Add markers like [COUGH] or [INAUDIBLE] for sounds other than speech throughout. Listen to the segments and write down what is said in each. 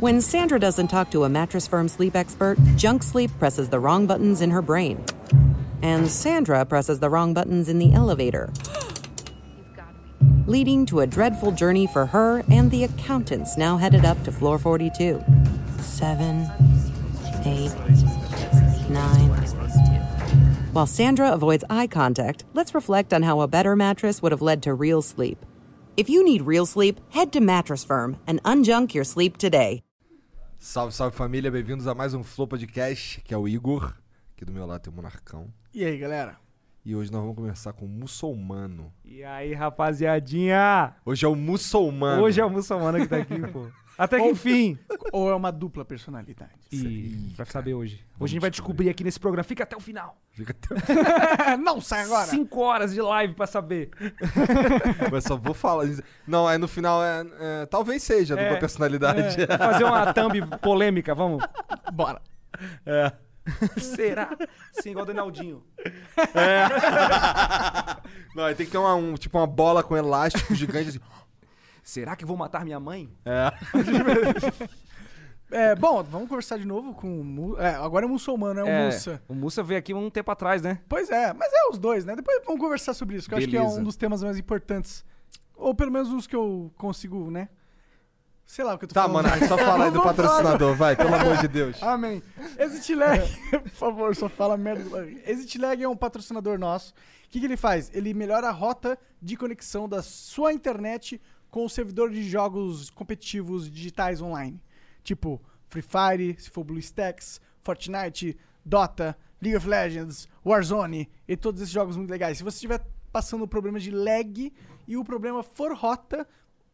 When Sandra doesn't talk to a mattress firm sleep expert, junk sleep presses the wrong buttons in her brain. And Sandra presses the wrong buttons in the elevator, leading to a dreadful journey for her and the accountants now headed up to floor 42. Seven, eight, nine. While Sandra avoids eye contact, let's reflect on how a better mattress would have led to real sleep. If you need real sleep, head to Mattress Firm and unjunk your sleep today. Salve, salve família, bem-vindos a mais um Flow Podcast, que é o Igor. Aqui do meu lado tem o Monarcão. E aí, galera? E hoje nós vamos conversar com o muçulmano. E aí, rapaziadinha? Hoje é o muçulmano. Hoje é o muçulmano que tá [LAUGHS] aqui, pô. Até que enfim. Ou é uma dupla personalidade? E vai saber hoje. Hoje a gente vai descobrir aqui nesse programa. Fica até o final. Fica [LAUGHS] É, Não, sai agora! Cinco horas de live pra [LAUGHS] saber. Eu só vou falar. Não, aí no final é. é, talvez seja, dupla personalidade. É. Vou fazer uma thumb polêmica, vamos? Bora! Será? Sim, igual o Donaldinho. [LAUGHS] Não, aí tem que ter uma, um- tipo uma bola com elástico gigante assim. Será que vou matar minha mãe? É, bom, vamos conversar de novo com o Mu... é, agora é muçulmano, é o Mussa. O Mussa veio aqui um tempo atrás, né? Pois é, mas é os dois, né? Depois vamos conversar sobre isso, que eu acho que é Beleza. um dos temas mais importantes. Ou pelo menos os que eu consigo, né? Sei lá o que eu tô Tá, falando. mano, só fala aí [LAUGHS] do patrocinador, vai, pelo amor de Deus. Amém. Exit Lag, [LAUGHS] por favor, só fala merda. Exit Lag é um patrocinador nosso. O que, que ele faz? Ele melhora a rota de conexão da sua internet com o servidor de jogos competitivos digitais online. Tipo Free Fire, se for BlueStacks, Fortnite, Dota, League of Legends, Warzone e todos esses jogos muito legais. Se você estiver passando problema de lag e o problema for rota,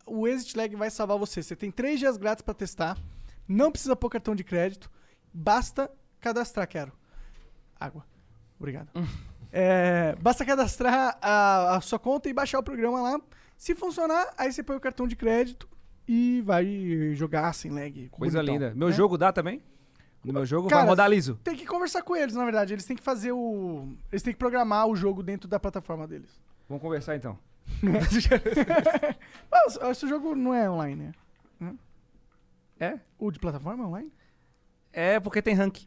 o Exit Lag vai salvar você. Você tem três dias grátis para testar. Não precisa pôr cartão de crédito. Basta cadastrar, quero. Água. Obrigado. Hum. É, basta cadastrar a, a sua conta e baixar o programa lá. Se funcionar, aí você põe o cartão de crédito e vai jogar sem lag. Coisa bonitão, linda. Meu né? jogo dá também? No meu jogo vai Cara, rodar liso. Tem que conversar com eles, na verdade. Eles têm que fazer o. Eles têm que programar o jogo dentro da plataforma deles. [LAUGHS] Vamos conversar [LAUGHS] então. Mas esse jogo não é online, né? É? O de plataforma é online? É porque tem rank.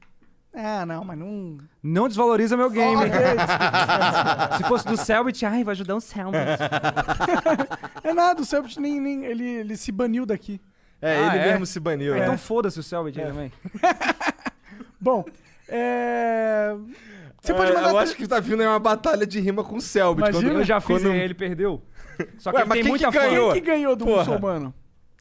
Ah, não, mas não. Não desvaloriza meu game. Ok, Se fosse do Selbit, ai, vai ajudar o Selbit. [LAUGHS] É nada, o Selbit nem, nem- ele, ele se baniu daqui. É, Ah, ele é? mesmo se baniu. Ah, né? Então foda-se o Selbit aí também. Bom, é... Você pode É, mandar... Eu acho que tá vindo aí uma batalha de rima com o Selbit. Imagina. quando- Eu já fiz quando- e ele perdeu. Só que Ué, ele mas tem quem muita que fã. ganhou? Quem que ganhou do Porra. muçulmano?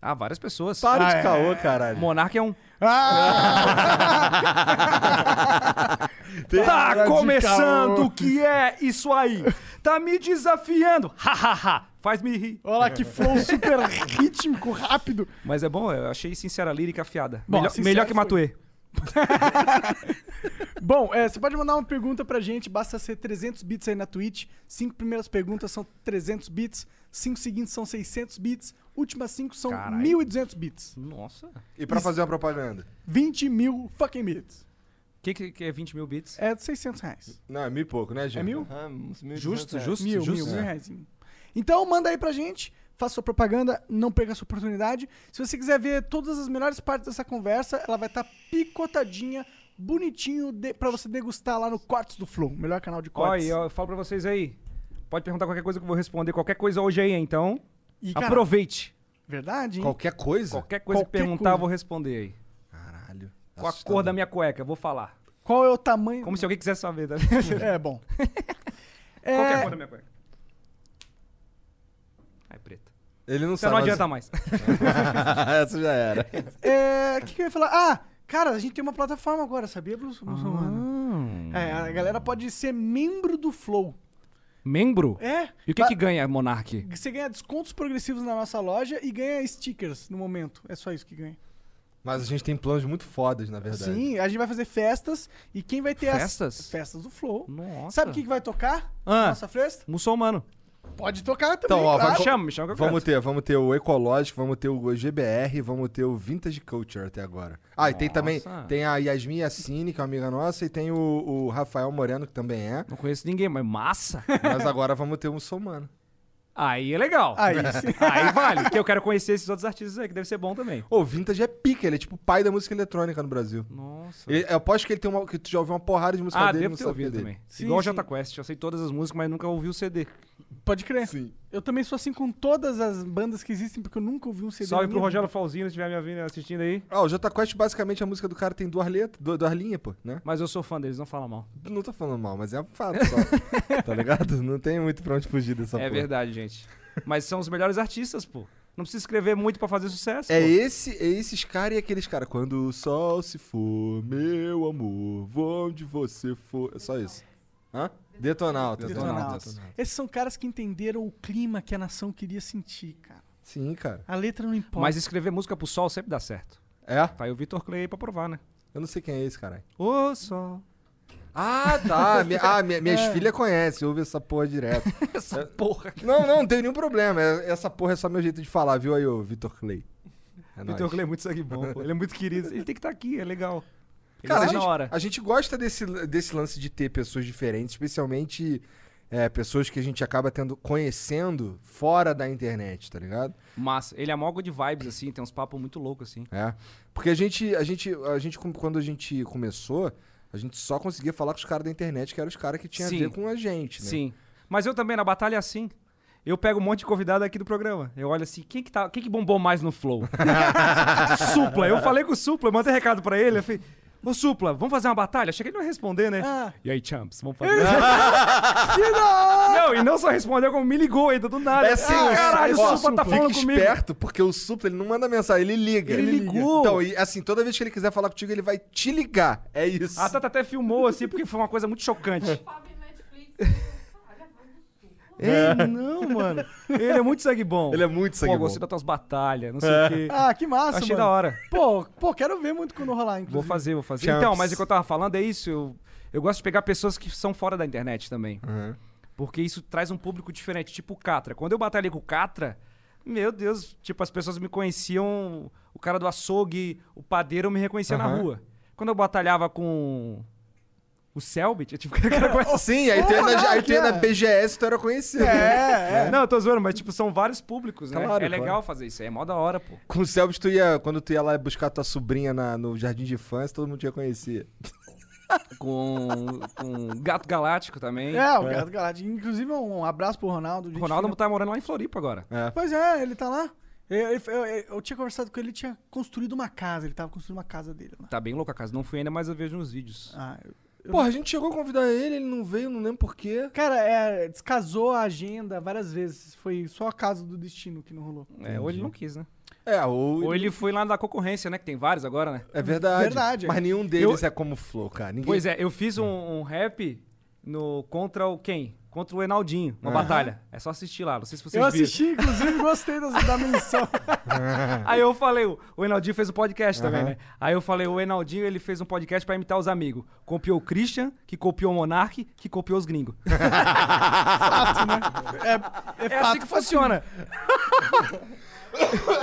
Ah, várias pessoas. Para Ah, de é. caô, caralho. Monarca é um. Ah! Tem- Tá Para de começando caô. o que é isso aí? Tá me desafiando. Ha ha ha. Faz me rir. Olha lá, que flow super rítmico, rápido. Mas é bom, eu achei sincera lírica afiada. Bom, melhor, sincera melhor que foi. Matuê. Bom, é, você pode mandar uma pergunta pra gente, basta ser 300 bits aí na Twitch. Cinco primeiras perguntas são 300 bits, cinco seguintes são 600 bits, últimas cinco são Caralho. 1.200 bits. Nossa. O E pra fazer uma propaganda? 20 mil fucking bits. que, que, que é 20 mil bits? É 600 reais. Não, é mil e pouco, né, gente? É mil? Ah, uns mil e Justo, duzentos justo, É, Mil, justo. É. mil, mil reais. Então manda aí pra gente, faça sua propaganda, não perca essa oportunidade. Se você quiser ver todas as melhores partes dessa conversa, ela vai estar picotadinha, bonitinho, de, pra você degustar lá no Cortes do Flow, melhor canal de cortes. Olha, eu falo pra vocês aí. Pode perguntar qualquer coisa que eu vou responder. Qualquer coisa hoje aí, então. E, cara, Aproveite. Verdade, hein? Qualquer coisa? Qualquer coisa que Qualquer perguntar, coisa. eu vou responder aí. Caralho. Com a cor da minha cueca, eu vou falar. Qual é o tamanho... Como se alguém quisesse saber, tá [LAUGHS] ligado? É, bom. É, Qual que é a cor da minha cueca? Ah, é preta. Ele não Então sabe. não adianta mais. [LAUGHS] Essa já era. é, o que, que eu ia falar? Ah, cara, a gente tem uma plataforma agora, sabia, Bruce? Muçulmano? Ah. É, a galera pode ser membro do Flow. [LAUGHS] Membro? É? E o que, que ganha, Monark? Você ganha descontos progressivos na nossa loja e ganha stickers no momento. É só isso que ganha. Mas a gente tem planos muito fodas, na verdade. Sim, a gente vai fazer festas e quem vai ter Festas? as festas do Flow. Nossa. Sabe o que que vai tocar? Ah. na Nossa Ah, festa? Muçulmano. Pode tocar também. Então, ó, claro. Me Vamos- chama, me chama que eu Vamos canto. ter, vamos ter o ecológico, vamos ter o GBR, vamos ter o Vintage Culture até agora. Ah, e tem Nossa. também tem a Yasmin Yassine, que é uma amiga nossa, e tem o, o Rafael Moreno, que também é. Não conheço ninguém, mas massa. Mas agora vamos ter um somano. Aí é legal. Aí sim. [LAUGHS] Aí vale, porque eu quero conhecer esses outros artistas aí, que deve ser bom também. Ô, o Vintage é pica, ele é tipo o pai da música eletrônica no Brasil. Nossa. Ele- eu aposto que ele tem uma. que tu já ouviu uma porrada de música Ah, dele devo no ter CD ouvido dele. também. Sim, Igual o sim. Jota Quest, eu sei todas as músicas, mas nunca ouvi o CD. Pode crer. Sim. Eu também sou assim com todas as bandas que existem, porque eu nunca ouvi um CD. Salve na pro minha Rogério vida. Falzinho, se estiver me ouvindo, assistindo aí. Ah, o Jota Quest, basicamente, a música do cara tem duas letras, du- duas linhas, pô, né? Mas eu sou fã deles, não fala mal. Não tô falando mal, mas é um fato [LAUGHS] só. tá ligado? Não tem muito pra onde fugir dessa é porra. verdade, gente. Mas são os melhores artistas, pô. Não precisa escrever muito pra fazer sucesso. É pô. esse, é esses caras e aqueles caras. Quando o sol se for, meu amor, vou onde você for. É só isso. Hã? Detonautas. Detonautas. Detonautas. Esses são caras que entenderam o clima que a nação queria sentir, cara. Sim, cara. A letra não importa. Mas escrever música pro sol sempre dá certo. É? Tá aí o Vitor Clay aí pra provar, né? Eu não sei quem é esse, caralho. Ô, sol. Ah, [LAUGHS] tá. Mi- ah, mi- minhas filhas conhecem, ouve essa porra [LAUGHS] direto. Essa porra. Não, não, não tem nenhum problema. É- Essa porra é só meu jeito de falar, viu aí, ô Vitor Clay. É Vitor nóis. Clay é muito sangue bom, pô. Ele é muito querido. Ele tem que estar aqui, é legal. Ele Cara, a sai gente, na hora. a gente gosta desse, desse lance de ter pessoas diferentes, especialmente é, pessoas que a gente acaba tendo conhecendo fora da internet, tá ligado? Mas ele é mó good vibes, assim, tem uns papos muito loucos, assim. É. Porque a gente, a gente, a gente, com- quando a gente começou, a gente só conseguia falar com os caras da internet, que eram os caras que tinham a Sim. ver com a gente, né? Sim. Mas eu também, na batalha, é assim. Eu pego um monte de convidado aqui do programa. Eu olho assim, quem que, tá, quem que bombou mais [LAUGHS] no Flow? Supla. Eu falei com o Supla, eu mandei recado pra ele. Eu falei, ô Supla, vamos fazer uma batalha? Achei que ele não ia responder, né? Ah. E aí, champs, vamos fazer. [LAUGHS] não, e não só respondeu, como me ligou ainda do nada. É assim, ah, o- caralho, ó, o Supla tá fica falando comigo. esperto, porque o Supla, ele não manda mensagem, ele liga. Ele ligou. Então, e assim, toda vez que ele quiser falar contigo, ele vai te ligar. É isso. A Tata até filmou, assim, porque foi uma coisa [LAUGHS] muito chocante. Pobre Netflix. [LAUGHS] Olha, Ei, não, mano. Ele é muito sangue bom. É. Ele é muito sangue Pô, tá bom. É. gostei das tuas batalhas, não sei o quê. Ah, que massa, Achei mano. da hora. Pô, pô, quero ver muito quando rolar, inclusive. Vou fazer, vou fazer. Champs. Então, mas o que eu tava falando é isso. Eu, eu gosto de pegar pessoas que são fora da internet também. Uhum. Porque isso traz um público diferente, tipo o Catra. Quando eu batalhei com o Catra, meu Deus, tipo, as pessoas me conheciam. O cara do açougue, o padeiro me reconhecia na Aham. rua. Quando eu batalhava com o Selbit, eu tive que [LAUGHS] o cara conhece- Sim, aí tu ia na, aí tu ia na Caraca. BGS, tu era conhecido. É, é. Não, eu tô zoando, mas tipo, são vários públicos, né? Claro, é legal claro. fazer isso, aí, é mó da hora, pô. [LAUGHS] Com o Selbst, tu ia, quando tu ia lá buscar tua sobrinha na- no jardim de infância, todo mundo te reconhecia. Com, com o Gato Galáctico também. É, o Gato Galáctico. Inclusive, um abraço pro Ronaldo. gente O Ronaldo fina. tá morando lá em Floripa agora. É. Pois é, ele tá lá. Eu, eu- eu- eu tinha conversado com ele, ele tinha construído uma casa. Ele tava construindo uma casa dele lá. Tá bem louco a casa, não fui ainda, mas eu vejo nos vídeos. Ah, eu- Porra, a gente chegou a convidar ele, ele não veio, não lembro porquê. Cara, é, descasou a agenda várias vezes. Foi só a casa do destino que não rolou. É, ou ele não quis, né? É, ou. Ou ele foi lá da concorrência, né? Que tem vários agora, né? É verdade. Verdade. Mas nenhum deles é como o Flow, cara. Ninguém... [LAUGHS] Pois é, eu fiz um, um rap no, contra o quem? Contra o Enaldinho, uma batalha. É só assistir lá, não sei se vocês eu viram. assisti, inclusive, gostei das, da menção. [LAUGHS] Aí eu falei, o o Enaldinho fez um podcast também, né? Aí eu falei, o Enaldinho, ele fez um podcast pra imitar os amigos. Copiou o Christian, que copiou o Monark, que copiou os gringos. né? É, é É fato. assim que funciona.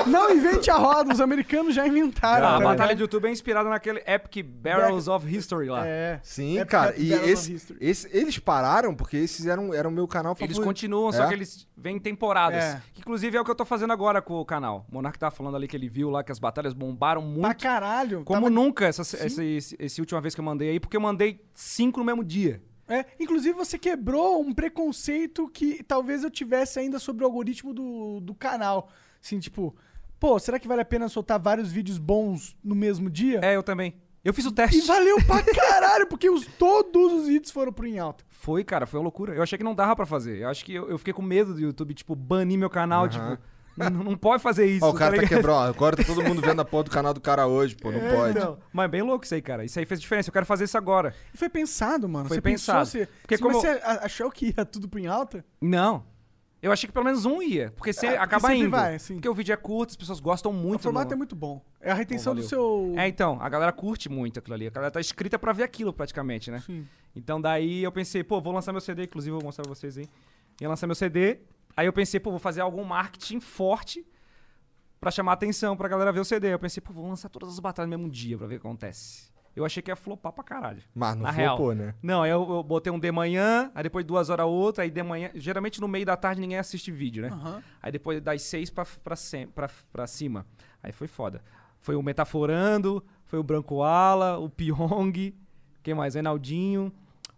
Não invente a roda, os americanos já inventaram. a tá batalha ligado? de YouTube é inspirada naquele Epic Barrels of History lá. É. Sim, É cara. porque E Battles of esse, History. esse- eles pararam porque esses eram, eram o meu canal favorito. Eles continuam, só É? que eles vêm em temporadas. É. Que, Inclusive é o que eu tô fazendo agora com o canal. O Monark tava falando ali que ele viu lá que as batalhas bombaram Pra muito. caralho. Como tava- nunca, essa, essa, esse, esse última vez que eu mandei aí, porque eu mandei cinco no mesmo dia. É, inclusive, você quebrou um preconceito que talvez eu tivesse ainda sobre o algoritmo do, do canal. Assim, tipo, pô, será que vale a pena soltar vários vídeos bons no mesmo dia? É, eu também. Eu fiz o E teste. valeu pra caralho, porque os, todos os vídeos foram pro em alta. Foi, cara, foi uma loucura. Eu achei que não dava pra fazer. Eu acho que eu, eu fiquei com medo do YouTube, tipo, banir meu canal, tipo, "N- não pode fazer isso. Ó, o cara tá ligado? quebrou. ó, Agora tá todo mundo vendo a porra do canal do cara hoje, pô. Não pode. Então, [LAUGHS] mas é bem louco isso aí, cara. Isso aí fez diferença. Eu quero fazer isso agora. E foi pensado, mano. Foi você pensou, pensado. Você, Porque você- como- Mas você a- achou que ia tudo pro em alta? Não. Eu achei que pelo menos um ia, porque você acaba É, sempre indo. vai, sim. Porque o vídeo é curto, as pessoas gostam muito. o formato no- é muito bom. É a retenção Bom, do seu... É, então, a galera curte muito aquilo ali. A galera tá escrita pra ver aquilo praticamente, né? Sim. Então daí eu pensei, pô, vou lançar meu CD, inclusive eu vou mostrar pra vocês aí. Ia lançar meu CD. Aí eu pensei, pô, vou fazer algum marketing forte pra chamar atenção, pra galera ver o CD. Eu pensei, pô, vou lançar todas as batalhas no mesmo dia pra ver o que acontece. eu achei que ia flopar pra caralho. Mas não Na flopou, real. né? Não, aí eu, eu botei um de manhã, aí depois duas horas outra, aí de manhã. Geralmente no meio da tarde ninguém assiste vídeo, né? Aham. Aí depois das seis pra, pra, cem- pra, pra cima. Aí foi foda. Foi o Metaforando, foi o Branco Ala, o Pyong, quem mais? Reinaldinho,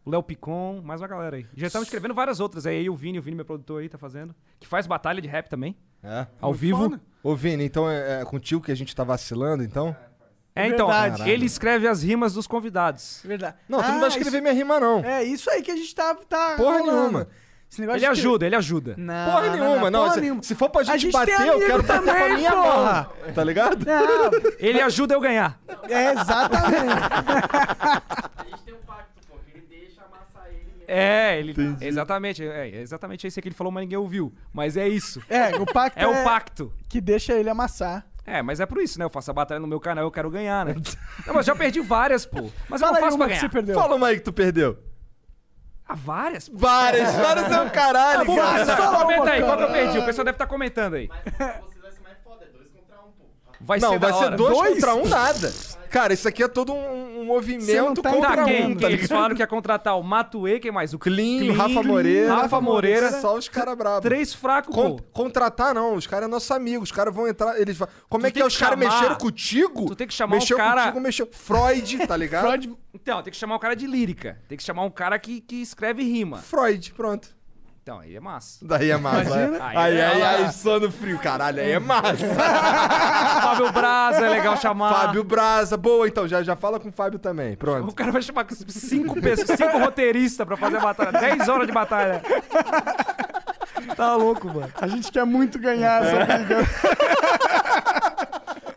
o Léo Picon, mais uma galera aí. Já estamos escrevendo várias outras. Aí o Vini, o Vini, meu produtor aí, tá fazendo. Que faz batalha de rap também, É. ao vivo. foda. Ô, Vini, então é, é contigo que a gente tá vacilando, então? É, então, Verdade. ele escreve as rimas dos convidados. Verdade. Não, tu Ah, não vai escrever isso- minha rima, não. É isso aí que a gente tá. tá Porra rolando. nenhuma. Esse negócio Ele de escrever- ajuda, ele ajuda. Não, Porra Ah, não, é nenhuma, não. porra se, [LAUGHS] nenhuma. se for pra gente, gente tem bater, eu amigo quero bater com também, a minha porra. mão. Tá ligado? Não, Ele ajuda eu ganhar. é exatamente. A gente tem um pacto, pô, que ele deixa amassar ele mesmo. É, ele. Exatamente, é é exatamente isso que ele falou, mas ninguém ouviu. Mas é isso. É, o pacto É o pacto. que deixa ele amassar. É, mas é por isso, né? Eu faço a batalha no meu canal, eu quero [LAUGHS] ganhar, né? Não, mas já perdi várias, pô. Mas eu Fala não aí faço pra uma que você ganhar. perdeu. Fala uma aí que tu perdeu. Ah, várias? Pô. Várias, várias é o caralho, Tá bom, cara. mas Comenta fala uma, aí, qual que eu cara. perdi? O pessoal deve estar comentando aí. Mas pra você vai ser mais foda, é dois contra um, pô. Vai não, ser vai da ser hora. dois, Dois? contra um nada. Cara, isso aqui é todo um, um Você não movimento tá contra Tá, quem? um, Quem? tá Eles ligado? falaram que ia contratar o Matuê, quem mais? O Clean, Clean, Rafa Moreira. Rafa Moreira. Só os caras brabos. Três fracos, Con- pô. contratar não, os caras são é nossos amigos, os caras vão entrar, eles vão... Como Tu é que tem é, que os caras chamar- mexeram contigo? tu tem que chamar um mexeu cara- Contigo, mexeu Freud, tá [LAUGHS] ligado? Freud... Então, tem que chamar um cara de lírica. Tem que chamar um cara que, que escreve rima. pronto. Então, aí é [LAUGHS] massa. Daí é massa. Imagina. Aí, aí, aí, Aí é- sono frio, caralho, aí é massa. [LAUGHS] Fábio Braza é legal chamar. Fábio Braza, boa então, já, já fala com o Fábio também, O pronto. cara vai chamar cinco, pessoas, cinco roteiristas pra fazer a batalha. Dez horas de batalha. Tá louco, mano. A gente quer muito ganhar essa briga.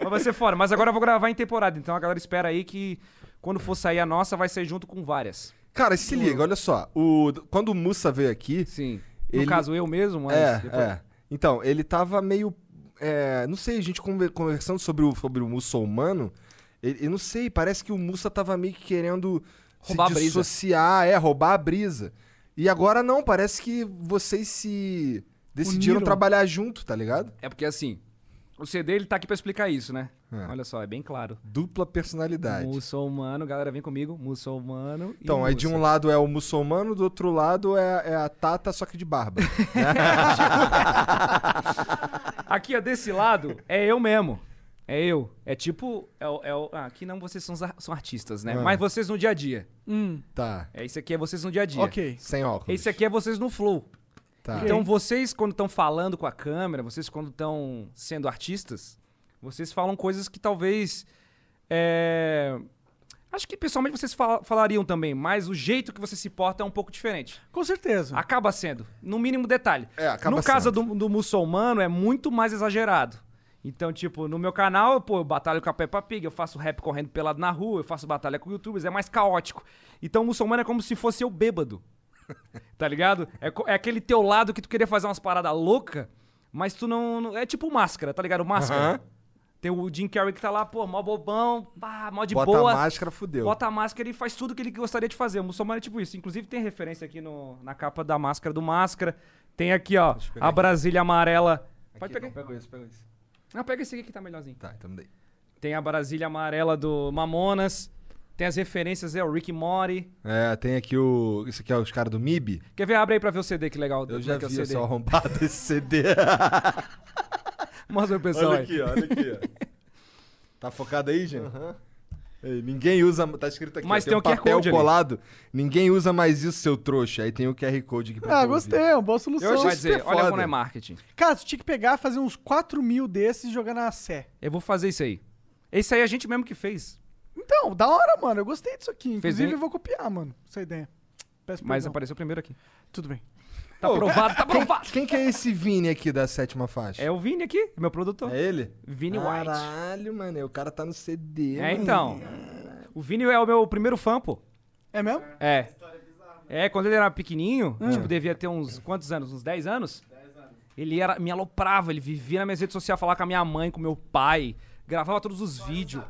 Mas vai ser fora. Mas agora eu vou gravar em temporada. Então a galera espera aí que quando for sair a nossa, vai ser junto com várias. Cara, se liga, olha só, o... quando o Mussa veio aqui... Sim. No Ele- caso, eu mesmo, mas É, depois- é. Então, ele tava meio. é, não sei, a gente conver- conversando sobre o, sobre o muçulmano. ele- eu não sei, parece que o Mussa tava meio que querendo Roubar a se brisa. dissociar, é, roubar a brisa. E agora não, parece que vocês se decidiram Uniram. trabalhar junto, tá ligado? É porque assim, o CD ele tá aqui pra explicar isso, né? É. Olha só, é bem claro. Dupla personalidade. Muçulmano, galera, vem comigo. Muçulmano. e então, aí de um muça. lado é o muçulmano, do outro lado é, é a Tata, só que de barba. né? [LAUGHS] Aqui, ó, desse lado, é eu mesmo. É eu. É tipo. É, o- é o- ah, aqui não, vocês são, os ar- são artistas, né? Ah. Mas vocês no dia a dia. Hum, tá, É, esse aqui é vocês no dia a dia. ok. sem óculos. Esse aqui é vocês no flow. Tá. Então vocês, quando estão falando com a câmera, vocês quando estão sendo artistas, vocês falam coisas que talvez. é, Acho que pessoalmente vocês fal- falariam também, mas o jeito que você se porta é um pouco diferente. Com certeza. Ah, Acaba sendo, no mínimo detalhe. É, acaba no caso do, do muçulmano, é muito mais exagerado. Então, tipo, no meu canal, pô, eu batalho com a Peppa Pig, eu faço rap correndo pelado na rua, eu faço batalha com youtubers, é mais caótico. Então, o muçulmano é como se fosse [LAUGHS] eu bêbado. Tá ligado? É, co- é aquele teu lado que tu queria fazer umas paradas loucas, mas tu não, não- É tipo o máscara, tá ligado? O máscara. Aham. Tem o Jim Carrey que tá lá, pô, mó bobão, pá, mó de Bota boa. a máscara, fudeu. Bota a máscara e faz tudo que ele gostaria de fazer. O muçulmano é tipo isso. Inclusive tem referência aqui no, na capa da máscara do máscara. Tem aqui, ó, a Brasília amarela. Pode pegar. Pega isso, pega isso. Não, pega esse aqui que tá melhorzinho. Tá, então daí. Tem a Brasília amarela do Mamonas. Tem as referências, é o Rick Mori. É, tem aqui o. Isso aqui é os caras do MIB. Quer ver? Abre aí pra ver o CD, que legal. Eu Como já é que é o vi CD. esse arrombado desse CD. [LAUGHS] Mostra pro pessoal olha aí. aqui, ó, olha aqui, ó. [LAUGHS] Tá focado aí, gente? Ei, ninguém usa. Tá escrito aqui, Mas ó, tem um o QR papel Code ali. colado. Ninguém usa mais isso, seu trouxa. Aí tem o QR Code aqui pra tu Ah, ouvir. gostei, é uma boa solução. Eu achei Vai dizer, super olha foda. como é marketing. Cara, tu tinha que pegar, fazer uns 4 mil desses e jogar na Sé. Eu vou fazer isso aí. Esse aí é a gente mesmo que fez. Então, da hora, mano. Eu gostei disso aqui. Inclusive, bem. eu vou copiar, mano, essa ideia. Peço Mas perdão. apareceu primeiro aqui. Tudo bem. Tá aprovado, tá [LAUGHS] aprovado. Quem que é esse Vini aqui da sétima faixa? É o Vini aqui, meu produtor. É ele? Vini White. Caralho, mano. O cara tá no CD. É, mano. então. O Vini é o meu primeiro fã, pô. É mesmo? É. É, quando ele era pequenininho, tipo, devia ter uns quantos anos? Uns 10 anos? 10 anos. Ele era, me aloprava, ele vivia na minha rede social, falava com a minha mãe, com meu pai, gravava todos os vídeos.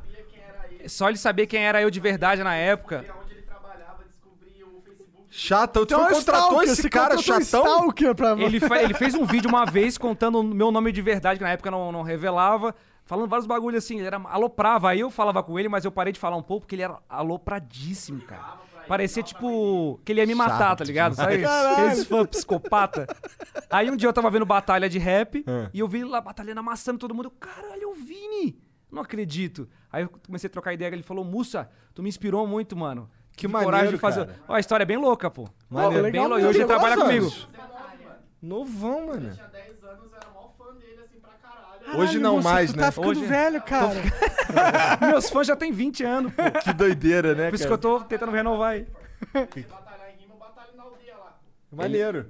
Só ele sabia quem era eu de verdade na época. Onde ele trabalhava, descobri o Facebook. Chata, tu é um contratou stalker, esse você cara contratou um chatão? stalker pra... [LAUGHS] Ele, fe- ele fez um vídeo uma vez contando o meu nome de verdade, que na época eu não, não revelava. falando vários bagulhos assim. Ele era aloprava. Aí eu falava com ele, mas eu parei de falar um pouco porque ele era alopradíssimo, cara. Parecia tipo que ele ia me matar, Chato tá ligado? Sabe? Caralho. Esse fã psicopata. Aí um dia eu tava vendo batalha de rap É. e eu vi ele lá batalhando, amassando todo mundo. Eu, Caralho, é o Vini! Não acredito. Aí eu comecei a trocar ideia. Ele falou, Mussa, tu me inspirou muito, mano. Que Tive maneiro, coragem de fazer. cara. Ó, a história é bem louca, pô. Maneiro. bem Legal louca. E hoje ele mesmo. trabalha Quantos comigo. anos? Novão, mano. Tinha 10 anos, eu era mó fã dele, assim, pra caralho. Hoje não moça, mais, tu né? tá ficando Hoje- velho, cara. Meus fãs já têm 20 anos, pô. É, Que doideira, né, Por isso que eu cara? tô tentando renovar aí. Se batalhar em rima, eu batalho na aldeia lá. É Maneiro.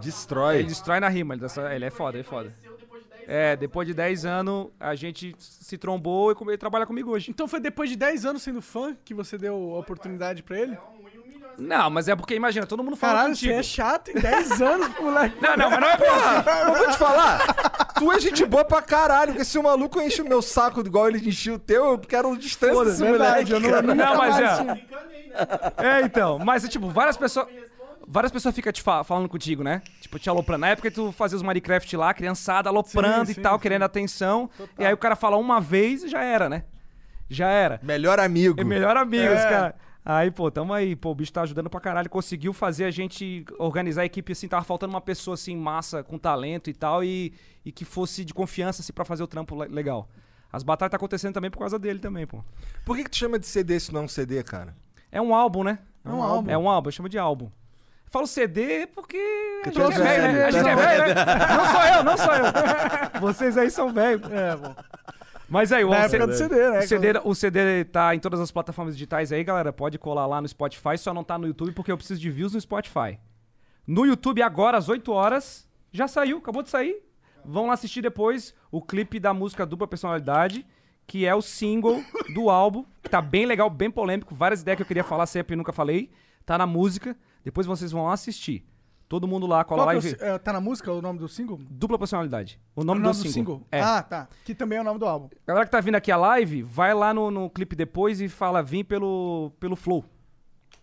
Destrói. Ele destrói na rima, ele, destrói- ele é foda, ele é foda. Seu depois de 10 É, depois de 10 anos, a gente se trombou e come- ele trabalha comigo hoje. Então foi depois de 10 anos sendo fã que você deu a oportunidade pra ele? Não, mas é porque, imagina, todo mundo fala Caralho, você contigo. é chato em 10 anos, moleque. Não, não, mas não é bem assim. Eu vou te falar. Tu é gente boa pra caralho, porque se o maluco enche o meu saco igual ele encheu o teu, eu quero um distância desse moleque. verdade, eu cara. não, Não, nunca mas mais tive. é. né, É, então. Mas, é, tipo, várias pessoas... Várias pessoas ficam te fa- falando contigo, né? Tipo, te aloprando. Na época tu fazia os Minecraft lá, criançada, aloprando Sim, e sim, tal, sim. querendo atenção. E aí o cara fala uma vez e já era, né? Já era. Melhor amigo. É melhor amigos, É. cara. Aí, pô, tamo aí, pô, o bicho tá ajudando pra caralho. Conseguiu fazer a gente organizar a equipe assim, tava faltando uma pessoa assim, massa, com talento e tal, e, e que fosse de confiança, assim, pra fazer o trampo le- legal. As batalhas tá acontecendo também por causa dele também, pô. Por que, que tu chama de CD se não é um CD, cara? É um álbum, né? É um álbum. É um álbum, chama de álbum. Falo CD porque. A gente todos é velho, né? A gente é velho. velho, né? Não sou eu, não sou [LAUGHS] eu. Vocês aí são velhos. É, bom. Mas aí, o Na álbum- época do CD, né? O CD, o CD tá em todas as plataformas digitais aí, galera. Pode colar lá no Spotify, só não tá no YouTube porque eu preciso de views no Spotify. No YouTube, agora, às 8 horas, já saiu, acabou de sair. Vão lá assistir depois o clipe da música Dupla Personalidade, que é [LAUGHS] o single do álbum, que tá bem legal, bem polêmico. Várias ideias que eu queria falar sempre e nunca falei. Tá na música, depois vocês vão lá assistir. Todo mundo lá, cola Qual lá que e é o si- vê. é, tá na música o nome do single? O Dupla Personalidade. O nome, nome do, do single. É. Ah, tá. Que também é o nome do álbum. Galera que tá vindo aqui a live, vai lá no, no clipe depois e fala, vim pelo, pelo Flow.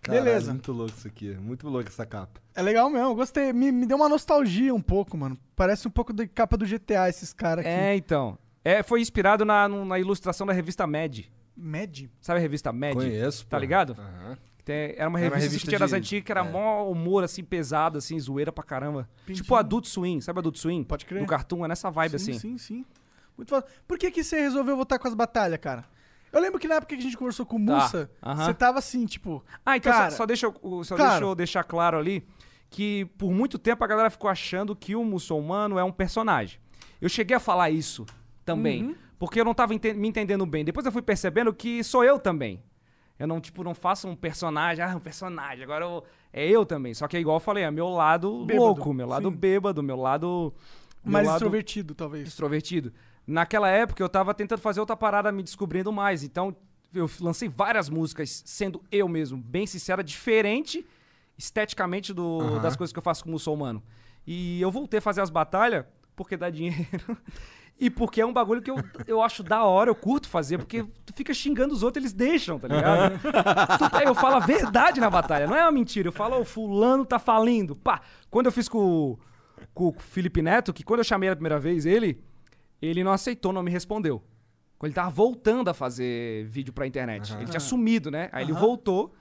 Caralho, Beleza. Muito louco isso aqui. Muito louco essa capa. É legal mesmo, gostei. Me, me deu uma nostalgia um pouco, mano. Parece um pouco da capa do GTA esses caras aqui. É, então. É, foi inspirado na, no- na ilustração da revista Mad. Mad? Sabe a revista Mad? Conheço, Tá pô. ligado? Ah. Aham. Tem- era uma Era uma revista, revista que tinha das de- antigas, que era é. mó humor, assim, pesado, assim, zoeira pra caramba. Entendi. Tipo Adult Swim, sabe Adult Swim? Pode crer. Do cartoon, é nessa vibe, sim, assim. Sim, sim. Muito foda. Por que, que você resolveu voltar com as batalhas, cara? Eu lembro que na época que a gente conversou com o Tá, Mussa, aham. você tava assim, tipo. Ah, então Cara, só, só deixa, eu, só claro. deixa eu deixar claro ali que por muito tempo a galera ficou achando que o muçulmano é um personagem. Eu cheguei a falar isso também, Uhum. porque eu não tava enten- me entendendo bem. Depois eu fui percebendo que sou eu também. Eu não, tipo, não faço um personagem, ah, um personagem, agora eu, é eu também. Só que é igual eu falei, é meu lado Bêbado, louco, meu lado sim. bêbado, meu lado... meu mais lado- extrovertido, talvez. extrovertido. Naquela época eu tava tentando fazer outra parada, me descobrindo mais. Então eu lancei várias músicas sendo eu mesmo, bem sincera, diferente esteticamente do- das coisas que eu faço com o muçulmano. E eu voltei a fazer as batalhas porque dá dinheiro. [LAUGHS] E porque é um bagulho que eu, eu acho da hora, eu curto fazer, porque tu fica xingando os outros, eles deixam, tá ligado? Tu- tá, eu falo a verdade na batalha, não é uma mentira. Eu falo, o fulano tá falindo. Pá, quando eu fiz com, o- com o Felipe Neto, que quando eu chamei a primeira vez ele, ele não aceitou, não me respondeu. Quando ele tava voltando a fazer vídeo pra internet. Ele tinha sumido, né? Aí ele voltou.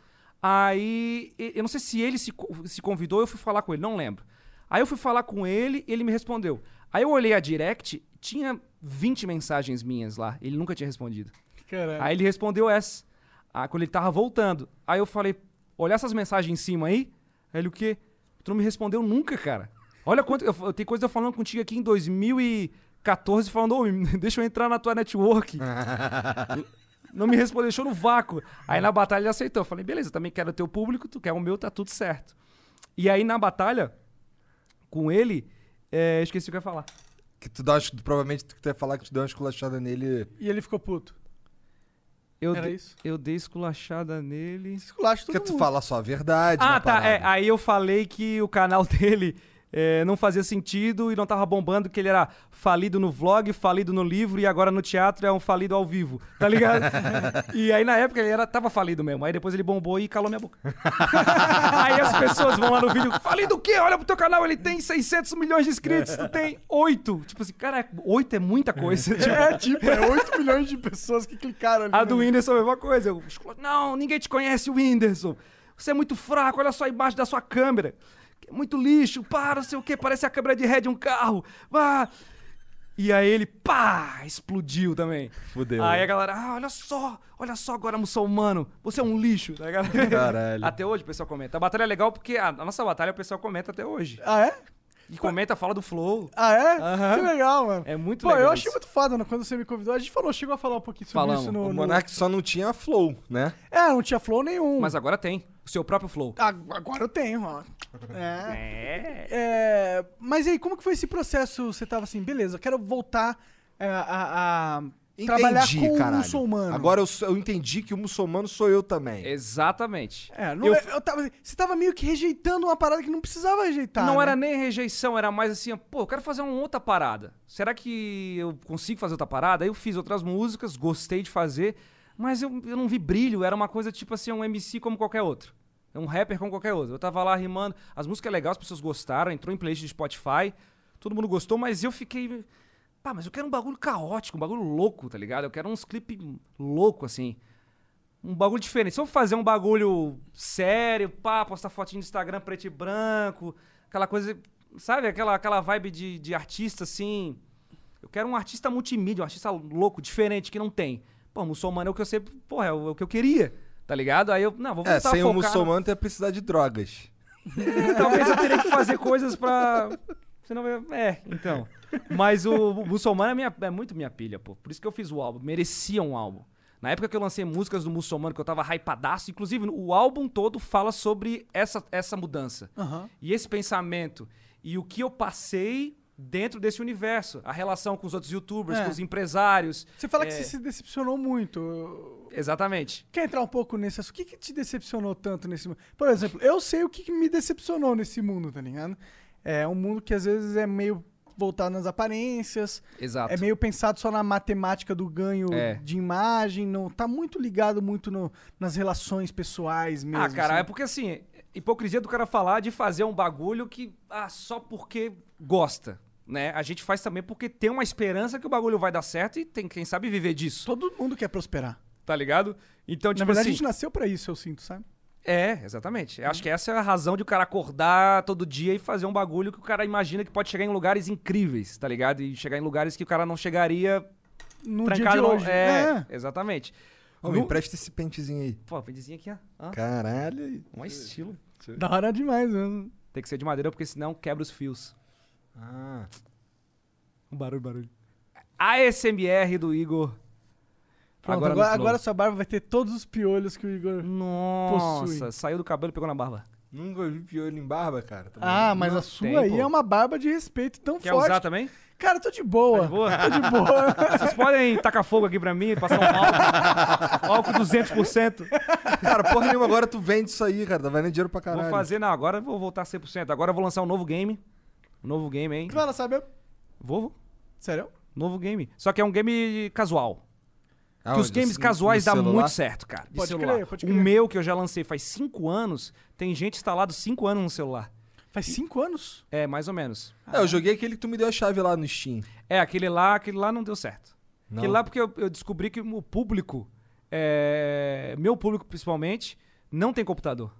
Aí, e- eu não sei se ele se, co- se convidou, eu fui falar com ele, não lembro. Aí eu fui falar com ele, ele me respondeu. Aí eu olhei a direct, tinha 20 mensagens minhas lá. Ele nunca tinha respondido. Caralho. Aí ele respondeu essa. Ah, quando ele tava voltando. Aí eu falei, olha essas mensagens em cima aí. Aí ele, o quê? Tu não me respondeu nunca, cara. Olha quanto... Eu, eu- tem coisa eu falando contigo aqui em 2014, falando, ô, [LAUGHS] deixa eu entrar na [LAUGHS] tua network. não me respondeu, deixou no vácuo. Aí na batalha ele aceitou. Eu falei, beleza, também quero o teu público, tu quer o meu, tá tudo certo. E aí na batalha, com ele, é, esqueci o que eu ia falar. Que tu dá uma, provavelmente tu quer falar que tu deu uma esculachada nele. E ele ficou puto. Eu Era dei- isso? Eu dei esculachada nele. Esculacho todo Porque tu mundo. fala só a verdade. Ah, na tá. parada. É, aí eu falei que o canal [LAUGHS] dele eh, não fazia sentido e não tava bombando, que ele era falido no vlog, falido no livro e agora no teatro é um falido ao vivo, [LAUGHS] tá ligado? e aí na época ele era, tava falido mesmo, aí depois ele bombou e calou [LAUGHS] minha boca. aí as pessoas vão lá no vídeo, falido o quê? Olha pro teu canal, ele tem 600 milhões de inscritos, tu tem 8. Tipo assim, cara, 8 é muita coisa. [LAUGHS] Tipo, É tipo, é 8 milhões de pessoas que clicaram ali. a no- do Whindersson é a mesma coisa. Eu, não, ninguém te conhece, Whindersson. Você é muito fraco, olha só a imagem da sua câmera. É Muito lixo, para, não sei o quê, parece a câmera de ré de um carro. Vá. E aí ele, pá, explodiu também. Fudeu. Aí a galera, ah, olha só, olha só agora muçulmano, você é um lixo. tá ligado? Caralho. [LAUGHS] Até hoje o pessoal comenta. A batalha é legal porque a, a nossa batalha o pessoal comenta até hoje. Ah, é? E comenta, fala do flow. Ah, é? Aham. Que legal, mano. É muito Pô, legal eu achei isso. muito foda né? quando você me convidou. A gente falou, chegou a falar um pouquinho sobre Falamos. isso no. O no- Monark só não tinha flow, né? É, não tinha flow nenhum. Mas agora tem, o seu próprio flow. Ah, Agora eu tenho, ó. [LAUGHS] É. É, Mas aí, como que foi esse processo? Você tava assim, beleza, eu quero voltar é, a, a trabalhar com um o caralho. muçulmano. Agora eu, sou- eu entendi que o muçulmano sou eu também. Exatamente. É, não Eu é- eu tava- você tava meio que rejeitando uma parada que não precisava rejeitar. não né? era nem rejeição, era mais assim, pô, eu quero fazer uma outra parada. Será que eu consigo fazer outra parada? Aí eu fiz outras músicas, gostei de fazer, mas eu, eu não vi brilho, era uma coisa tipo assim, um MC como qualquer outro. Um rapper como qualquer outro. Eu tava lá rimando, as músicas legais, as pessoas gostaram, entrou em playlist de Spotify, todo mundo gostou, mas eu fiquei. Pá, mas eu quero um bagulho caótico, um bagulho louco, tá ligado? Eu quero uns clipes louco, assim. Um bagulho diferente. Se eu fazer um bagulho sério, pá, postar fotinho no Instagram preto e branco, aquela coisa, sabe? Aquela, aquela vibe de, de artista, assim. Eu quero um artista multimídia, um artista louco, diferente, que não tem. Pô, muçulmano é o que eu sempre, porra, é o, é o que eu queria, tá ligado? Aí eu, não, vou voltar É, a sem o focar no- muçulmano ia precisar de drogas. [LAUGHS] Talvez eu teria que fazer coisas pra. Senão eu... É, então. Mas o, o muçulmano é, minha- é muito minha pilha, pô. Por isso que eu fiz o álbum. Merecia um álbum. Na época que eu lancei músicas do muçulmano, que eu tava hypadaço, inclusive o álbum todo fala sobre essa, essa mudança. Aham. E esse pensamento. E o que eu passei dentro desse universo. A relação com os outros youtubers, É. com os empresários. Você fala que É. você se decepcionou muito. Exatamente. Quer entrar um pouco nesse assunto? O que, que te decepcionou tanto nesse mundo? Por exemplo, eu sei o que, que me decepcionou nesse mundo, tá ligado? É um mundo que às vezes é meio voltado nas aparências, Exato. é meio pensado só na matemática do ganho É. de imagem, não tá muito ligado muito no- nas relações pessoais mesmo. Ah, cara, é assim. porque assim, hipocrisia do cara falar de fazer um bagulho que ah, só porque gosta, né? A gente faz também porque tem uma esperança que o bagulho vai dar certo e tem quem sabe viver disso, todo mundo quer prosperar. tá ligado? Então, tipo na verdade, assim, a gente nasceu pra isso, eu sinto, sabe? é, exatamente. Eu Acho que essa é a razão de o cara acordar todo dia e fazer um bagulho que o cara imagina que pode chegar em lugares incríveis, tá ligado? E chegar em lugares que o cara não chegaria No trancado dia de no- hoje. É, exatamente. Ô, me no... empresta esse pentezinho aí. Pô, pentezinho aqui, ó. ó. Caralho. Um estilo. É, Da hora demais, mano. Tem que ser de madeira porque senão quebra os fios. Ah, Um barulho, barulho. ASMR do Igor. Pronto, Agora agora, no agora, flow. sua barba vai ter todos os piolhos que o Igor. Nossa, Possui. saiu do cabelo e pegou na barba. nunca vi piolho em barba, cara. Tá Ah, mas Não a sua tem, aí pô. é uma barba de respeito tão Quer forte. usar também? Cara, eu tô de boa. Tá Tô de boa? de boa. Vocês podem tacar fogo aqui pra mim, passar um [LAUGHS] álcool, álcool 200%. maluco. Cara, porra nenhuma, agora tu vende isso aí, cara. Tá valendo dinheiro pra caralho. Vou fazer, não, agora eu vou voltar 100%. Agora eu vou lançar um novo game. Um novo game, hein? Você vai lançar mesmo? Vou, vou. Sério? Novo game. Só que é um game casual. Que Aonde? os games No- casuais Ah, no dá celular? muito certo, cara. De Pode celular. crer, pode O crer. meu, que eu já lancei faz 5 anos, tem gente instalado 5 anos no celular. Faz cinco anos? É, mais ou menos. É, eu joguei aquele que tu me deu a chave lá no Steam. É, aquele lá, aquele lá não deu certo. Não? Aquele lá porque eu, eu descobri que o público, é, meu público principalmente, não tem computador.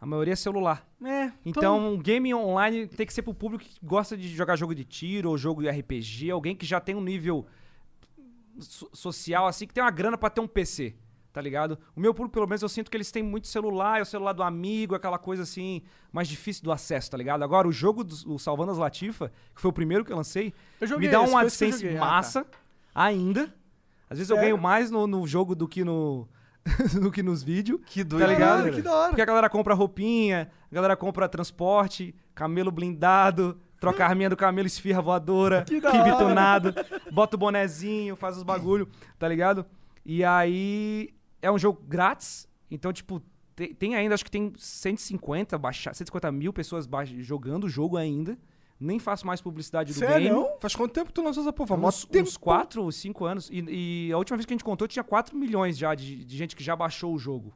A maioria é celular. É. Então, um game online tem que ser pro público que gosta de jogar jogo de tiro ou jogo de RPG, alguém que já tem um nível so- social, assim, que tem uma grana pra ter um PC, tá ligado? O meu público, pelo menos, eu sinto que eles têm muito celular, é o celular do amigo, é aquela coisa assim, mais difícil do acesso, tá ligado? Agora, o jogo do o Salvando as Latifa, que foi o primeiro que eu lancei, Eu joguei me dá esse, um foi esse que eu AdSense joguei. Ah, tá. É. massa ainda. Às vezes eu Sério? ganho mais no, no jogo do que no [LAUGHS] do que nos vídeos. Que doido, Tá ligado? Caralho, que da hora. Porque a galera compra roupinha, a galera compra transporte, camelo blindado, troca a arminha do camelo, esfirra voadora, Que da kibe hora. tunado, bota o bonezinho, faz os bagulho, tá ligado? E aí é um jogo grátis, então, tipo, te- tem ainda, acho que tem 150, baixa, 150 mil pessoas baixa- jogando o jogo ainda. nem faço mais publicidade do game. Sério? Faz quanto tempo que tu lançou essa porra? Mó Uns, tempo. uns 4 ou 5 anos. E, e a última vez que a gente contou tinha 4 milhões já de, de gente que já baixou o jogo.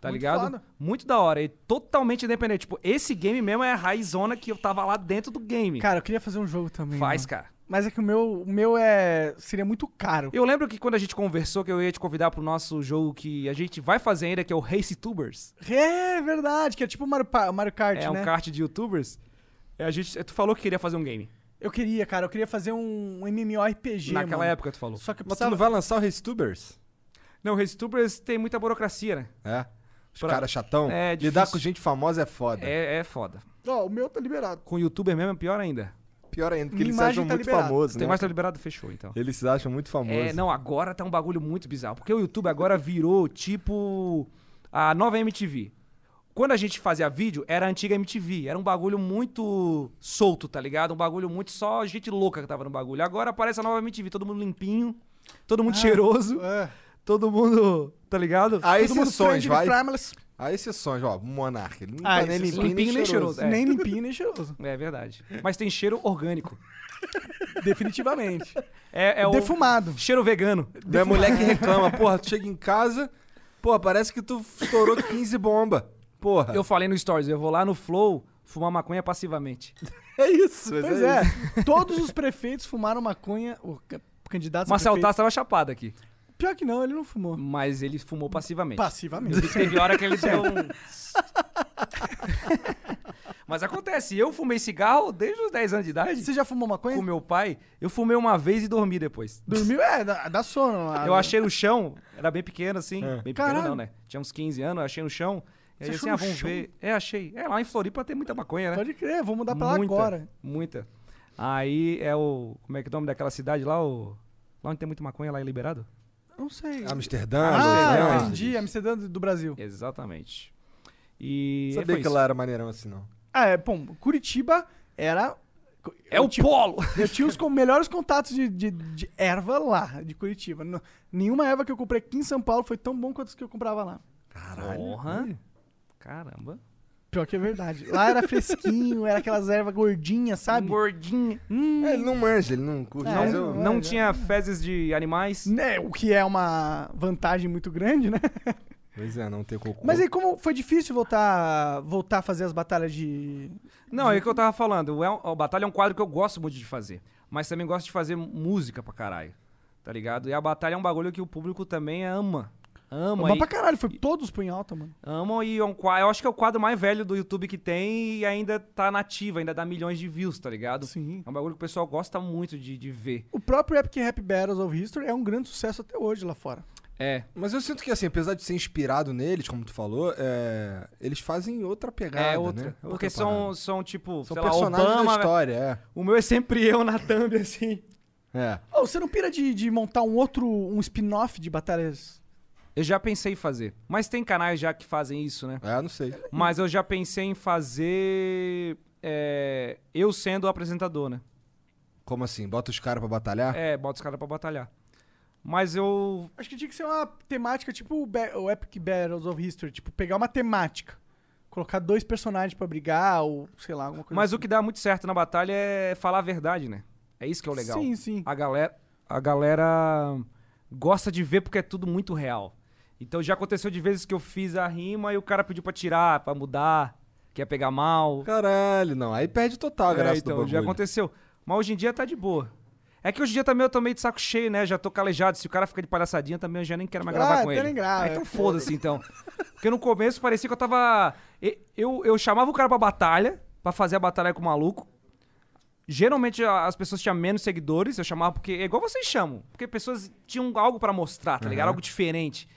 Tá Muito ligado? foda. Muito da hora. E totalmente independente. Tipo, esse game mesmo é a raizona que eu tava lá dentro do game. Cara, eu queria fazer um jogo também. assim, Faz, mano. cara. Mas é que o meu, o meu é. Seria muito caro. Eu lembro que quando a gente conversou que eu ia te convidar pro nosso jogo que a gente vai fazer ainda, que é o Race Tubers. É verdade, que é tipo Mario, Pa- Mario Kart, É um né? kart de youtubers. É, A gente, tu falou que queria fazer um game. Eu queria, cara, eu queria fazer um MMORPG. Naquela mano. época tu falou. Só que eu Mas tu não precisava. vai lançar o Restubers? Não, Race Tubers tem muita burocracia, né? É. Os Pra- caras chatão. É, Lidar difícil. com gente famosa é foda. É, é foda. Ó, o meu tá liberado. Com youtuber mesmo é pior ainda. Pior ainda, porque Minha eles se imagem acham tá muito liberada. famosos, né? Tem mais tá liberado, fechou então. Eles se acham muito famosos. É, não, agora tá um bagulho muito bizarro. Porque o YouTube agora virou tipo a nova MTV. Quando a gente fazia vídeo, era a antiga MTV. Era um bagulho muito solto, tá ligado? Um bagulho muito só gente louca que tava no bagulho. Agora aparece a nova MTV, todo mundo limpinho, todo mundo cheiroso, É. todo mundo, tá ligado? Há Todo mundo exceções, friend, vai. frameless. Há exceções, é ó. Monarca. Ele não Ah, tá nem exceções. limpinho nem Limpinho nem cheiroso. cheiroso. É. Nem limpinho, nem cheiroso. É verdade. Mas tem cheiro orgânico. Definitivamente. É, é o Defumado. cheiro vegano. Não é mulher que reclama. Porra, tu chega em casa, porra, parece que tu estourou 15 bomba. Porra. Eu falei no Stories, eu vou lá no Flow fumar maconha passivamente. É isso. mas Pois é. é. isso. Todos os prefeitos fumaram maconha. O ca- candidato. a Marcel prefeito- Taz tava chapado aqui. Pior que não, ele não fumou. Mas ele fumou passivamente. Passivamente. Teve hora que ele [LAUGHS] deu um. Mas acontece, eu fumei cigarro desde os 10 anos de idade. Você já fumou maconha? Com meu pai, eu fumei uma vez e dormi depois. Dormiu? É, dá, dá sono. lá, Eu né? achei no chão, era bem pequeno assim. Bem pequeno É. Caralho. não, né? Tinha uns 15 anos, eu achei no chão. E aí Você assim, achou ah, no vamos chão? ver. É, achei. É, lá em Floripa tem muita maconha, né? Pode crer, vou mudar pra lá muita, agora. Muita. Aí é o. Como é que é o nome daquela cidade lá? O, lá onde tem muita maconha, lá é liberado? Não sei. Amsterdã, Ah, Amsterdã. entendi. Amsterdã do Brasil. Exatamente. E. Sabia É, foi que isso. lá era maneirão assim, não. Ah, é, bom, Curitiba era. É o polo! Eu tinha os com- melhores contatos de, de- de erva lá, de Curitiba. Não- nenhuma erva que eu comprei aqui em São Paulo foi tão bom quanto as que eu comprava lá. Porra! Caramba. Pior que é verdade. Lá era fresquinho, era aquelas ervas gordinhas, sabe? Um Hum, Gordinho. É, ele não manja, ele não curte. É, mas ele eu- não- Não é, tinha fezes de animais. Né, o que é uma vantagem muito grande, né? [LAUGHS] Pois é, não tem cocô. Mas aí como foi difícil voltar, voltar a fazer as batalhas de... Não, é o que eu tava falando. O El- O Batalha é um quadro que eu gosto muito de fazer. Mas também gosto de fazer música pra caralho. Tá ligado? E a batalha é um bagulho que o público também ama. Ama. Mas e- pra caralho, foi todos pro em alta, mano. Amam e é um quadro, eu acho que é o quadro mais velho do YouTube que tem e ainda tá nativo, ainda dá milhões de views, tá ligado? Sim. É um bagulho que o pessoal gosta muito de, de ver. O próprio Epic Rap Battles of History é um grande sucesso até hoje lá fora. É. Mas eu sinto que, assim, apesar de ser inspirado neles, como tu falou, é, eles fazem outra pegada, é outra. né? Porque Outra são, parada. são tipo, São sei lá, personagens Obama, da história, O meu é sempre eu na thumb, [LAUGHS] assim. é. É. Ô, você não pira de, de montar um outro, um spin-off de batalhas? Eu já pensei em fazer. Mas tem canais já que fazem isso, né? É, não sei. Mas eu já pensei em fazer. é, eu sendo o apresentador, né? Como assim? Bota os caras pra batalhar? É, bota os caras pra batalhar. Mas eu. Acho que tinha que ser uma temática tipo o, Ba- o Epic Battles of History, tipo, pegar uma temática. Colocar dois personagens pra brigar, ou sei lá, alguma coisa assim. Mas o que dá muito certo na batalha é falar a verdade, né? É isso que é o legal. Sim, sim. A galera, a galera gosta de ver porque é tudo muito real. Então já aconteceu de vezes que eu fiz a rima e o cara pediu pra tirar, pra mudar, que ia pegar mal. Caralho, não. Aí perde total a É, graça então, do bagulho. já aconteceu. Mas hoje em dia tá de boa. É que hoje em dia também eu tô meio de saco cheio, né? Já tô calejado. Se o cara fica de palhaçadinha também, eu já nem quero mais Ah, gravar com até ele. nem grava, Ah, é, então foda-se, então. Porque no começo parecia que eu tava... e- Eu, eu chamava o cara pra batalha, pra fazer a batalha com o maluco. Geralmente a- as pessoas tinham menos seguidores, eu chamava porque... É igual vocês chamam. Porque pessoas tinham algo pra mostrar, tá ligado? Algo diferente.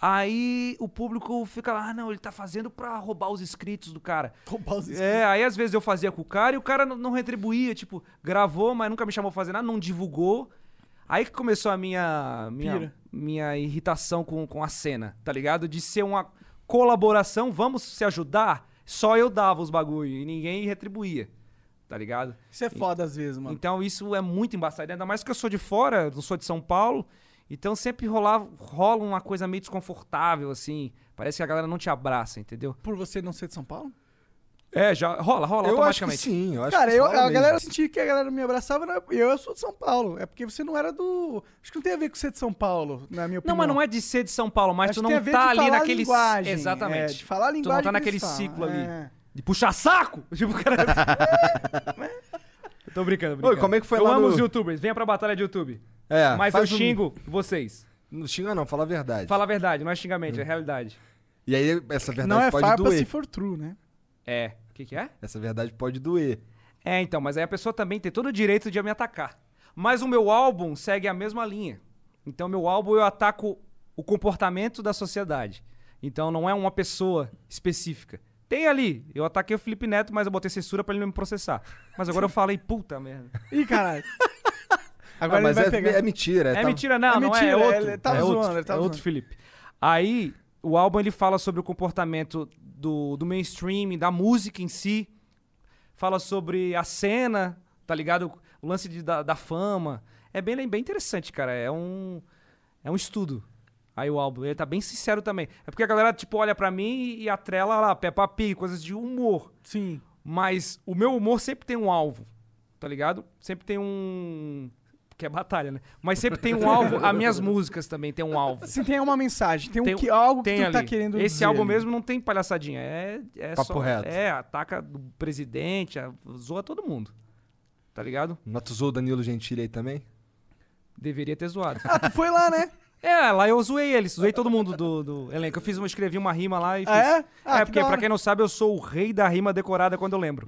Aí o público fica lá, ah, não, ele tá fazendo pra roubar os inscritos do cara. [LAUGHS] Roubar os inscritos. É, aí às vezes eu fazia com o cara e o cara não, não retribuía, tipo, gravou, mas nunca me chamou pra fazer nada, não divulgou. Aí que começou a minha minha, Pira. minha irritação com, com a cena, tá ligado? De ser uma colaboração, vamos se ajudar, só eu dava os bagulho e ninguém retribuía, tá ligado? Isso é foda às vezes, mano. Então isso é muito embaçado, ainda mais que eu sou de fora, não sou de São Paulo, então sempre rolava, rola uma coisa meio desconfortável, assim, parece que a galera não te abraça, entendeu? Por você não ser de São Paulo? É, já rola, rola Eu acho que automaticamente. sim, eu acho Cara, que eu, rola a mesmo. galera eu senti que a galera me abraçava, não é- eu, eu sou de São Paulo. É porque você não era do. Acho que não tem a ver com ser de São Paulo, na minha opinião. Não, mas não é de ser de São Paulo, mas Acho tu que tem a não ver tá de ali falar a naquele. linguagem, é, Exatamente. de falar a Tu não linguagem tá que naquele eles falam, ciclo ali. é. De puxar saco? [LAUGHS] Tipo, [LAUGHS] o cara. Eu tô brincando, brincando. Oi, como é que foi Eu lá amo no- os youtubers, venha pra batalha de YouTube. É, mas eu faz um- xingo vocês. Não xinga não, fala a verdade. Fala a verdade, não é xingamento, Hum. é realidade. E aí essa verdade Não é pode farpa doer. se for true, né? É. O que, que é? Essa verdade pode doer. Ah, É, então, mas aí a pessoa também tem todo o direito de me atacar. Mas o meu álbum segue a mesma linha. Então, meu álbum eu ataco o comportamento da sociedade. Então, não é uma pessoa específica. Tem ali, eu ataquei o Felipe Neto, mas eu botei censura pra ele não me processar. Mas agora eu falei, puta merda. Ih, caralho. [LAUGHS] Ah, Agora ele mas vai é, pegar. é mentira. É tá- mentira, não, É não é, é mentira, outro. ele tava é outro, zoando, ele tava é outro zoando. Felipe. Aí, o álbum ele fala sobre o comportamento do, do mainstream, da música em si. Fala sobre a cena, tá ligado? O lance de- da, da fama. É bem, bem interessante, cara. É um, é um estudo. Aí o álbum, ele tá bem sincero também. É porque a galera, tipo, olha pra mim e atrela lá, Peppa Pig, coisas de humor. Sim. Mas o meu humor sempre tem um alvo, tá ligado? Sempre tem um. Que é batalha, né? Mas sempre tem [LAUGHS] um alvo. As minhas músicas também tem um alvo. Assim, tem uma mensagem, tem, Tem- um que, algo que Tem tu ali. tá querendo Esse dizer álbum ali. mesmo não tem palhaçadinha. É, é Papo só. reto. É, ataca o presidente, a- zoa todo mundo. Tá ligado? Matuzou o Danilo Gentili aí também? Deveria [LAUGHS] ter zoado. Ah, tu foi lá, [LAUGHS] né? É, lá eu zoei eles, zoei todo mundo do, do elenco. Eu fiz uma, escrevi uma rima lá e fiz. Ah, é? Ah, é que porque, da pra hora. quem não sabe, eu sou o rei da rima decorada quando eu [LAUGHS] lembro.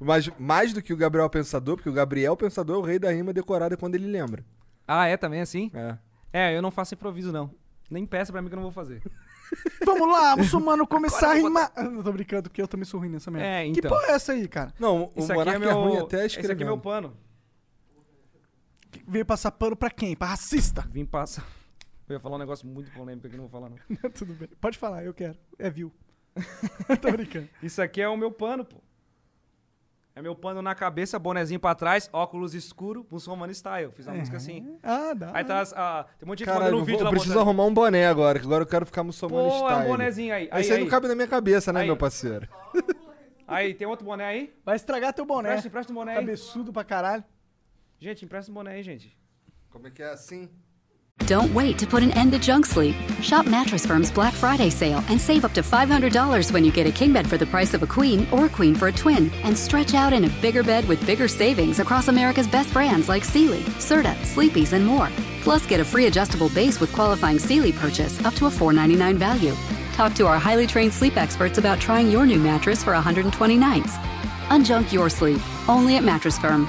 Mas mais do que o Gabriel Pensador, porque o Gabriel Pensador é o rei da rima decorada quando ele lembra. Ah, é também assim? É. É, eu não faço improviso, não. Nem peça pra mim que eu não vou fazer. Vamos lá, muçulmano, começar a rimar. Ah, Não tô brincando, porque eu também sou ruim nessa merda. É, Que então. porra é essa aí, cara? Não, o Isso aqui é Monark é, meu. ruim até esse aqui é escrevendo. meu pano. Que Veio passar pano pra quem? Pra racista. Vim passar. [LAUGHS] Eu ia falar um negócio muito polêmico aqui, não vou falar, não. [LAUGHS] Tudo bem. Pode falar, eu quero. É view. [LAUGHS] tô brincando. Isso aqui é o meu pano, pô. É meu pano na cabeça, bonezinho pra trás, óculos escuro, muçulmano style. Fiz uma música assim. Ah, dá. Aí tá. as- a- tem um monte de gente É. Caralho, mandando um eu vídeo vou- eu lá preciso mostrando. arrumar um boné agora, que agora eu quero ficar muçulmano Pô, é um style. bonezinho aí. Aí, Esse aí, não cabe na minha cabeça, né, Aí. meu parceiro? aí, tem outro boné aí? Vai estragar teu boné. Presta, presta um boné aí. Cabeçudo pra caralho. Gente, empresta um boné aí, gente. Como é que é assim? Don't wait to put an end to junk sleep. Shop Mattress Firm's Black Friday sale and save up to $500 when you get a king bed for the price of a queen or a queen for a twin. And stretch out in a bigger bed with bigger savings across America's best brands like Sealy, Serta, Sleepy's, and more. Plus, get a free adjustable base with qualifying Sealy purchase up to a $499 value. Talk to our highly trained sleep experts about trying your new mattress for 120 nights. Unjunk your sleep, only at Mattress Firm.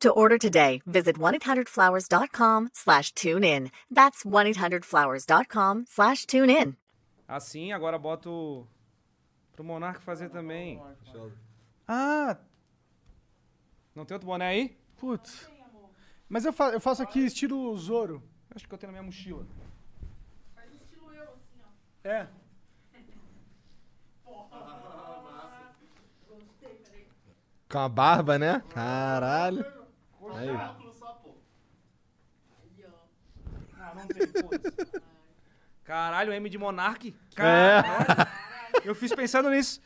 To order today, visit 1-800-Flowers.com slash tune in. That's 1-800-Flowers.com slash tune in. Assim, agora boto. Pro Monarca fazer também. Ah, Não tem outro boné aí? putz. Mas eu, fa- eu faço aqui estilo Tá Zoro. Acho que eu tenho na minha mochila. É. Com a barba, né? Caralho. Caralho, M de Monark? Caralho. Eu fiz pensando nisso.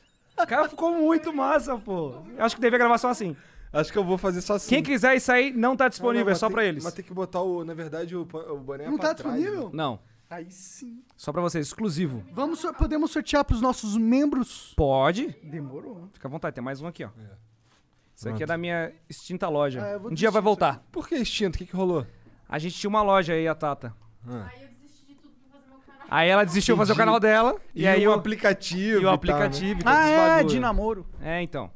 Cara, ficou muito massa, pô. Eu acho que devia gravar só assim. Acho que eu vou fazer só assim. Quem quiser isso aí, não tá disponível, Não, é mas só tem- pra eles. Mas tem que botar, o, na verdade, o, pan- o boné Não pra tá trás, disponível? né? Não, Aí sim. só pra vocês, exclusivo. Vamos, sor- podemos sortear pros nossos membros? Pode, Demorou. fica à vontade, tem mais um aqui, ó. Isso aqui é da minha extinta Ah, loja. eu vou Um dia vai desistir voltar. Por que extinto? O que, que rolou? A gente tinha uma loja aí, a Tata. Aí eu desisti de tudo pra fazer meu canal. Aí ela desistiu de fazer o canal dela. E, aí o eu... aplicativo. E o tal, né? aplicativo. e todos os Ah, é, bagulho. de namoro. É, então.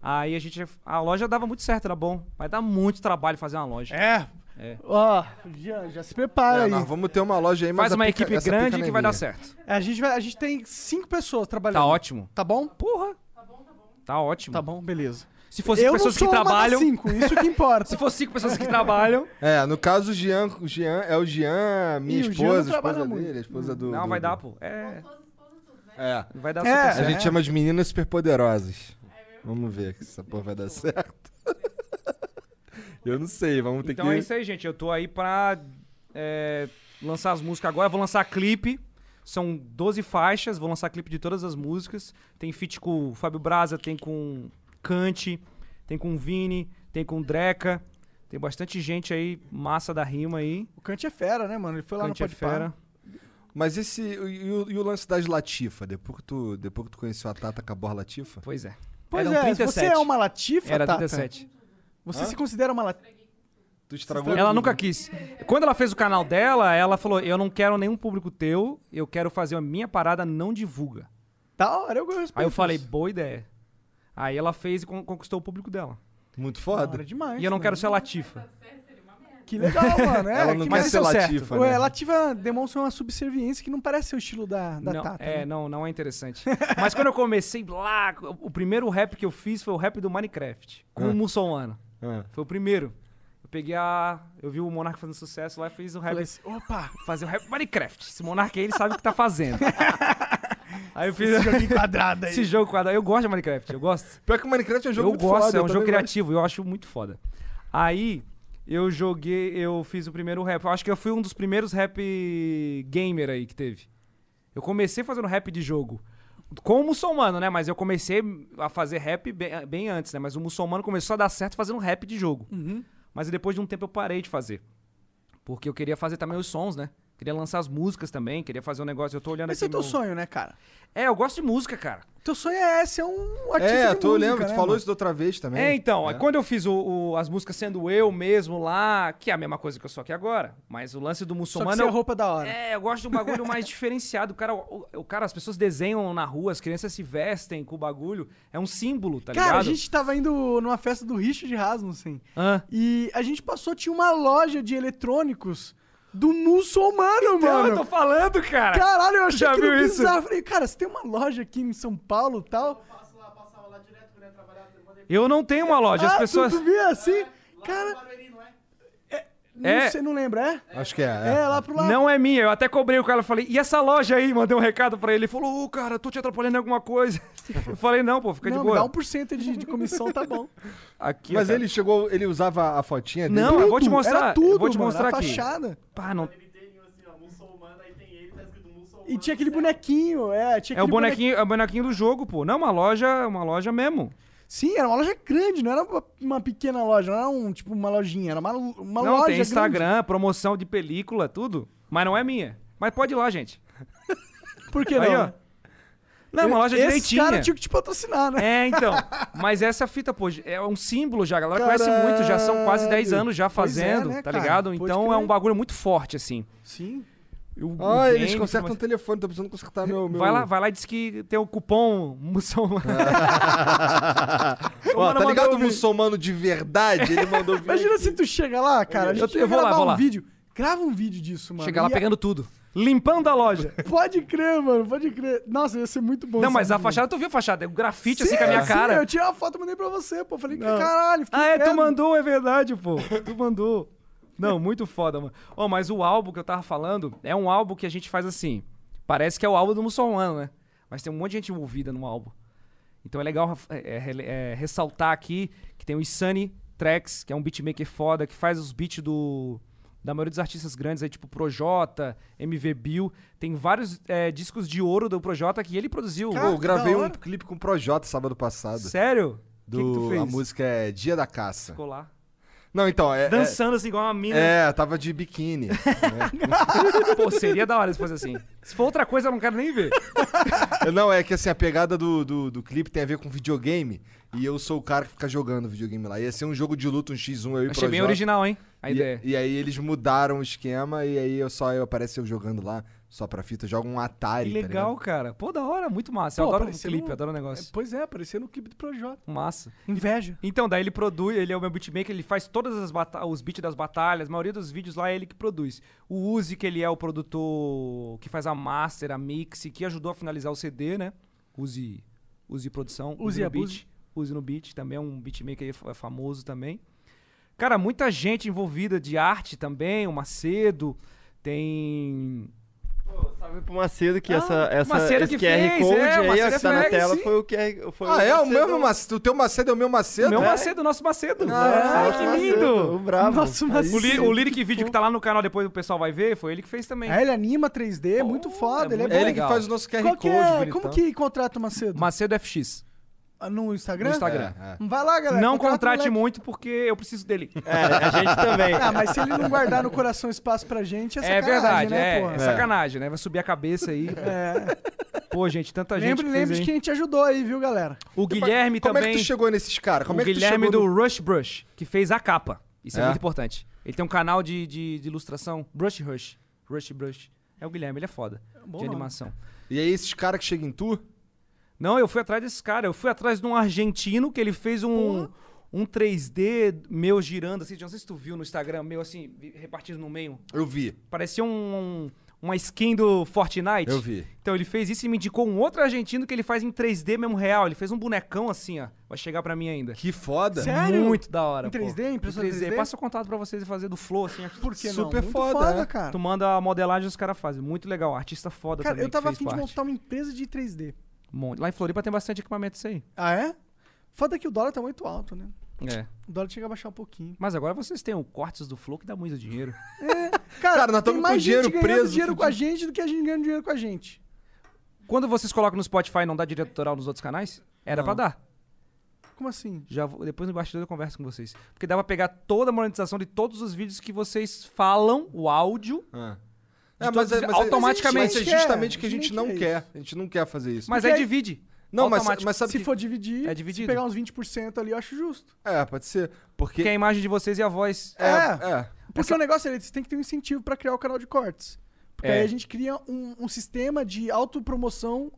Aí a gente. A loja dava muito certo, era bom. Mas dá muito trabalho fazer uma loja. É. É. Ó, já, já se prepara né? É, aí. nós vamos ter uma loja aí, mas Faz a uma pica- equipe essa pica grande não é que vai dar minha. certo. A gente, vai, a gente tem cinco pessoas trabalhando. Tá ótimo. Tá bom? Porra. Tá bom, tá bom. Tá ótimo. Tá bom, beleza. Se fosse cinco eu pessoas não sou que uma das trabalham. cinco, isso que importa. [LAUGHS] Se fosse cinco pessoas que trabalham. É, no caso o Jean, o Jean é o Jean, minha Ih, o Jean não esposa, a trabalha esposa muito. dele, a esposa do. Não, do- vai do- dar, pô. É. É. Vai dar É, super A certo. gente chama de meninas superpoderosas. Vamos ver se essa porra vai dar certo. [LAUGHS] Eu não sei, vamos ter Então que. é isso aí, gente. Eu tô aí pra é, lançar as músicas agora. Vou lançar clipe. São 12 faixas. Vou lançar clipe de todas as músicas. Tem feat com o Fábio Braza, tem com Cante, tem com Vini, tem com Dreca. Tem bastante gente aí, massa da rima aí. O Kant é fera, né, mano? Ele foi lá Cante no é Podpah. fera. Mas esse. E o, e o lance das Latifa? Depois que, tu, depois que tu conheceu a Tata com a Borla Latifa? Pois é. Pois Eram é, você é uma latifa, Era Tata? 37. Você se considera uma latifa? Tu estragou. Ela nunca quis. Quando ela fez o canal dela, ela falou: Eu não quero nenhum público teu, eu quero fazer a minha parada, não divulga. Da hora, eu respeito. Aí eu falei: isso. Boa ideia. Aí ela fez e con- conquistou o público dela. Muito Da foda. hora é demais. E eu não mano. quero ser latifa. Que [LAUGHS] legal, mano. É, Ela não quer que mas ser isso é o latifa, certo. né? Ué, latifa demonstra uma subserviência que não parece ser o estilo da, da não, Tata. é, né? não, não é interessante. [LAUGHS] Mas quando eu comecei lá, o primeiro rap que eu fiz foi o rap do Minecraft, com Ah. o muçulmano. Ah. Foi o primeiro. Eu peguei a. Eu vi o Monarca fazendo sucesso lá e fiz o rap. Falei assim, opa, Fazer o rap Minecraft. Esse Monarca aí, ele sabe o que [LAUGHS] tá fazendo. aí eu fiz. esse [LAUGHS] joguinho quadrado aí. [LAUGHS] Esse jogo quadrado. Eu gosto de Minecraft, eu gosto. Pior que o Minecraft é um jogo eu muito gosto, foda, é eu um também gosto. jogo criativo, eu acho muito foda. Aí eu joguei, eu fiz o primeiro rap. Eu acho que eu fui um dos primeiros rap gamer aí que teve. Eu comecei fazendo rap de jogo. Com o muçulmano, né? Mas eu comecei a fazer rap bem, bem antes, né? Mas o muçulmano começou a dar certo fazendo rap de jogo. Uhum. Mas depois de um tempo eu parei de fazer. Porque eu queria fazer também os sons, né? Queria lançar as músicas também, queria fazer um negócio. Eu tô olhando Esse é aqui. teu meu- sonho, né, cara? É, eu gosto de música, cara. Teu sonho é ser um artista É, de tu música, lembra, né, tu falou mano? isso da outra vez também. Né? É, então, É. quando eu fiz o- o- as músicas sendo eu mesmo lá, que é a mesma coisa que eu sou aqui agora, mas o lance do Só que muçulmano. você é eu- roupa da hora. É, eu gosto de um bagulho mais [LAUGHS] diferenciado. O cara, o, o cara, as pessoas desenham na rua, as crianças se vestem com o bagulho. É um símbolo, tá Cara, a ligado? gente tava indo numa festa do Richard Rasmussen. Hã? E a gente passou, tinha uma loja de eletrônicos do muçulmano, Então, eu mano. tô falando, cara. Caralho, eu achei Já aquilo viu isso? bizarro. Eu Falei, cara, você tem uma loja aqui em São Paulo e tal? Passo lá, passava lá direto quando eu ia trabalhar, eu mandei Eu não tenho uma loja, as ah, pessoas. tu, tu vê assim? Cara, Barueri, não é? É. não, você não lembra, é? Acho que é. É, lá pro lado. Não é minha, eu até cobrei o cara, eu falei, e essa loja aí? Mandei um recado pra ele, ele falou, ô cara, eu tô te atrapalhando em alguma coisa. [LAUGHS] Eu falei, não, pô, fica não, de me dá boa. 1% de, de comissão, tá bom. Aqui, Mas cara. ele chegou, ele usava a fotinha dele. [LAUGHS] Não, eu vou te Tudo, mostrar, Era eu tudo, vou te mano, mostrar era aqui. fachada. Pá, não, Ele tem assim, ó, muçulmano, aí tem ele, tá escrito muçulmano. E tinha aquele bonequinho, é. Tinha É o [LAUGHS] aquele bonequinho, é o bonequinho do jogo, pô. Não, é uma loja, é uma loja mesmo. Sim, era uma loja grande, não era uma- uma pequena loja, não era um, tipo uma lojinha, era uma, uma não, loja tem Instagram, grande. promoção de película, tudo. Mas não é minha. Mas pode ir lá, gente. Por que Aí, não? ó. Não, é uma loja Esse direitinha. cara tinha que te patrocinar, né? [LAUGHS] É, então. Mas essa fita, pô, é um símbolo já. A galera conhece Caralho. muito, já são quase 10 anos já Pois é, fazendo, né, tá cara? ligado? Pode Então é crer. um bagulho muito forte, assim. Sim. Eu, Ah, eles consertam o telefone, tô precisando consertar meu. meu... tipo, Vai lá, vai lá e diz que tem o [LAUGHS] cupom muçulmano. Ó, Mano, tá ligado mandou o vir. muçulmano de verdade? Ele [LAUGHS] mandou vir. assim, Imagina aqui. se tu chega lá, cara. A Eu- gente eu vai vou lá, gravar vou um lá. vídeo. Grava um vídeo disso, mano. Chegar lá E- pegando tudo. Limpando a loja. Pode crer, mano, pode crer. Nossa, ia ser muito bom. Não, esse mas a vídeo. fachada, tu viu a fachada? É um grafite Sim, assim com a minha sim, cara. Eu tirei uma foto e mandei pra você, pô. Falei, caralho, fiquei Ah, é, tu incrédulo. mandou, é verdade, pô. Tu mandou. Não, muito foda, mano. Ó, mas o álbum que eu tava falando é um álbum que a gente faz assim. Parece que é o álbum do muçulmano, né? Mas tem um monte de gente envolvida no álbum. Então é legal é, é, é, ressaltar aqui que tem o Insane Tracks, que é um beatmaker foda, que faz os beats do. Da maioria dos artistas grandes aí, tipo Projota, MV Bill. Tem vários é, discos de ouro do Projota que ele produziu. Pô, eu gravei da um hora. clipe com o Projota sábado passado. Sério? Do, que que tu fez? A música é Dia da Caça. Ficou lá. Não, então, é. é- Dançando assim, igual uma mina. É, tava de [LAUGHS] biquíni. Pô, seria da hora se fosse assim. Se for outra coisa, eu não quero nem ver. Não, é que assim, a pegada do, do, do clipe tem a ver com videogame. E eu sou o cara que fica jogando videogame lá. Ia ser um jogo de luta, um X1 eu e Achei bem Projota. original, hein? A E- ideia. E, aí eles mudaram o esquema e aí eu só eu apareço eu jogando lá, só pra fita, joga um Atari. Que tá legal, ligado? cara. Pô, da hora, muito massa. Eu Pô, adoro o apareceu clipe, no- adoro o É, negócio. Pois é, apareceu no clipe do Projota. Massa. Inveja. Então, daí ele produz, ele é o meu beatmaker, ele faz todas as bata- os beats das batalhas, a maioria dos vídeos lá é ele que produz. O Uzi, que ele é o produtor que faz a master, a mix, que ajudou a finalizar o CD, né? Uzi, Uzi Produção, Uzi Uzi, Beat, Abuse. Use no Beat, também é um beatmaker aí fa- famoso também. Cara, muita gente envolvida de arte também, o Macedo, tem... Pô, Salve pro Macedo que Ah, essa, o essa, Macedo esse que QR fez, Code é, o aí, ó, Macedo que tá na fez, tela, sim. foi o QR. Foi Ah, é o Macedo- mesmo Macedo. O teu Macedo é o meu Macedo? O meu É. Macedo, o nosso Macedo. Ah, Ai, Nossa, que Macedo, O [LAUGHS] lindo! bravo. Nossa, Aí Macedo. O, li, o lyric vídeo que tá lá no canal, depois o pessoal vai ver, foi ele que fez também. É, ele anima 3D, Pô, muito foda, é ele é muito bom. É ele legal. que faz o nosso QR Qual que Code, é? bonitão. Como que contrata o Macedo? Macedo FX. Ah, No Instagram? No Instagram. É, é. Vai lá, galera. contrata Não o contrate moleque. muito porque eu preciso dele. É, a gente também. Ah, mas se ele não guardar no coração espaço pra gente, é É sacanagem, verdade, né, é, porra? É. é sacanagem, né? Vai subir a cabeça aí. Pô, gente, tanta gente. Lembre, que fez, lembre de hein? quem te ajudou aí, viu, galera? O Guilherme Como também. é que tu chegou nesses caras? Como o é que Guilherme tu chegou do no- Rush Brush, que fez a capa. Isso é, É? muito importante. Ele tem um canal de, de, de ilustração, Brush Rush. Rush Brush. É o Guilherme, ele é foda. um bom de nome. animação. E aí esses caras que chegam em tu? Não, eu fui atrás desse cara. Eu fui atrás de um argentino que ele fez um, um 3D meu girando, assim. Não sei se tu viu no Instagram, meu assim, vi- repartido no meio. Eu vi. Parecia um, uma skin do Fortnite. Eu vi. Então ele fez isso e me indicou um outro argentino que ele faz em 3D mesmo real. Ele fez um bonecão assim, ó. Vai chegar pra mim ainda. Que foda. Sério? Muito da hora. Em pô. 3D, Em impressora 3D? Passa o contato pra vocês e fazer do flow assim. acho- é. Por que não? Super Muito foda, né? cara. Tu manda a modelagem e os caras fazem. Muito legal. Artista foda Cara, também. eu tava que afim fez de parte. montar uma empresa de 3D. Monte. Lá em Floripa tem bastante equipamento isso aí. Ah, é? Foda que o dólar tá muito alto, né? É. O dólar chega a baixar um pouquinho. Mas agora vocês têm o cortes do flow que dá muito dinheiro. [LAUGHS] Cara, Cara, nós tem tamo com mais dinheiro gente ganhando preso, dinheiro com a fudido. gente do que a gente ganhando dinheiro com a gente. Quando vocês colocam no Spotify não dá diretoral nos outros canais? Era pra dar. Como assim? Já vou- depois no bastidor eu converso com vocês. Porque dá pra pegar toda a monetização de todos os vídeos que vocês falam, o áudio. Ah. De todos os- automaticamente. é mas é Quer, justamente o que a a gente gente nem não quer quer. A gente não quer fazer isso. Mas Porque aí aí- divide. não, mas, automático. mas sabe Se que... for dividir, É se dividido. pegar uns 20% ali, eu acho justo. É, pode ser. Porque... Porque é a imagem de vocês e a voz. É, é. Porque o negócio é, você tem que ter um incentivo pra criar o canal de cortes. Porque É. aí a gente cria um, um sistema de autopromoção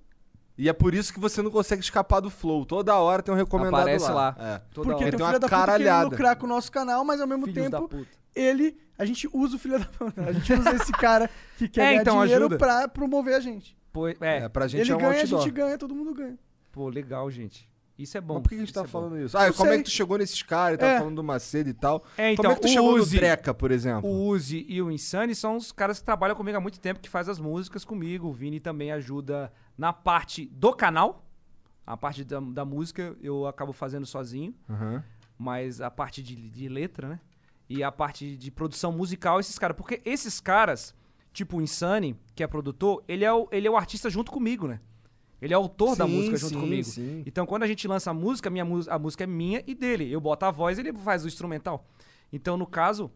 E é por isso que você não consegue escapar do flow. Toda hora tem um recomendado Aparece lá. É. Toda Porque hora. tem Então Tem o uma filho da puta querendo caralhada. lucrar com o nosso canal, mas ao mesmo Filhos da tempo, puta. ele. A gente usa o filho da puta. A gente usa esse cara que quer É, ganhar então, dinheiro ajuda. pra promover a gente. Pois- é. É, pra gente ele é um ganha, outdoor. a gente ganha, todo mundo ganha. Pô, legal, gente. Isso é bom. Mas por que a gente Isso tá é bom. falando isso? Ah, Não como é sei. que tu chegou nesses caras? Tá É. falando do Macedo e tal. É, então, como é que tu o chegou Uzi- no Dreca, por exemplo? O Uzi e o Insane são os caras que trabalham comigo há muito tempo, que faz as músicas comigo. O Vini também ajuda na parte do canal. A parte da, da música eu acabo fazendo sozinho, Aham. mas a parte de, de letra, né? E a parte de produção musical, esses caras. Porque esses caras, tipo o Insane, que é produtor, ele é o, ele é o artista junto comigo, né? Ele é autor da Sim, música junto sim, comigo. sim. Então, quando a gente lança a música, minha mus- a música é minha e dele. Eu boto a voz, ele faz o instrumental. Então, no caso,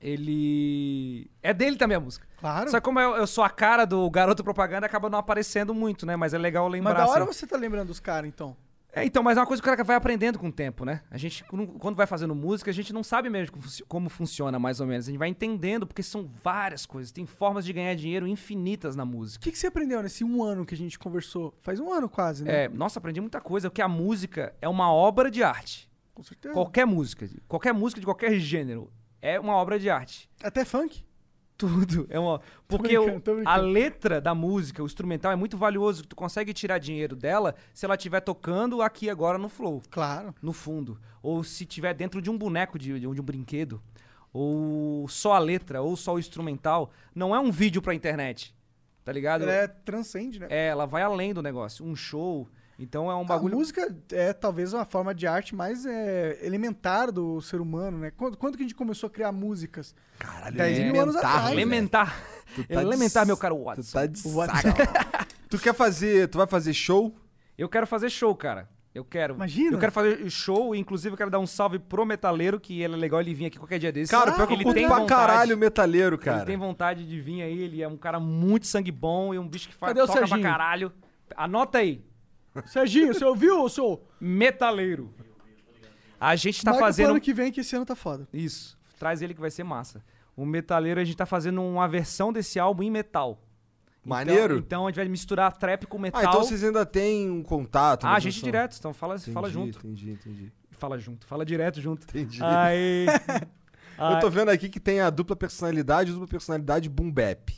ele. É dele também a música. Claro. Só que como eu, eu sou a cara do garoto propaganda, acaba não aparecendo muito, né? Mas é legal lembrar. mas da hora assim. você tá lembrando dos caras, então. É, então, mas é uma coisa que o cara vai aprendendo com o tempo, né? A gente, quando quando vai fazendo música, a gente não sabe mesmo como funci- como funciona, mais ou menos. A gente vai entendendo, porque são várias coisas. Tem formas de ganhar dinheiro infinitas na música. O que, que você aprendeu nesse um ano que a gente conversou? Faz um ano quase, né? É, nossa, aprendi muita coisa, porque a música é uma obra de arte. Com certeza. Qualquer música, qualquer música de qualquer gênero é uma obra de arte. Até funk. Tudo. É uma... Porque brincando, o- tô brincando. a letra da música, o instrumental, é muito valioso. Tu consegue tirar dinheiro dela se ela estiver tocando aqui agora no flow. Claro. no fundo, ou se tiver dentro de um boneco de, de um brinquedo, ou só a letra, ou só o instrumental, não é um vídeo pra internet, tá ligado? Ela é, transcende, né? É, ela vai além do negócio, um show, então é um A bagulho. música é talvez uma forma de arte mais é, elementar do ser humano, né? Quando, quando que a gente começou a criar músicas? Caralho, 10 mil anos atrás, velho. é elementar, Tu tá de elementar, s- meu caro Tu Watson. tá de saca. [LAUGHS] tu quer fazer... Tu vai fazer show? Eu quero fazer show, cara. Eu quero. Imagina. Eu quero fazer show, e inclusive eu quero dar um salve pro metaleiro, que ele é legal ele vir aqui qualquer dia desse. Cara, pior que eu ele curto tem pra vontade. caralho o metaleiro, cara. Ele tem vontade de vir aí, ele é um cara muito sangue bom e um bicho que faz Cadê o toca pra Serginho? caralho. Anota aí, Serginho, você ouviu, seu? metaleiro. A gente tá Marca fazendo um- pro ano que vem, que esse ano tá foda. isso. Traz ele que vai ser massa. O metaleiro a gente tá fazendo uma versão desse álbum em metal. Então- Maneiro? Então, a gente vai misturar trap com metal. Ah, então vocês ainda têm um contato. Ah, uma a gente noção. direto, então fala, fala Entendi, junto. Entendi, entendi. Fala junto, fala direto junto. Entendi. [LAUGHS] Aí. Eu tô vendo aqui que tem a dupla personalidade, dupla personalidade boom bap.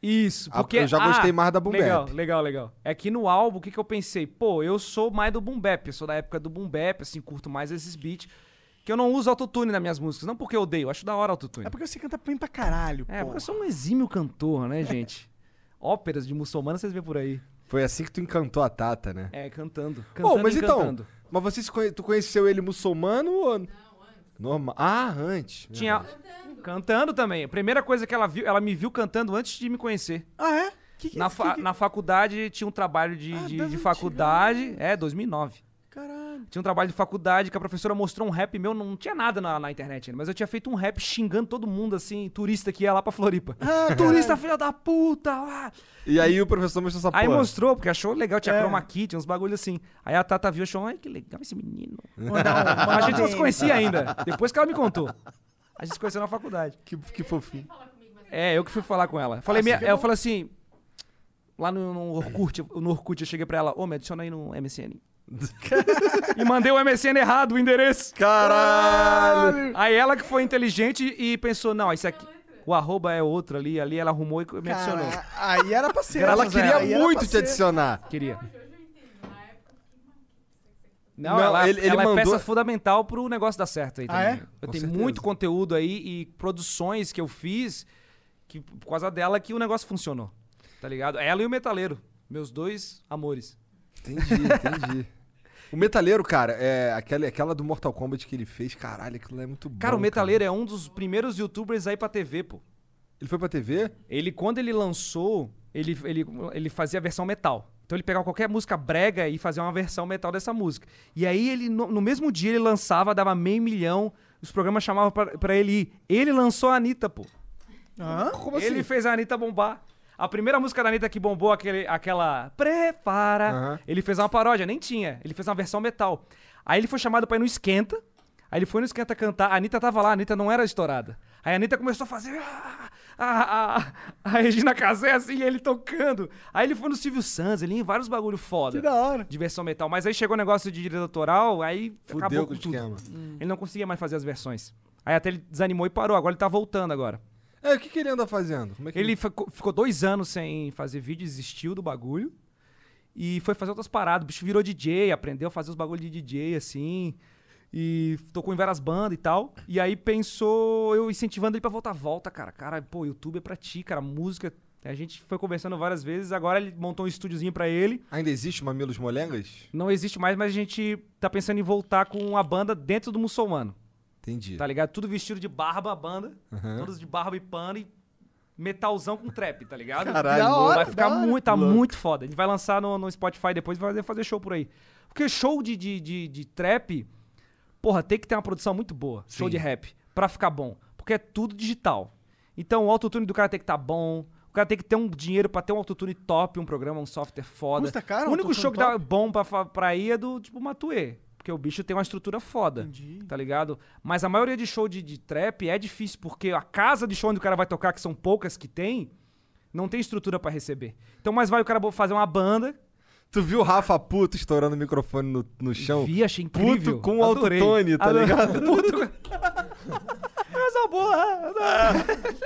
Isso, Ah, porque eu já ah, gostei mais da boom Legal, bap. legal, legal. É que no álbum, o que, que eu pensei? Pô, eu sou mais do boom bap, eu sou da época do boom bap, assim, curto mais esses beats. Que eu não uso autotune nas minhas músicas, não porque eu odeio, eu acho da hora autotune. É porque você canta bem pra caralho, É, porque pô. eu sou um exímio cantor, né, gente? [LAUGHS] Óperas de muçulmano vocês vê por aí. Foi assim que tu encantou a Tata, né? É, cantando. Bom, Cantando mas e então, cantando. mas você se conhe- tu conheceu ele muçulmano ou... Não, antes. Normal. Ah, antes. Tinha... Cantando. também. A primeira coisa que ela viu, ela me viu cantando antes de me conhecer. Ah, é? Que que, na, que fa- que- na faculdade tinha um trabalho de, Ah, de- das de antigas. faculdade. É, 2009. [LAUGHS] Caralho. Tinha um trabalho de faculdade que a professora mostrou um rap meu, não tinha nada na, na internet ainda, mas eu tinha feito um rap xingando todo mundo, assim, turista que ia lá pra Floripa. Ah, Tá turista, filha da puta! ah! E aí o professor mostrou essa Aí porra. mostrou, porque achou legal, tinha É. chroma key, tinha uns bagulho assim. Aí a Tata viu e achou, ai, que legal esse menino. Mandar um- Mas a gente não se mandar um- conhecia ainda, depois que ela me contou. A gente se conheceu na faculdade. Que, que fofinho. É, eu que fui falar com ela. Falei, Ah, minha- eu falei assim. Lá no, no Orkut, eu- no Orkut, eu cheguei pra ela, ô, me adiciona aí no MSN. [LAUGHS] e mandei o MSN errado, o endereço. Caralho! Aí ela que foi inteligente e pensou, não, esse aqui. O arroba é outro ali, ali ela arrumou e me adicionou. Cara, aí era pra ser. Ela Graças a queria ela. Aí era muito pra te ser. adicionar. Queria. Não, Não, ela, ele- ele ela é mandou- peça fundamental pro negócio dar certo aí também. Ah, é? Eu Com tenho certeza. muito conteúdo aí e produções que eu fiz que, por causa dela que o negócio funcionou. Tá ligado? Ela e o Metaleiro. Meus dois amores. Entendi, entendi. [LAUGHS] O Metaleiro, cara, é aquela, aquela do Mortal Kombat que ele fez, caralho, aquilo lá é muito bom. Cara, o Metaleiro é um dos primeiros youtubers aí pra TV, pô. Ele foi pra TV? Ele, quando ele lançou, ele, ele, ele fazia a versão metal. Então ele pegava qualquer música brega e fazia uma versão metal dessa música. E aí ele, no, no mesmo dia, ele lançava, dava meio milhão, os programas chamavam pra, pra ele ir. Ele lançou a Anitta, pô. Hã? Como assim? ele fez a Anitta bombar. A primeira música da Anitta que bombou, aquele, aquela Prepara, Aham. ele fez uma paródia, nem tinha. Ele fez uma versão metal. Aí ele foi chamado pra ir no Esquenta. Aí ele foi no Esquenta cantar. A Anitta tava lá, a Anitta não era estourada. Aí a Anitta começou a fazer ah, a, a- a Regina Casé assim, e ele tocando. Aí ele foi no Silvio Santos, ele ia em vários bagulho foda. Que da hora. De versão metal. Mas aí chegou o negócio de direito autoral, aí acabou Fudeu com com o tudo. esquema. Ele não conseguia mais fazer as versões. Aí até ele desanimou e parou. Agora ele tá voltando agora. É, o que, que ele anda fazendo? Como é que Ele ficou, ficou dois anos sem fazer vídeo, desistiu do bagulho. E foi fazer outras paradas. O bicho virou DJ, aprendeu a fazer os bagulhos de DJ, assim. E tocou em várias bandas e tal. E aí pensou, eu incentivando ele pra voltar, volta, cara. Cara, pô, YouTube é pra ti, cara. Música. A gente foi conversando várias vezes. Agora ele montou um estúdiozinho pra ele. Ainda existe o Mamilos Molengas? Não existe mais, mas a gente tá pensando em voltar com a banda dentro do muçulmano. Entendi. Tá ligado? Tudo vestido de barba, a banda. Aham. Todos de barba e pano e metalzão com trap, tá ligado? Caralho, Da hora. Vai ficar da hora. muito, tá muito foda. Ele vai lançar no, no Spotify depois e vai fazer show por aí. Porque show de, de, de, de trap, porra, tem que ter uma produção muito boa. Show de rap. Pra ficar bom. Porque é tudo digital. Então o autotune do cara tem que estar bom. O cara tem que ter um dinheiro pra ter um autotune top, um programa, um software foda. Custa caro o um único autotune show que dá top? bom pra, fa- pra ir é do tipo Matuê. Porque o bicho tem uma estrutura foda. Tá ligado? Mas a maioria de show de, de trap é difícil, porque a casa de show onde o cara vai tocar, que são poucas que tem, não tem estrutura pra receber. Então, mais vale o cara bo- fazer uma banda. Tu viu o Rafa puto estourando o microfone no, no chão? Vi, achei incrível. Puto com Adorei. autotune, tá Adorei. ligado? [LAUGHS] Puto com... Essa boa.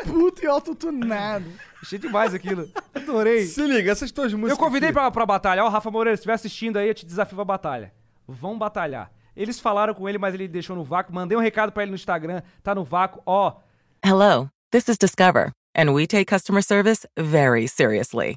Puto e autotunado. Achei demais aquilo. Adorei. Se liga, essas tuas músicas. Eu convidei aqui. pra, pra batalha. Ó, Rafa Moreira, se estiver assistindo aí, eu te desafio pra batalha. Vão batalhar. Eles falaram com ele, mas ele deixou no vácuo. Mandei um recado pra ele no Instagram. Tá no vácuo. Ó, [LAUGHS] Hello, this is Discover, and we take customer service very seriously.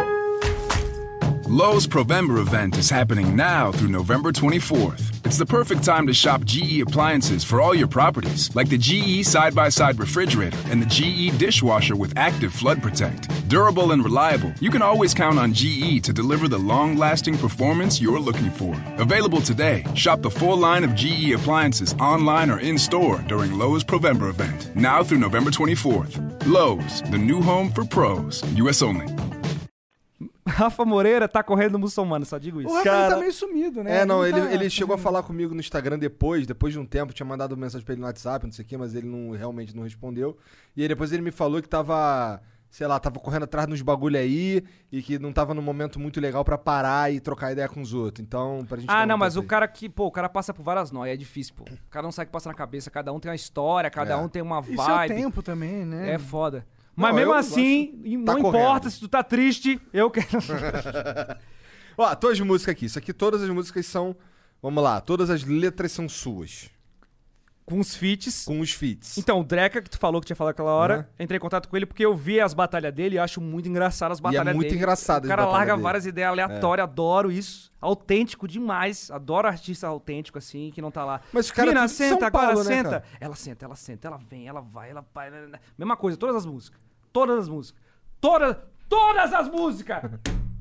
Lowe's Provember event is happening now through November 24th. It's the perfect time to shop GE appliances for all your properties, like the GE side by side refrigerator and the GE dishwasher with active flood protect. Durable and reliable, you can always count on GE to deliver the long lasting performance you're looking for. Available today, shop the full line of GE appliances online or in store during Lowe's Provember event, now through November 24th. Lowe's, the new home for pros, US only. Rafa Moreira tá correndo muçulmano, só digo isso. O Rafa ele Cara- tá meio sumido, né? É, não, ele, tá- ele chegou a falar comigo no Instagram depois, depois de um tempo, tinha mandado mensagem pra ele no WhatsApp, não sei o quê, mas ele não, realmente não respondeu. E aí depois ele me falou que tava, sei lá, tava correndo atrás nos bagulho aí e que não tava num momento muito legal pra parar e trocar ideia com os outros. Então, pra gente dar Ah, um não, mas o tempo cara que, pô, o cara passa por várias noias, é difícil, pô. Cada um sabe o que passa na cabeça, cada um tem uma história, cada É. um tem uma Isso é o vibe. tempo também, né? É foda. Mas Uhum. Não, mesmo eu assim, tá não importa correndo. se tu tá triste, eu quero. aí. Ó, tuas músicas aqui. Isso aqui, todas as músicas são. Vamos lá, todas as letras são suas. Com os feats. [LAUGHS] Com os feats. Então, o Dreca, que tu falou que tinha falado aquela hora, entrei em contato com ele porque eu vi as batalhas dele e acho muito engraçado as batalhas é dele. muito engraçado O as cara batalhas larga dele. É. várias ideias aleatórias, adoro isso. Autêntico demais. Adoro artista autêntico, assim, que não tá lá. Mas o cara é Mina, tudo de São senta, agora Paulo, né, senta. cara? Ela senta, ela senta, ela vem, ela vai, ela vai. né, né, né. Mesma coisa, todas as músicas. Todas as músicas. Todas, todas as [LAUGHS] músicas!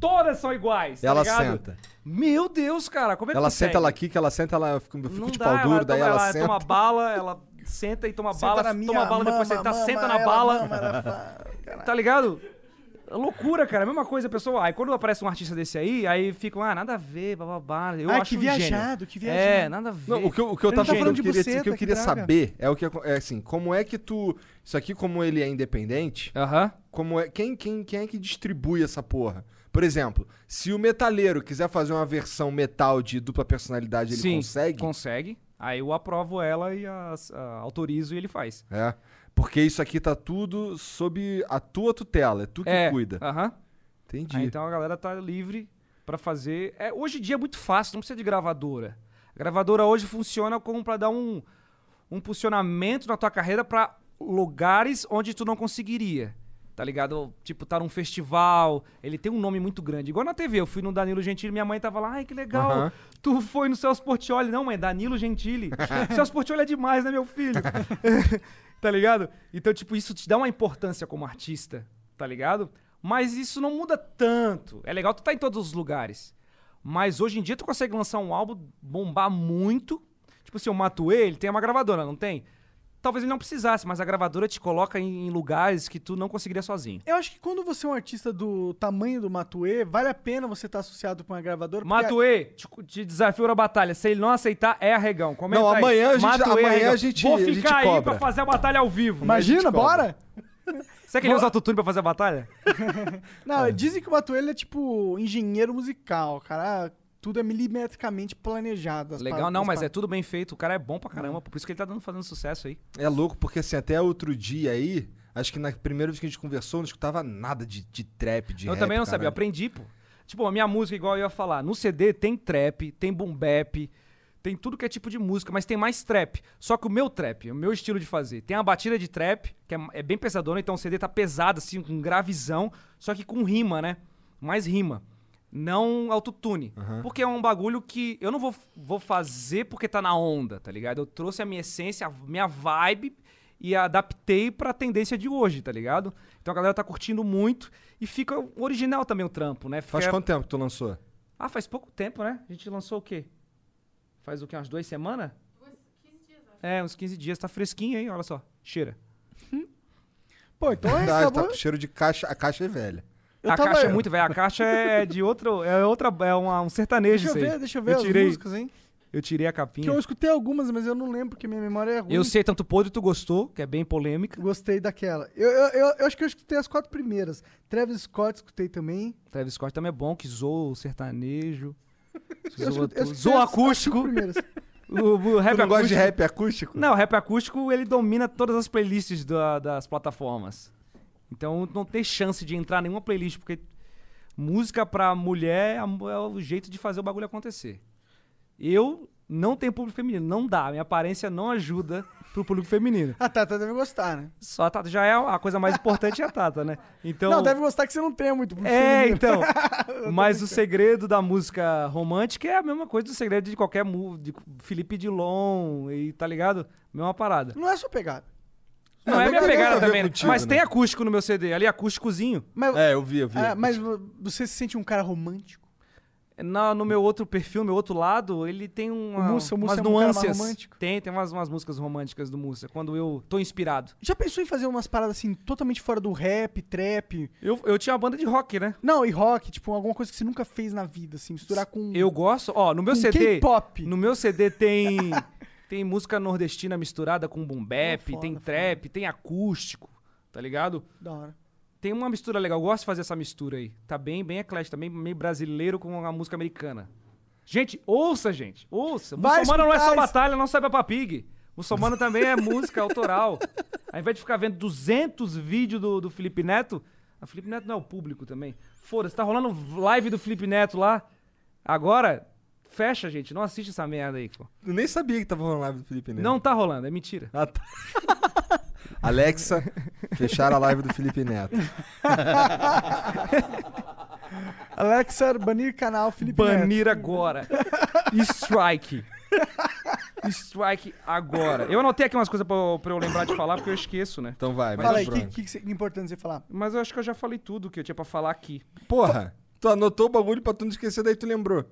Todas são iguais. tá Ela ligado? senta. Meu Deus, cara, como é que Ela consegue? senta, ela quica, ela senta, ela fica, Não fica de dá, pau duro, ela daí toma, ela, ela senta. toma bala, ela senta e toma Senta bala, na minha, toma bala, depois mama, senta, mama, senta na ela bala. mama, ela fa- Tá ligado? É Loucura, cara. A mesma coisa, a pessoa. Aí quando aparece um artista desse aí, aí ficam, ah, nada a ver, bababá. [LAUGHS] Eu Ah, acho que um gênio. viajado, que É, viajado. nada a ver. Não, o que eu, o que eu Ele não tava tá falando falando que de eu queria, buceta, que eu que queria droga. saber é o que acon- é assim, como é que tu. Isso aqui, como ele é independente, Aham. como é. Quem, quem, quem é que distribui essa porra? Por exemplo, se o metaleiro quiser fazer uma versão metal de dupla personalidade, ele Sim, consegue? Consegue. Aí eu aprovo ela e as- a- autorizo e ele faz. É. Porque isso aqui tá tudo sob a tua tutela, é tu que é. cuida. Aham. Entendi. Aí, então a galera tá livre pra fazer. É, hoje em dia é muito fácil, não precisa de gravadora. A gravadora hoje funciona como pra dar um, um posicionamento na tua carreira pra lugares onde tu não conseguiria. Tá ligado? Tipo, tá num festival. Ele tem um nome muito grande. Igual na TV, eu fui no Danilo Gentili, minha mãe tava lá, ai que legal. Aham. Tu foi no Celso Portioli. Não, mãe, é Danilo Gentili. Celso Portioli é demais, né, meu filho? [LAUGHS] tá ligado? Então, tipo, isso te dá uma importância como artista, tá ligado? Mas isso não muda tanto. É legal tu tá em todos os lugares. Mas hoje em dia tu consegue lançar um álbum, bombar muito. Tipo assim, o Matuê, ele tem uma gravadora, não tem? Talvez ele não precisasse, mas a gravadora te coloca em em lugares que tu não conseguiria sozinho. Eu acho que quando você é um artista do tamanho do Matuê, vale a pena você estar associado com uma gravadora. porque Matuê, te, te desafio na batalha. Se ele não aceitar, é arregão. Comenta Não, aí. amanhã a gente- Matuê, amanhã a arregão. gente- Vou a gente ficar aí pra cobra. fazer a batalha ao vivo. Mas a Imagina, gente bora! Será que ele usa autotune pra fazer a batalha? Não, dizem que o Matuê ele é tipo engenheiro musical, cara. Tudo é milimetricamente planejado. as Legal, paradas- não, as mas é paradas. tudo bem feito. O cara é bom pra caramba. Por isso que ele tá dando, fazendo sucesso aí. É louco, porque assim, até outro dia aí, acho que na primeira vez que a gente conversou, eu não escutava nada de, de trap, de eu rap, também não sabia, eu caralho. aprendi, pô. Tipo, a minha música, igual eu ia falar, no CD tem trap, tem boom bap, tem tudo que é tipo de música, mas tem mais trap. Só que o meu trap, o meu estilo de fazer, tem a batida de trap, que é, é bem pesadona, então o CD tá pesado, assim, com gravizão, só que com rima, né? Mais rima. Não autotune. Porque é um bagulho que eu não vou, vou fazer porque tá na onda, tá ligado? Eu trouxe a minha essência, a minha vibe e adaptei pra tendência de hoje, tá ligado? Então a galera tá curtindo muito e fica original também o trampo, né? Fica- Faz quanto tempo que tu lançou? Ah, faz pouco tempo, né? A gente lançou o quê? Faz o quê? Umas duas semanas? 15 dias, É, uns 15 dias. Tá fresquinho aí, olha só. Cheira. Pô, então é, Verdade, tá acabou... com cheiro de caixa, a caixa é velha. Eu a tava- caixa é muito velha. A caixa é de outro... É, outra, é uma- um sertanejo Deixa eu isso aí. ver, deixa eu ver eu as tirei, músicas, hein? Eu tirei a Que capinha. eu Eu... escutei algumas, mas eu não lembro, porque minha memória é ruim. sei tanto podre, tu gostou, que é bem polêmica. Gostei daquela. Eu, eu, eu- eu acho que eu escutei as quatro primeiras. Travis Scott escutei também. Travis Scott também é bom, que zoa o sertanejo. [LAUGHS] Eu escutei- Zoa, eu escutei as- tudo. zoa as cinco acústico. primeiras. O, o rap Tu não gosta acústico. de rap acústico? Não, o rap acústico ele domina todas as playlists da- das plataformas. Então não tem chance de entrar nenhuma playlist, porque música pra mulher é a- é o jeito de fazer o bagulho acontecer. Eu não tenho público feminino, não dá. Minha aparência não ajuda pro público feminino. A Tata Ah, deve gostar, né? Só a Tata já é a coisa mais importante é a Tata, né? Então. Não, deve gostar que você não tenha muito. [LAUGHS] É, então. Mas o segredo da música romântica é a mesma coisa do segredo de qualquer mu- de Felipe Dilon e tá ligado? Mesma parada. Não é sua pegada. Não, é mas minha tem nada pegada a ver também. né? contigo, mas né? tem acústico no meu CD, ali acústicozinho. Ah, Mas, É, eu vi, eu vi. Ah, mas vo- você se sente um cara romântico? Na- no meu outro perfil, meu outro lado, ele tem uma, O Mussa- o umas Mussa é um cara mais nuances. romântico. tem, tem umas, umas músicas românticas do Mussa, quando eu tô inspirado. Já pensou em fazer umas paradas assim, totalmente fora do rap, trap? Eu, eu tinha uma banda de rock, né? Não, e rock, tipo, alguma coisa que você nunca fez na vida, assim, misturar com. Eu gosto, ó, no meu Com CD, K-pop. no meu CD tem tem música nordestina misturada com boom bap, tem trap, tem acústico, tá ligado? Da hora. Tem uma mistura legal, eu gosto de fazer essa mistura aí. Tá bem, bem eclético, também meio brasileiro com a música americana. Gente, ouça, gente, ouça. Vai Muçulmano não é só escutar isso. batalha, não sai pra pig. Muçulmano também é música autoral. [LAUGHS] Ao invés de ficar vendo 200 vídeos do, do Felipe Neto, a Felipe Neto não é o público também. Foda-se, tá rolando live do Felipe Neto lá. Agora, fecha, gente, não assiste essa merda aí, pô. Eu nem sabia que tava rolando live do Felipe Neto. Não tá rolando, é mentira. Ah, tá. [LAUGHS] Alexa, fecharam a live do Felipe Neto. Alexa, banir canal, Felipe Neto. Banir agora. Strike. Strike agora. Eu anotei aqui umas coisas pra, eu- pra eu lembrar de falar, porque eu esqueço, né? Então vai, Fala aí, o Bruno. que, que, que é importante você falar? Mas eu acho que eu já falei tudo que eu tinha pra falar aqui. Porra, tu anotou o bagulho pra tu não esquecer, daí tu lembrou.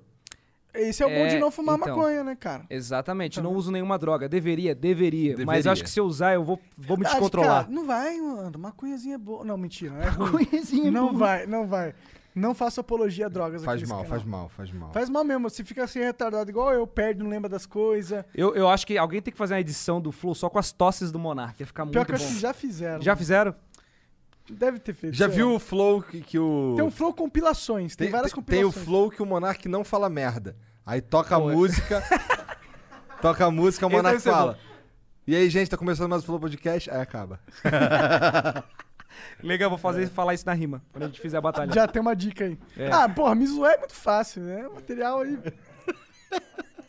Esse é o bom É, de não fumar então. maconha, né, cara? Exatamente, não uso nenhuma droga. Deveria, deveria. Mas Deveria. eu acho que se eu usar, eu vou, vou me Verdade, descontrolar. Tá cara, não vai, mano. Maconhazinha é boa. Não, mentira. É maconhazinha Não vai, não vai. Não faço apologia a drogas Faz aqui nesse mal, canal. faz mal, faz mal. Faz mal mesmo. Se fica assim retardado igual eu, perde, não lembra das coisas. Eu, eu acho que alguém tem que fazer uma edição do Flow só com as tosses do Monark. Ia ficar muito Pior que eu bom. acho que já fizeram. Já fizeram? Deve ter feito. Já sei viu lá. o flow que, que o... Tem um flow compilações. Tem, várias tem o compilações. flow que o Monark não fala merda. Aí toca a [LAUGHS] música. toca a música, o Esse Monark deve ser fala. E aí, gente, tá começando mais o Flow Podcast, aí acaba. Legal, vou fazer, falar isso na rima, quando a gente fizer a batalha. Já tem uma dica aí. É. Ah, porra, me zoar é muito fácil, né? O material [LAUGHS] aí. pro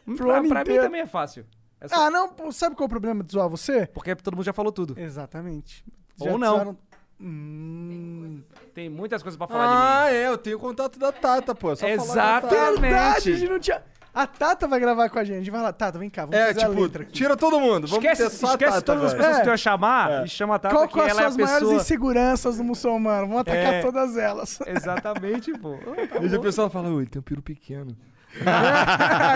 Hum, pra ano pra mim inteiro. também é fácil. É só- Ah, não, pô, sabe qual é o problema de zoar você? Porque todo mundo já falou tudo. Exatamente. Ou Já te não. zoaram- Hum... Tem muitas coisas pra falar Ah, é, eu tenho contato da Tata, pô. é só de mim. falar com a Tata. Verdade, a Exatamente. gente não tinha. A Tata vai gravar com a gente. A gente vai lá, Tata, vem cá, vamos É, fazer a letra tipo, aqui. tira todo mundo. Vamos Esquece, ter só a esquece Tata todas as agora. pessoas que tu É. ia chamar e chama a Tata, Qual que que são as ela é a suas maiores pessoa... inseguranças do muçulmano? Vamos atacar É. todas [LAUGHS] elas. Exatamente, [LAUGHS] pô. [LAUGHS] Hoje É. o pessoal fala, ui, tem um piro pequeno.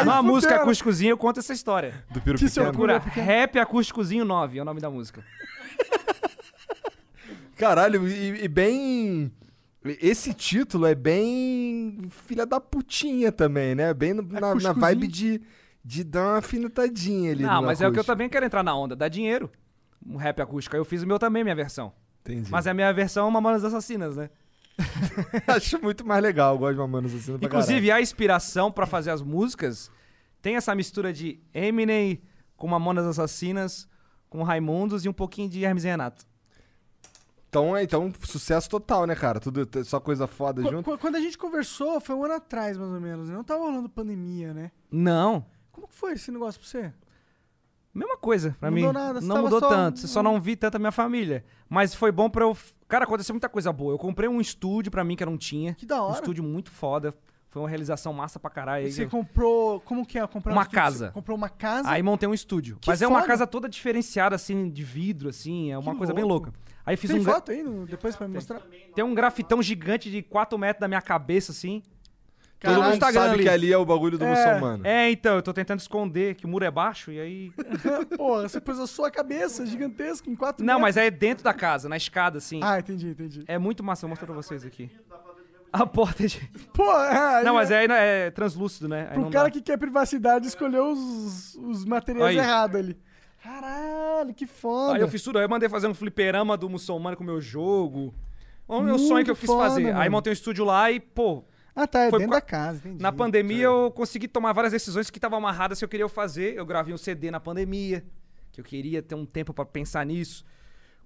Uma música fuderam. acústicozinho, eu conto essa história. Do piro Que pequeno. seu cu- Procura Rap Acústicozinho 9, é o nome da música. Caralho, e, e bem. Esse título é bem. Filha da putinha também, né? Bem no- na, na cuscuzinho. vibe de, de dar uma afinetadinha ali. Não, no mas é o que eu acústico. também quero entrar na onda, dá dinheiro. Um rap acústico. Aí eu fiz o meu também, minha versão. Entendi. Mas a minha versão é Mamonas Assassinas, né? [LAUGHS] Acho muito mais legal, eu gosto de Mamonas assim. pra Inclusive, a inspiração pra fazer as músicas tem essa mistura de Eminem com Mamonas Assassinas, com Raimundos e um pouquinho de Hermes e Renato. caralho. Então, é, então, sucesso total, né, cara? Tudo t- só coisa foda Qu- junto. qu- Quando a gente conversou, foi um ano atrás, mais ou menos. né? Não tava rolando pandemia, né? Não. Como que foi esse negócio pra você? Mesma coisa pra Não mim. mudou nada, você não tava mudou só- tanto. Só não vi tanto a minha família. Mas foi bom pra eu. f- Cara, aconteceu muita coisa boa. Eu comprei um estúdio pra mim que eu não tinha. Que da Um hora. estúdio muito foda. Foi uma realização massa pra caralho. Você Aí, comprou. Como que é? Comprar um Uma estúdio? casa. Você comprou uma casa. aí montei um estúdio. Que Mas é uma foda. casa toda diferenciada, assim, de vidro, assim. É uma Que coisa bem louco. louca. Aí fiz Tem um. gra- foto aí no- depois pra me mostrar? Tem um grafitão gigante de 4 metros da minha cabeça, assim. Todo Caralho, mundo Instagram sabe ali. que ali é o bagulho do É, muçulmano. É, então, eu tô tentando esconder que o muro é baixo e aí. [LAUGHS] [LAUGHS] Porra, você pôs a sua cabeça gigantesca em quatro Não, metros. mas é dentro da casa, na escada, assim. Ah, entendi, entendi. É muito massa, eu mostro pra vocês aqui. A porta de. Pô, é, Não, aí- mas aí não- é translúcido, né? Aí Pro não cara dá. que quer privacidade escolher os, os materiais Aí. errados ali. Caralho, que foda. Aí eu fiz tudo, aí eu mandei fazer um fliperama do muçulmano com o meu jogo. Olha o meu Muito sonho que eu quis foda, fazer. Aí mano. montei um estúdio lá e, pô, Ah, tá, é Foi dentro da qua- casa, entendi. na pandemia eu consegui tomar várias decisões que estavam amarradas que eu queria fazer. Eu gravei um CD na pandemia, que eu queria ter um tempo pra pensar nisso.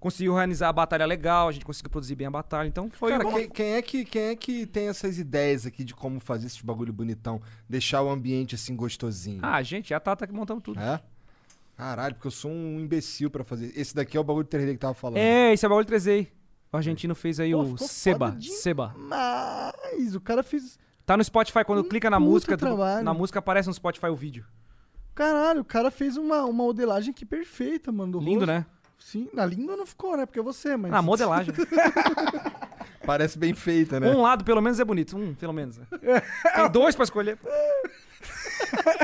Consegui organizar a batalha legal, a gente conseguiu produzir bem a batalha. Então foi Cara, uma- quem, quem é que, quem é que tem essas ideias aqui de como fazer esses bagulho bonitão? Deixar o ambiente assim gostosinho. Ah, gente, a Tata que montamos tudo. É? Caralho, porque eu sou um imbecil pra fazer. Esse daqui é o bagulho 3D que tava falando. É, esse é o bagulho 3D. O argentino fez aí Pô, o ficou Seba. foda de- Seba. Mas o cara fez. Tá no Spotify, quando Um clica na puta música, tu- trabalho. na música aparece no Spotify o vídeo. Caralho, o cara fez uma, uma modelagem que é perfeita, mano. Do Lindo, rosto. né? É. Ah, Sim, na linda não ficou, né? Porque é você, mas. Na modelagem. Parece bem feita, né? Um lado, pelo menos, é bonito. Um, pelo menos. Tem dois pra escolher.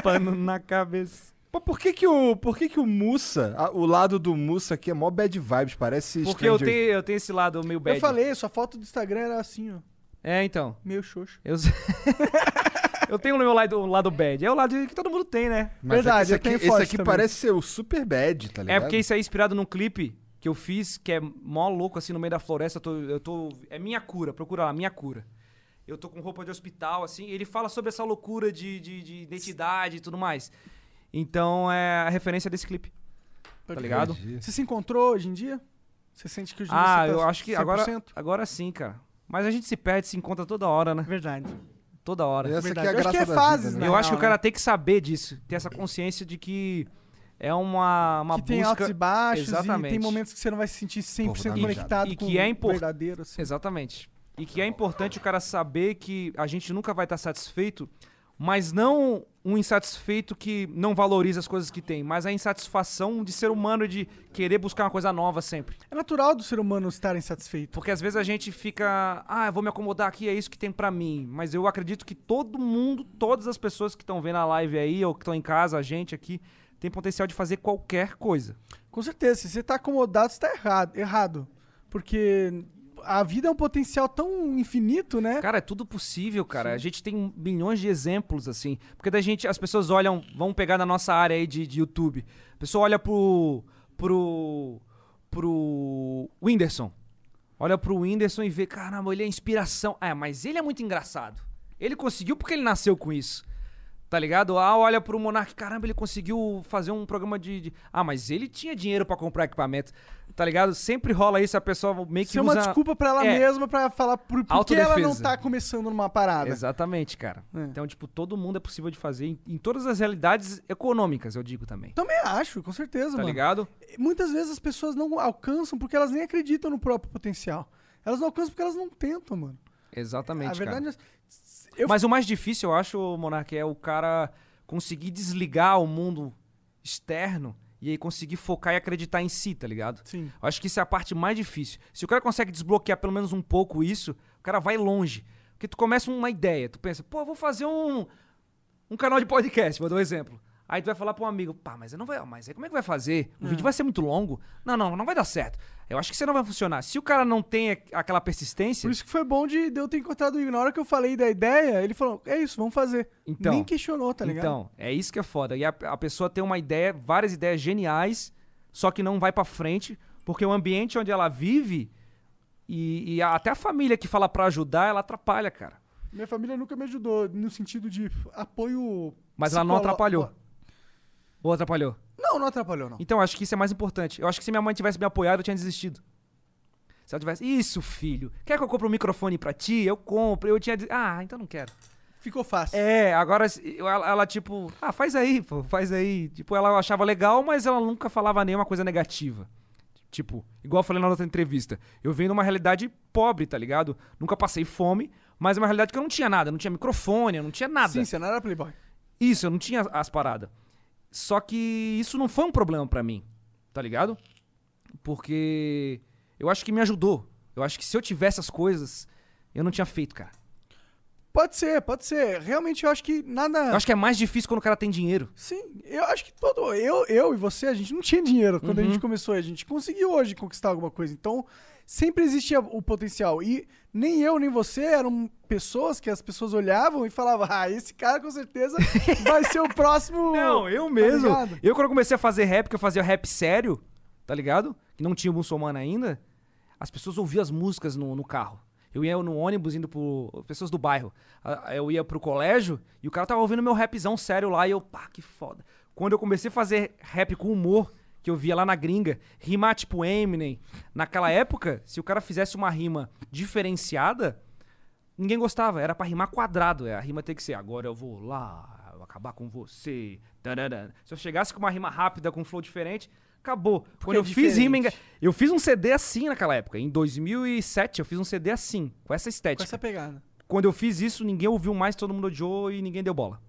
Pano na cabeça. Pô, por que que o, por que que o Mussa, a- o lado do Mussa aqui é mó bad vibes, parece Porque eu Stranger- tenho, eu tenho esse lado meio bad. Eu falei, sua foto do Instagram era assim, ó. É, então. Meio xoxo. Eu, [LAUGHS] eu tenho o meu lado, o lado bad. É o lado que todo mundo tem, né? Mas Verdade, é que eu tenho esse aqui, esse foto aqui também. parece ser o super bad, tá ligado? É porque isso é inspirado num clipe que eu fiz, que é mó louco, assim, no meio da floresta. Eu tô, eu tô- é minha cura, procura lá, minha cura. Eu tô com roupa de hospital, assim. Ele fala sobre essa loucura de, de, de identidade e tudo mais. Então é a referência desse clipe. Tá ligado? Você se encontrou hoje em dia? Você sente que hoje em dia Ah, você tá eu acho que agora, 100%? agora sim, cara. Mas a gente se perde, se encontra toda hora, né? Verdade. Toda hora. Essa aqui é a Verdade. Eu acho graça que é da fases, vida, né? né? Eu acho que o Não, cara é tem que saber disso, ter essa consciência de que é uma, uma que busca. tem altos e baixos Exatamente. e tem momentos que você não vai se sentir 100% Pô, vou dar conectado mijada. E com que é o impor- verdadeiro. Assim. Exatamente. E que é importante o cara saber que a gente nunca vai estar satisfeito, mas não um insatisfeito que não valoriza as coisas que tem, mas a insatisfação de ser humano de querer buscar uma coisa nova sempre. É natural do ser humano estar insatisfeito. Porque às vezes a gente fica, ah, eu vou me acomodar aqui, é isso que tem pra mim. Mas eu acredito que todo mundo, todas as pessoas que estão vendo a live aí ou que estão em casa, a gente aqui, tem potencial de fazer qualquer coisa. Com certeza, se você tá acomodado, você tá errado. errado. Porque a vida é um potencial tão infinito, né? Cara, é tudo possível, cara. A gente tem milhões de exemplos, assim. Porque da gente, as pessoas olham, vão pegar na nossa área aí de, de YouTube. A pessoa olha pro. pro. pro. Whindersson. Olha pro Whindersson e vê, caramba, ele é inspiração. Ah, mas ele é muito engraçado. Ele conseguiu porque ele nasceu com isso. Tá ligado? Ah, olha pro Monark, caramba, ele conseguiu fazer um programa de. de- Ah, mas ele tinha dinheiro pra comprar equipamento. Tá ligado? Sempre rola isso, a pessoa meio que Isso é usa. uma desculpa pra ela É. mesma pra falar por, por que ela não Autodefesa. tá começando numa parada. Exatamente, cara. É. Então, tipo, todo mundo é possível de fazer em, em todas as realidades econômicas, eu digo também. Também acho, com certeza, Tá mano. ligado? Muitas vezes as pessoas não alcançam porque elas nem acreditam no próprio potencial. Elas não alcançam porque elas não tentam, mano. Exatamente, A verdade cara. é. Eu Mas o mais difícil, eu acho, Monark, é o cara conseguir desligar o mundo externo e aí conseguir focar e acreditar em si, tá ligado? Sim. Eu acho que isso é a parte mais difícil. Se o cara consegue desbloquear pelo menos um pouco isso, o cara vai longe. Porque tu começa uma ideia, tu pensa, pô, eu vou fazer um, um canal de podcast, vou dar um exemplo. Aí tu vai falar pra um amigo, pá, mas eu não vai, mas aí como é que vai fazer? O vídeo vai ser muito longo? Não, não, não vai dar certo. Eu acho que isso não vai funcionar. Se o cara não tem a- aquela persistência, Por isso que foi bom de, de eu ter encontrado o Igor. Na hora que eu falei da ideia, ele falou: é isso, vamos fazer. Então. Nem questionou, tá ligado? então, é isso que é foda. E a, a pessoa tem uma ideia, várias ideias geniais, só que não vai pra frente, porque o ambiente onde ela vive e, e a- até a família que fala pra ajudar, ela atrapalha, cara. Minha família nunca me ajudou no sentido de apoio. Mas ela não psicolo- atrapalhou. Ou atrapalhou? Não, não atrapalhou, não. Então, eu acho que isso é mais importante. Eu acho que se minha mãe tivesse me apoiado, eu tinha desistido. Se ela tivesse, isso, filho, quer que eu compre um microfone pra ti? Eu compro. Eu tinha. des- Ah, então não quero. Ficou fácil. É, agora se- eu- ela, ela, tipo, ah, faz aí, pô, faz aí. Tipo, ela achava legal, mas ela nunca falava nenhuma coisa negativa. Tipo, igual eu falei na outra entrevista, eu venho de uma realidade pobre, tá ligado? Nunca passei fome, mas é uma realidade que eu não tinha nada, eu não tinha microfone, eu não tinha nada. Sim, você não era Playboy. Isso, eu não tinha as paradas. Só que isso não foi um problema pra mim, tá ligado? Porque eu acho que me ajudou. Eu acho que se eu tivesse as coisas, eu não tinha feito, cara. Pode ser, pode ser. Realmente eu acho que nada. Eu acho que é mais difícil quando o cara tem dinheiro. Sim, eu acho que todo. Eu, eu e você, a gente não tinha dinheiro quando Uhum. a gente começou. A gente conseguiu hoje conquistar alguma coisa. Então, sempre existia o potencial. E nem eu, nem você eram pessoas que as pessoas olhavam e falavam: Ah, esse cara com [LAUGHS] certeza vai ser o próximo. Não, eu Tá mesmo. ligado? eu quando comecei a fazer rap, que eu fazia rap sério, tá ligado? Que não tinha muçulmano ainda, as pessoas ouviam as músicas no, no carro. Eu ia no ônibus indo pro. Pessoas do bairro. Ah, Eu ia pro colégio e o cara tava ouvindo meu rapzão sério lá e eu, pá, que foda. Quando eu comecei a fazer rap com humor, que eu via lá na gringa, rimar tipo Eminem, naquela época, se o cara fizesse uma rima diferenciada, Ninguém gostava, era pra rimar quadrado. é, A rima tem que ser agora eu vou lá, eu vou acabar com você. tarará. Se eu chegasse com uma rima rápida, com um flow diferente, acabou. Quando é eu fiz rima. diferente. enga- Eu fiz um CD assim naquela época. Em 2007, eu fiz um CD assim, com essa Com estética. essa pegada. Quando eu fiz isso, ninguém ouviu mais, todo mundo odiou e ninguém deu bola.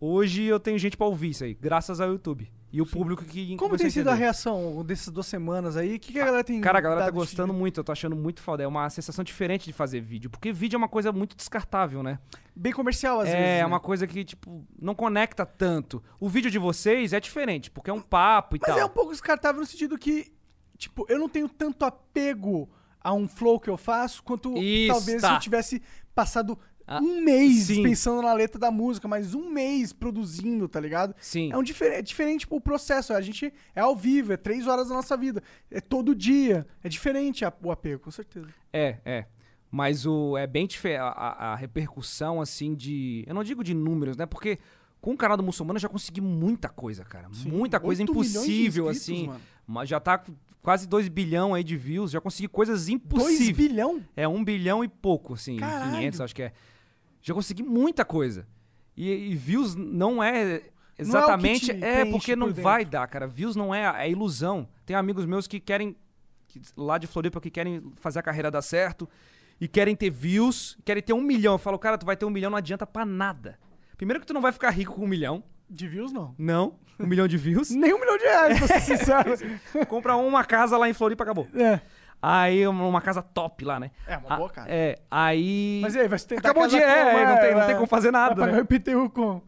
Hoje eu tenho gente pra ouvir isso aí, graças ao YouTube. E o público que. Como começou tem sido a entender. reação dessas duas semanas aí? O que, que a galera tem. Cara, a galera tá dado de gostando muito, eu tô achando muito foda. É uma sensação diferente de fazer vídeo, porque vídeo é uma coisa muito descartável, né? feedback? Bem comercial, às é, vezes. é né? uma coisa que, tipo, não conecta tanto. O vídeo de vocês é diferente, porque é um papo e Mas tal. é um pouco descartável no sentido que, tipo, eu não tenho tanto apego a um flow que eu faço quanto Isso, talvez se tá. eu tivesse passado Ah, um mês sim. pensando na letra da música, mas um mês produzindo, tá ligado? Sim. É um diferente, é diferente tipo, o processo. A gente é ao vivo, é três horas da nossa vida. É todo dia. É diferente a- o apego, com certeza. É, é. Mas o, é bem diferente. A, a- a repercussão, assim, de. Eu não digo de números, né? Porque com o canal do muçulmano eu já consegui muita coisa, cara. muita coisa oito milhões de impossível, inscritos, assim. mano. Mas já tá com quase 2 bilhão aí de views. Já consegui coisas Dois impossíveis. bilhão? É um bilhão e pouco, assim, Caralho. 500, acho que é. Já consegui muita coisa. E, e views não é exatamente. te é, preenche porque por não dentro. vai dar, cara. Views não é, é ilusão. Tem amigos meus que querem. que- lá de Floripa, que querem fazer a carreira dar certo. E querem ter views, querem ter um milhão. Eu falo, cara, tu vai ter um milhão, não adianta pra nada. Primeiro que tu não vai ficar rico com um milhão. De views, não. Não. Um milhão [LAUGHS] de views. Nem um milhão de reais, pra ser [LAUGHS] sincero. Compra uma casa lá em Floripa, acabou. é. Aí, uma uma casa top lá, né? É, uma A- boa casa. É, aí. Mas e aí, vai sustentar Acabou a de casa ir, é, como? é, não, tem, não vai- tem como fazer nada. Vai pagar né? o IPTU com...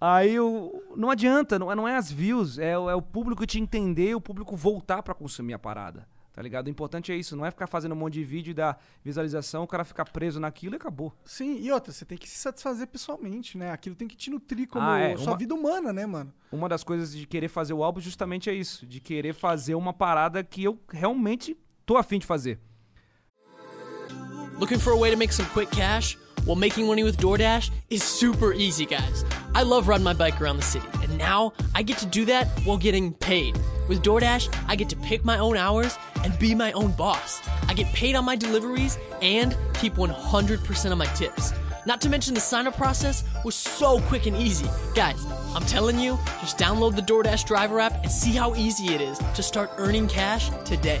Aí o- não adianta, não é, não é as views, é, o- é o público te entender, o público voltar pra consumir a parada. Tá ligado? O importante é isso, não é ficar fazendo um monte de vídeo e dar visualização, o cara ficar preso naquilo e acabou. Sim, e outra, você tem que se satisfazer pessoalmente, né? Aquilo tem que te nutrir como Ah, é, sua uma- vida humana, né, mano? Uma das coisas de querer fazer o álbum justamente é isso, de querer fazer uma parada que eu realmente tô afim de fazer. Looking for a way to make some quick cash? Well, making money with DoorDash is super easy, guys. I love riding my bike around the city, and now I get to do that while getting paid. With DoorDash, I get to pick my own hours and be my own boss. I get paid on my deliveries and keep 100% of my tips. Not to mention the sign up process was so quick and easy. Guys, I'm telling you, just download the DoorDash driver app and see how easy it is to start earning cash today.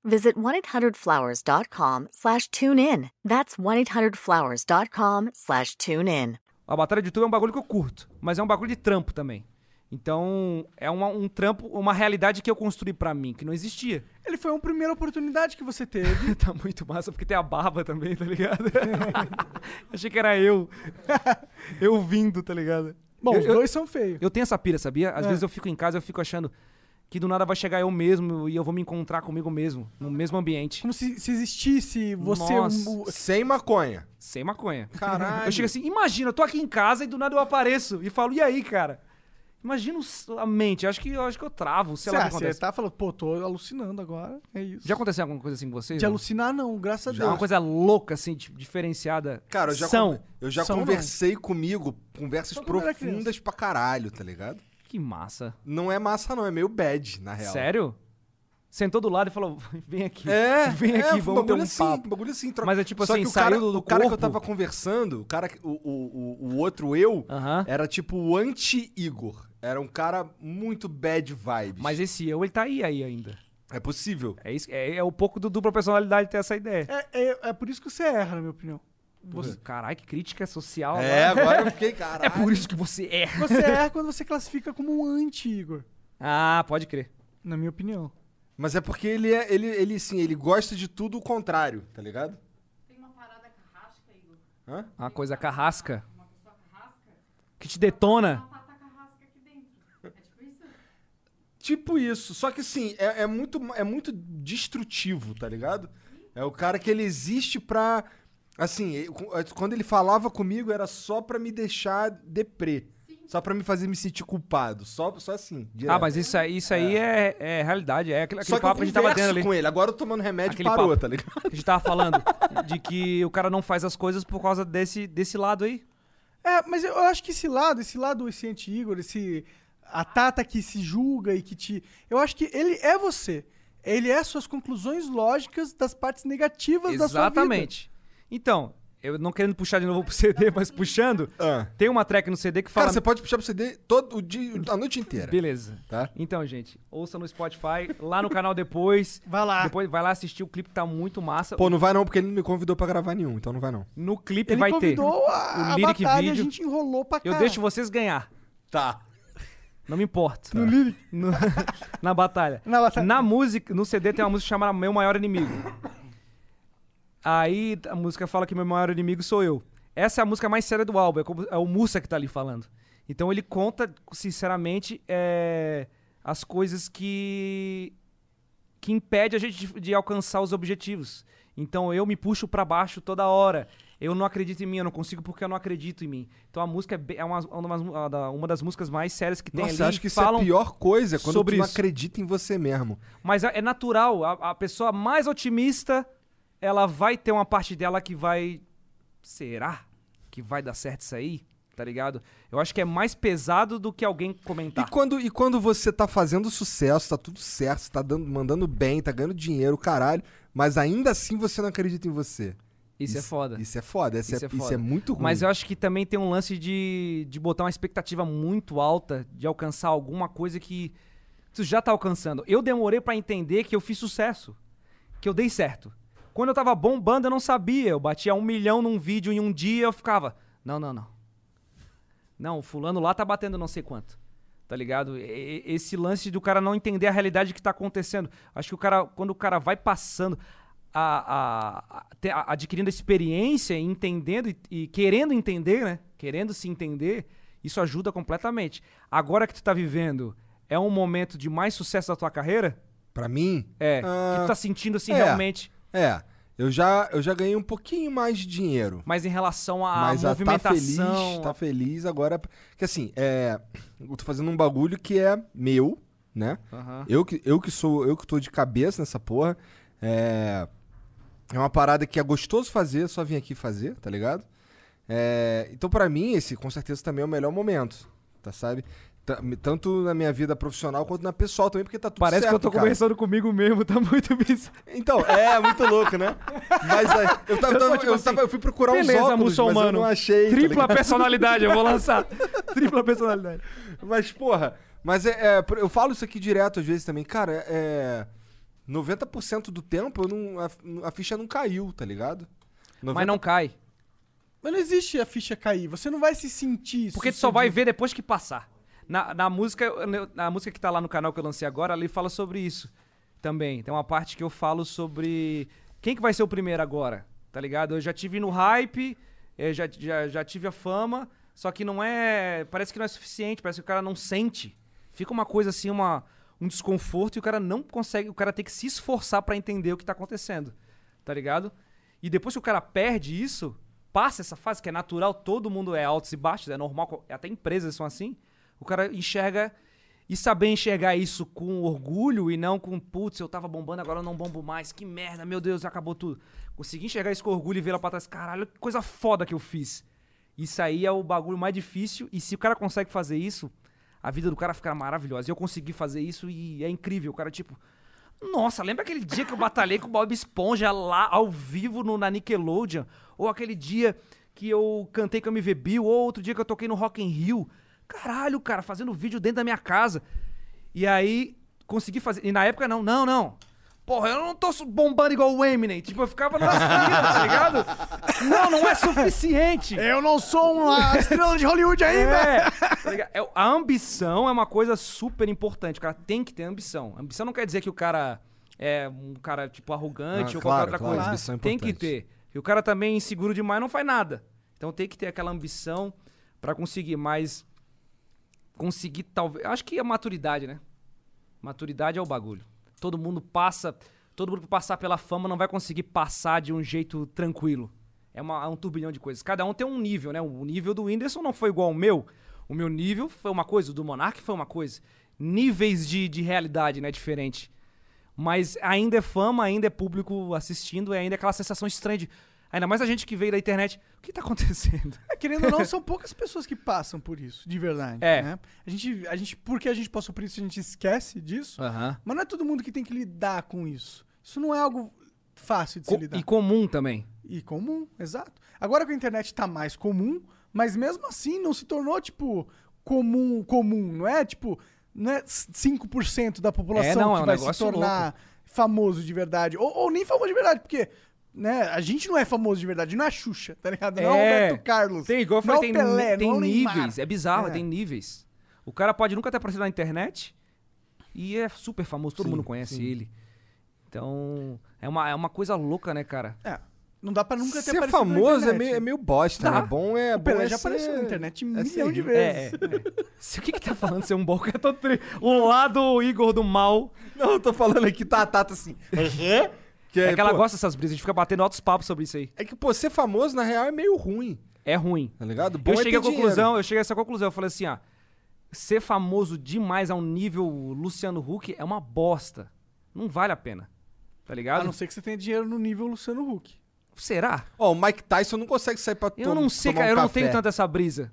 visit 1-800-Flowers.com slash tune in. That's 1-800-Flowers.com slash tune in. A batalha de tudo é um bagulho que eu curto, mas é um bagulho de trampo também. Então, é uma- um trampo, uma realidade que eu construí pra mim, que não existia. Ele foi uma primeira oportunidade que você teve. [LAUGHS] tá muito massa porque tem a barba também, tá ligado? [LAUGHS] Achei que era [LAUGHS] eu. eu vindo, tá ligado? Bom, eu, os eu- dois É. são feios. eu tenho essa pira, sabia? Às vezes eu fico em casa, eu fico achando que do nada vai chegar eu mesmo e eu vou me encontrar comigo mesmo, no mesmo ambiente. Como se, se existisse você... Nossa. um- Sem maconha. Sem maconha. Caralho. Eu chego assim, imagina, eu tô aqui em casa e do nada eu apareço e falo, e aí, cara? Imagina o s- a mente, eu acho que, eu acho que eu travo, sei Sei lá o lá, que você acontece. tá falando, pô, tô alucinando agora, é isso. Já aconteceu alguma coisa assim com vocês? De não? alucinar, não, graças a Deus. Uma coisa louca, assim, tipo, diferenciada. Cara, eu já, São. con- eu já São não. conversei comigo, conversas Só quando era profundas pra caralho, tá ligado? Que massa. Não é massa, não, é meio bad, na real. Sério? Sentou do lado e falou: [LAUGHS] vem aqui. É, [LAUGHS] vem é, aqui, um vamos ter bagulho um assim, papo. um bagulho assim, troca. Mas é tipo Só assim, que o cara, saiu do o cara que eu corpo? tava conversando, o cara, que- o, o, o, o outro eu, Aham. era tipo o anti-Igor. Era um cara muito bad vibes. Mas esse eu, ele tá aí, aí ainda. é possível. É, isso, é, é um pouco do dupla personalidade ter essa ideia. É, é, é por isso que você erra, na minha opinião. Você... Caralho, que crítica social. É, agora. agora eu fiquei, caralho. [LAUGHS] É por isso que você é. Você [LAUGHS] erra quando você classifica como um anti-Igor, Ah, pode crer. na minha opinião. Mas é porque ele é, ele, ele, assim, ele gosta de tudo o contrário, tá ligado? Tem uma parada carrasca, Igor. Hã? Uma coisa carrasca Uma pessoa carrasca, que te detona. uma pata carrasca aqui dentro. É tipo isso? Tipo isso, só que assim, é, é muito, é muito destrutivo, tá ligado? É o cara que ele existe pra. Assim, eu- quando ele falava comigo era só pra me deixar deprê. Só pra me fazer me sentir culpado. Só, só assim. Ah, direto. mas isso aí, isso aí é, é realidade. É aquele, só aquele que eu papo que a gente tava tendo converso ali. com ele. Agora eu tomando remédio Aquele parou, papo. tá [LAUGHS] ligado? que A gente tava falando. De que o cara não faz as coisas por causa desse, desse lado aí. É, mas eu acho que esse lado, esse lado, esse anti-Igor, esse. A Tata que se julga e que te. Eu acho que ele é você. Ele é suas conclusões lógicas das partes negativas da sua vida. Exatamente. Então, eu não querendo puxar de novo pro CD, [LAUGHS] mas puxando, tem uma track no CD que fala. Ah. Cara, você pode puxar pro CD todo o dia, a noite inteira. Beleza. Tá? Então, gente, ouça no Spotify, lá no canal depois. Vai lá. Depois vai lá assistir o clipe, tá muito massa. Pô, não vai não, porque ele não me convidou pra gravar nenhum, então não vai não. No clipe Ele vai ter convidou a, o a lyric batalha vídeo. a gente enrolou pra Eu cá. deixo vocês ganhar. Tá. Não me importo. [LAUGHS] No lyric? na batalha. Na batalha. música, no CD tem uma música chamada Meu Maior Inimigo. Aí a música fala que meu maior inimigo sou eu. Essa é a música mais séria do álbum, é, como- é o Mussa que tá ali falando. Então ele conta, sinceramente, é, as coisas que que impede a gente de, de alcançar os objetivos. Então eu me puxo pra baixo toda hora. Eu não acredito em mim, eu não consigo porque eu não acredito em mim. Então a música é, bem- é uma, uma, uma da- uma das músicas mais sérias que tem ali. Nossa, acho que isso é a falam pior coisa, quando sobre tu não isso. acredita em você mesmo. Mas é é natural, a, a pessoa mais otimista, ela vai ter uma parte dela que vai. Será que vai dar certo isso aí? Tá ligado? Eu acho que é mais pesado do que alguém comentar. E quando, e quando você tá fazendo sucesso, tá tudo certo, você tá dando, mandando bem, tá ganhando dinheiro, caralho, mas ainda assim você não acredita em você. Isso é foda. Isso é foda, essa é- isso, é, foda. muito ruim. Mas eu acho que também tem um lance de, de botar uma expectativa muito alta, de alcançar alguma coisa que tu já tá alcançando. Eu demorei pra entender que eu fiz sucesso, que eu dei certo. Quando eu tava bombando, eu não sabia. Eu batia um milhão num vídeo em um dia, eu ficava... Não, não, não. Não, o fulano lá tá batendo não sei quanto. Tá ligado? E- e- Esse lance do cara não entender a realidade que tá acontecendo. Acho que o cara, quando o cara vai passando, a, a- a- te- a- adquirindo experiência, e entendendo e, e querendo entender, né? Querendo se entender, isso ajuda completamente. Agora que tu tá vivendo, é um momento de mais sucesso da tua carreira? Pra mim, É. Ah, que tu tá sentindo assim é. realmente. é, eu já, eu já ganhei um pouquinho mais de dinheiro. Mas em relação à mas a movimentação. tá feliz, tá feliz agora. Que assim, é, eu tô fazendo um bagulho que é meu, né? Aham. Eu que, eu que sou, eu que tô de cabeça nessa porra. É, é uma parada que é gostoso fazer, é só vim aqui fazer, tá ligado? É, então, pra mim, esse com certeza também é o melhor momento, tá sabe? Tá- me- Tanto na minha vida profissional quanto na pessoal também, porque tá tudo Parece certo, que eu tô cara. conversando comigo mesmo, tá muito [LAUGHS] bizarro. Então, é muito louco, né? Mas aí, eu, tava, Eu eu, tô, tava- tipo eu assim, tava- eu fui procurar uns Beleza, óculos, mas eu muçulmano. não achei. tá Tripla ligado? personalidade, eu [LAUGHS] vou lançar. Tripla personalidade. Mas, porra, mas é, é, por- eu falo isso aqui direto às vezes também. Cara, é. 90% do tempo eu não, a, a ficha não caiu, tá ligado? Mas não cai. Mas não existe a ficha cair. Você não vai se sentir. Porque tu só vai ver depois que passar. Na, na música, eu- na música que tá lá no canal que eu lancei agora, ali fala sobre isso também. Tem uma parte que eu falo sobre quem que vai ser o primeiro agora, tá ligado? Eu já tive no hype, eu já, já, já tive a fama, só que não é. Parece que não é suficiente, parece que o cara não sente. Fica uma coisa assim, uma, um desconforto e o cara não consegue, o cara tem que se esforçar pra entender o que tá acontecendo, tá ligado? E depois que o cara perde isso, passa essa fase que é natural, todo mundo é altos e baixos, é normal, co- até empresas são assim. O cara enxerga e saber enxergar isso com orgulho e não com putz, eu tava bombando, agora eu não bombo mais, que merda, meu Deus, acabou tudo. Conseguir enxergar isso com orgulho e ver lá pra trás, caralho, que coisa foda que eu fiz. Isso aí é o bagulho mais difícil e se o cara consegue fazer isso, a vida do cara fica maravilhosa. E eu consegui fazer isso e é incrível. O cara, tipo, nossa, lembra aquele dia que eu batalhei com o Bob Esponja lá ao vivo no, na Nickelodeon? Ou aquele dia que eu cantei com a MV Bill? Ou outro dia que eu toquei no Rock in Rio? Caralho, cara, fazendo vídeo dentro da minha casa. E aí, consegui fazer. E na época, não, não, não. Porra, eu não tô su- bombando igual o Eminem. Tipo, eu ficava nas [LAUGHS] minas, tá ligado? Não, não é suficiente. Eu não sou [LAUGHS] uma estrela de Hollywood ainda! É, tá ligado? É, a ambição é uma coisa super importante. O cara tem que ter ambição. Ambição não quer dizer que o cara é um cara, tipo, arrogante Ah, claro, ou qualquer outra claro, coisa. ambição é tem que importante. ter. E o cara também é inseguro demais não faz nada. Então tem que ter aquela ambição pra conseguir, mas conseguir talvez... Acho que é maturidade, né? Maturidade é o bagulho. Todo mundo passa... Todo mundo que passar pela fama não vai conseguir passar de um jeito tranquilo. É, uma- é um turbilhão de coisas. Cada um tem um nível, né? O nível do Whindersson não foi igual ao meu. O meu nível foi uma coisa, o do Monark foi uma coisa. Níveis de, de realidade, né? Diferente. Mas ainda é fama, ainda é público assistindo, e ainda é aquela sensação estranha de. Ainda mais a gente que veio da internet. O que tá acontecendo? É, Querendo ou não, são poucas pessoas que passam por isso, de verdade. É. né? A gente, a gente, porque a gente passou por isso, a gente esquece disso. [LAUGHS] Aham. Mas não é todo mundo que tem que lidar com isso. Isso não é algo fácil de se lidar. e comum também. E comum, exato. Agora que a internet tá mais comum, mas mesmo assim não se tornou, tipo, comum, comum. Não é, tipo, não é 5% da população É, não, que é um vai se negócio tornar louco. famoso de verdade. Ou, ou nem famoso de verdade, porque... Né? A gente não é famoso de verdade, não é a Xuxa, tá ligado? Não é o Roberto Carlos. Tem, igual eu não falei, é tem, o Pelé, tem não é o Neymar. níveis. É bizarro, É. tem níveis. O cara pode nunca ter aparecido na internet e é super famoso, todo Sim, mundo conhece sim. ele. Então, é uma, é uma coisa louca, né, cara? É. Não dá pra nunca ter Ser aparecido na famoso é internet. meio, é meio bosta, Dá. né? Bom é. O Pelé bom é já apareceu ser- na internet um é ser milhão de rico. É, é, vezes. é. Se- O que que tá falando, seu um boca? Eu tô tri... O lado Igor do mal Não, eu tô falando aqui, tá, tá, tá [LAUGHS] assim. que é, que ela pô, gosta dessas brisas, a gente fica batendo altos papos sobre isso aí. É que, pô, ser famoso, na real, é meio ruim, É ruim. tá ligado? Bom Eu é cheguei ter à conclusão, eu cheguei a essa conclusão, eu falei assim, ó, ser famoso demais a um nível Luciano Huck é uma bosta. Não vale a pena. Tá Ah, ligado? A não ser que você tenha dinheiro no nível Luciano Huck. Será? Ó, o Mike Tyson não consegue sair pra Eu tom- não sei, tomar cara, um eu não café. tenho tanta essa brisa.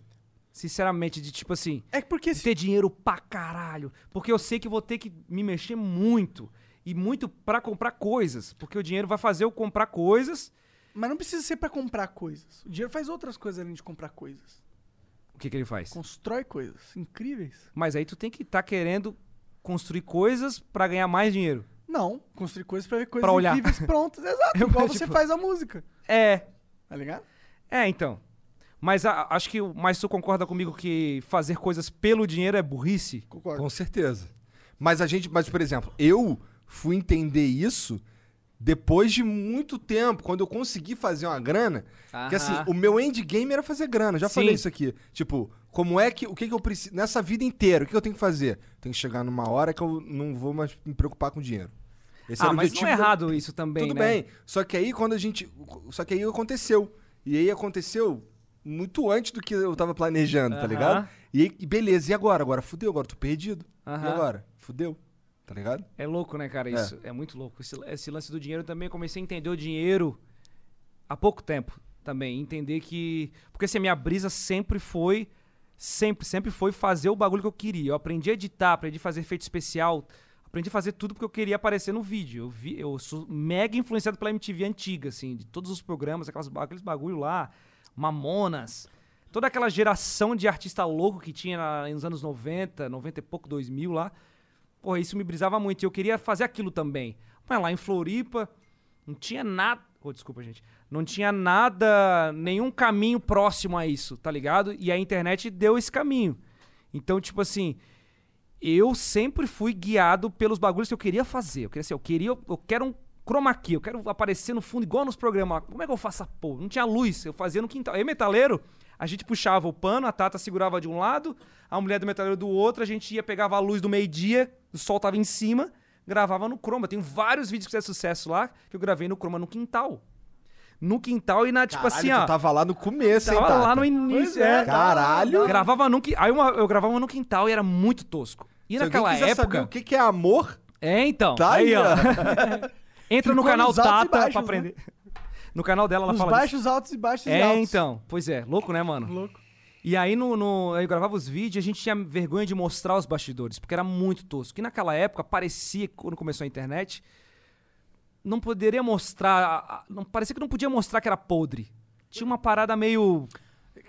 Sinceramente, de tipo assim, É porque de ter dinheiro pra caralho, porque eu sei que vou ter que me mexer muito e muito pra comprar coisas, porque o dinheiro vai fazer eu comprar coisas. Mas não precisa ser pra comprar coisas. O dinheiro faz outras coisas além de comprar coisas. O que que ele faz? Constrói coisas incríveis. Mas aí tu tem que estar querendo construir coisas pra ganhar mais dinheiro. Não, construir coisas pra ver coisas Pra olhar. incríveis [LAUGHS] prontas. Exato, Eu- igual tipo- você faz a música. É, Tá ligado? É, então. Mas a- acho que. o- Mas tu concorda comigo que fazer coisas pelo dinheiro é burrice? Concordo. Com certeza. Mas a gente, mas por exemplo, eu fui entender isso depois de muito tempo, quando eu consegui fazer uma grana, que assim, Aham. o meu endgame era fazer grana, já Sim. falei isso aqui. Tipo, como é que, o que que eu preciso, nessa vida inteira, o que que eu tenho que fazer? Tenho que chegar numa hora que eu não vou mais me preocupar com dinheiro. Esse ah, era o mas não é objetivo da- errado isso também, Tudo né? bem. Só que aí quando a gente. Só que aí aconteceu. E aí aconteceu muito antes do que eu tava planejando, tá Aham. ligado? E aí, beleza, e agora? Agora fudeu, agora tô perdido. E Aham. agora? Fudeu. Tá ligado? É louco, né, cara? Isso é, muito louco. Esse, esse lance do dinheiro eu também comecei a entender o dinheiro há pouco tempo também. Entender que. Porque assim, a minha brisa sempre foi. Sempre, sempre foi fazer o bagulho que eu queria. Eu aprendi a editar, aprendi a fazer efeito especial, aprendi a fazer tudo porque eu queria aparecer no vídeo. Eu, vi, eu sou mega influenciado pela MTV antiga, assim, de todos os programas, aquelas, ba- aqueles bagulho lá, Mamonas. Toda aquela geração de artista louco que tinha na- nos anos 90, 90 e pouco, 2000 lá. Porra, isso me brisava muito. E eu queria fazer aquilo também. Mas lá em Floripa, não tinha nada. Oh, desculpa, gente. Não tinha nada, nenhum caminho próximo a isso, tá ligado? E a internet deu esse caminho. Então, tipo assim, eu sempre fui guiado pelos bagulhos que eu queria fazer. Eu queria ser, eu queria, eu quero um chroma key, eu quero aparecer no fundo igual nos programas. lá. Como é que eu faço essa porra? Não tinha luz, eu fazia no quintal. Eu e metaleiro, a gente puxava o pano, a Tata segurava de um lado, a mulher do metaleiro do outro, a gente ia, pegava a luz do meio-dia, o sol tava em cima, gravava no chroma. Tem vários vídeos que fizeram sucesso lá, que eu gravei no chroma no quintal. No quintal e na, tipo Caralho, assim, tu ó. tava lá no começo, hein, Tava Tata? lá no início, é, é. caralho. Então, Gravava no, qui- aí uma, eu gravava no quintal e era muito tosco. E Se naquela alguém quiser época. saber o que que é amor, É, então. tá aí, ó. [LAUGHS] Entra no Ficou canal nos altos e Tata baixos, pra aprender. No canal dela ela Os fala baixos, altos e baixos disso. e É, altos. então. Pois é, louco, né, mano? Louco. E aí no, no- eu gravava os vídeos e a gente tinha vergonha de mostrar os bastidores, porque era muito tosco. E naquela época parecia, quando começou a internet, não poderia mostrar. a- a- Não, parecia que não podia mostrar que era podre. Tinha uma parada meio.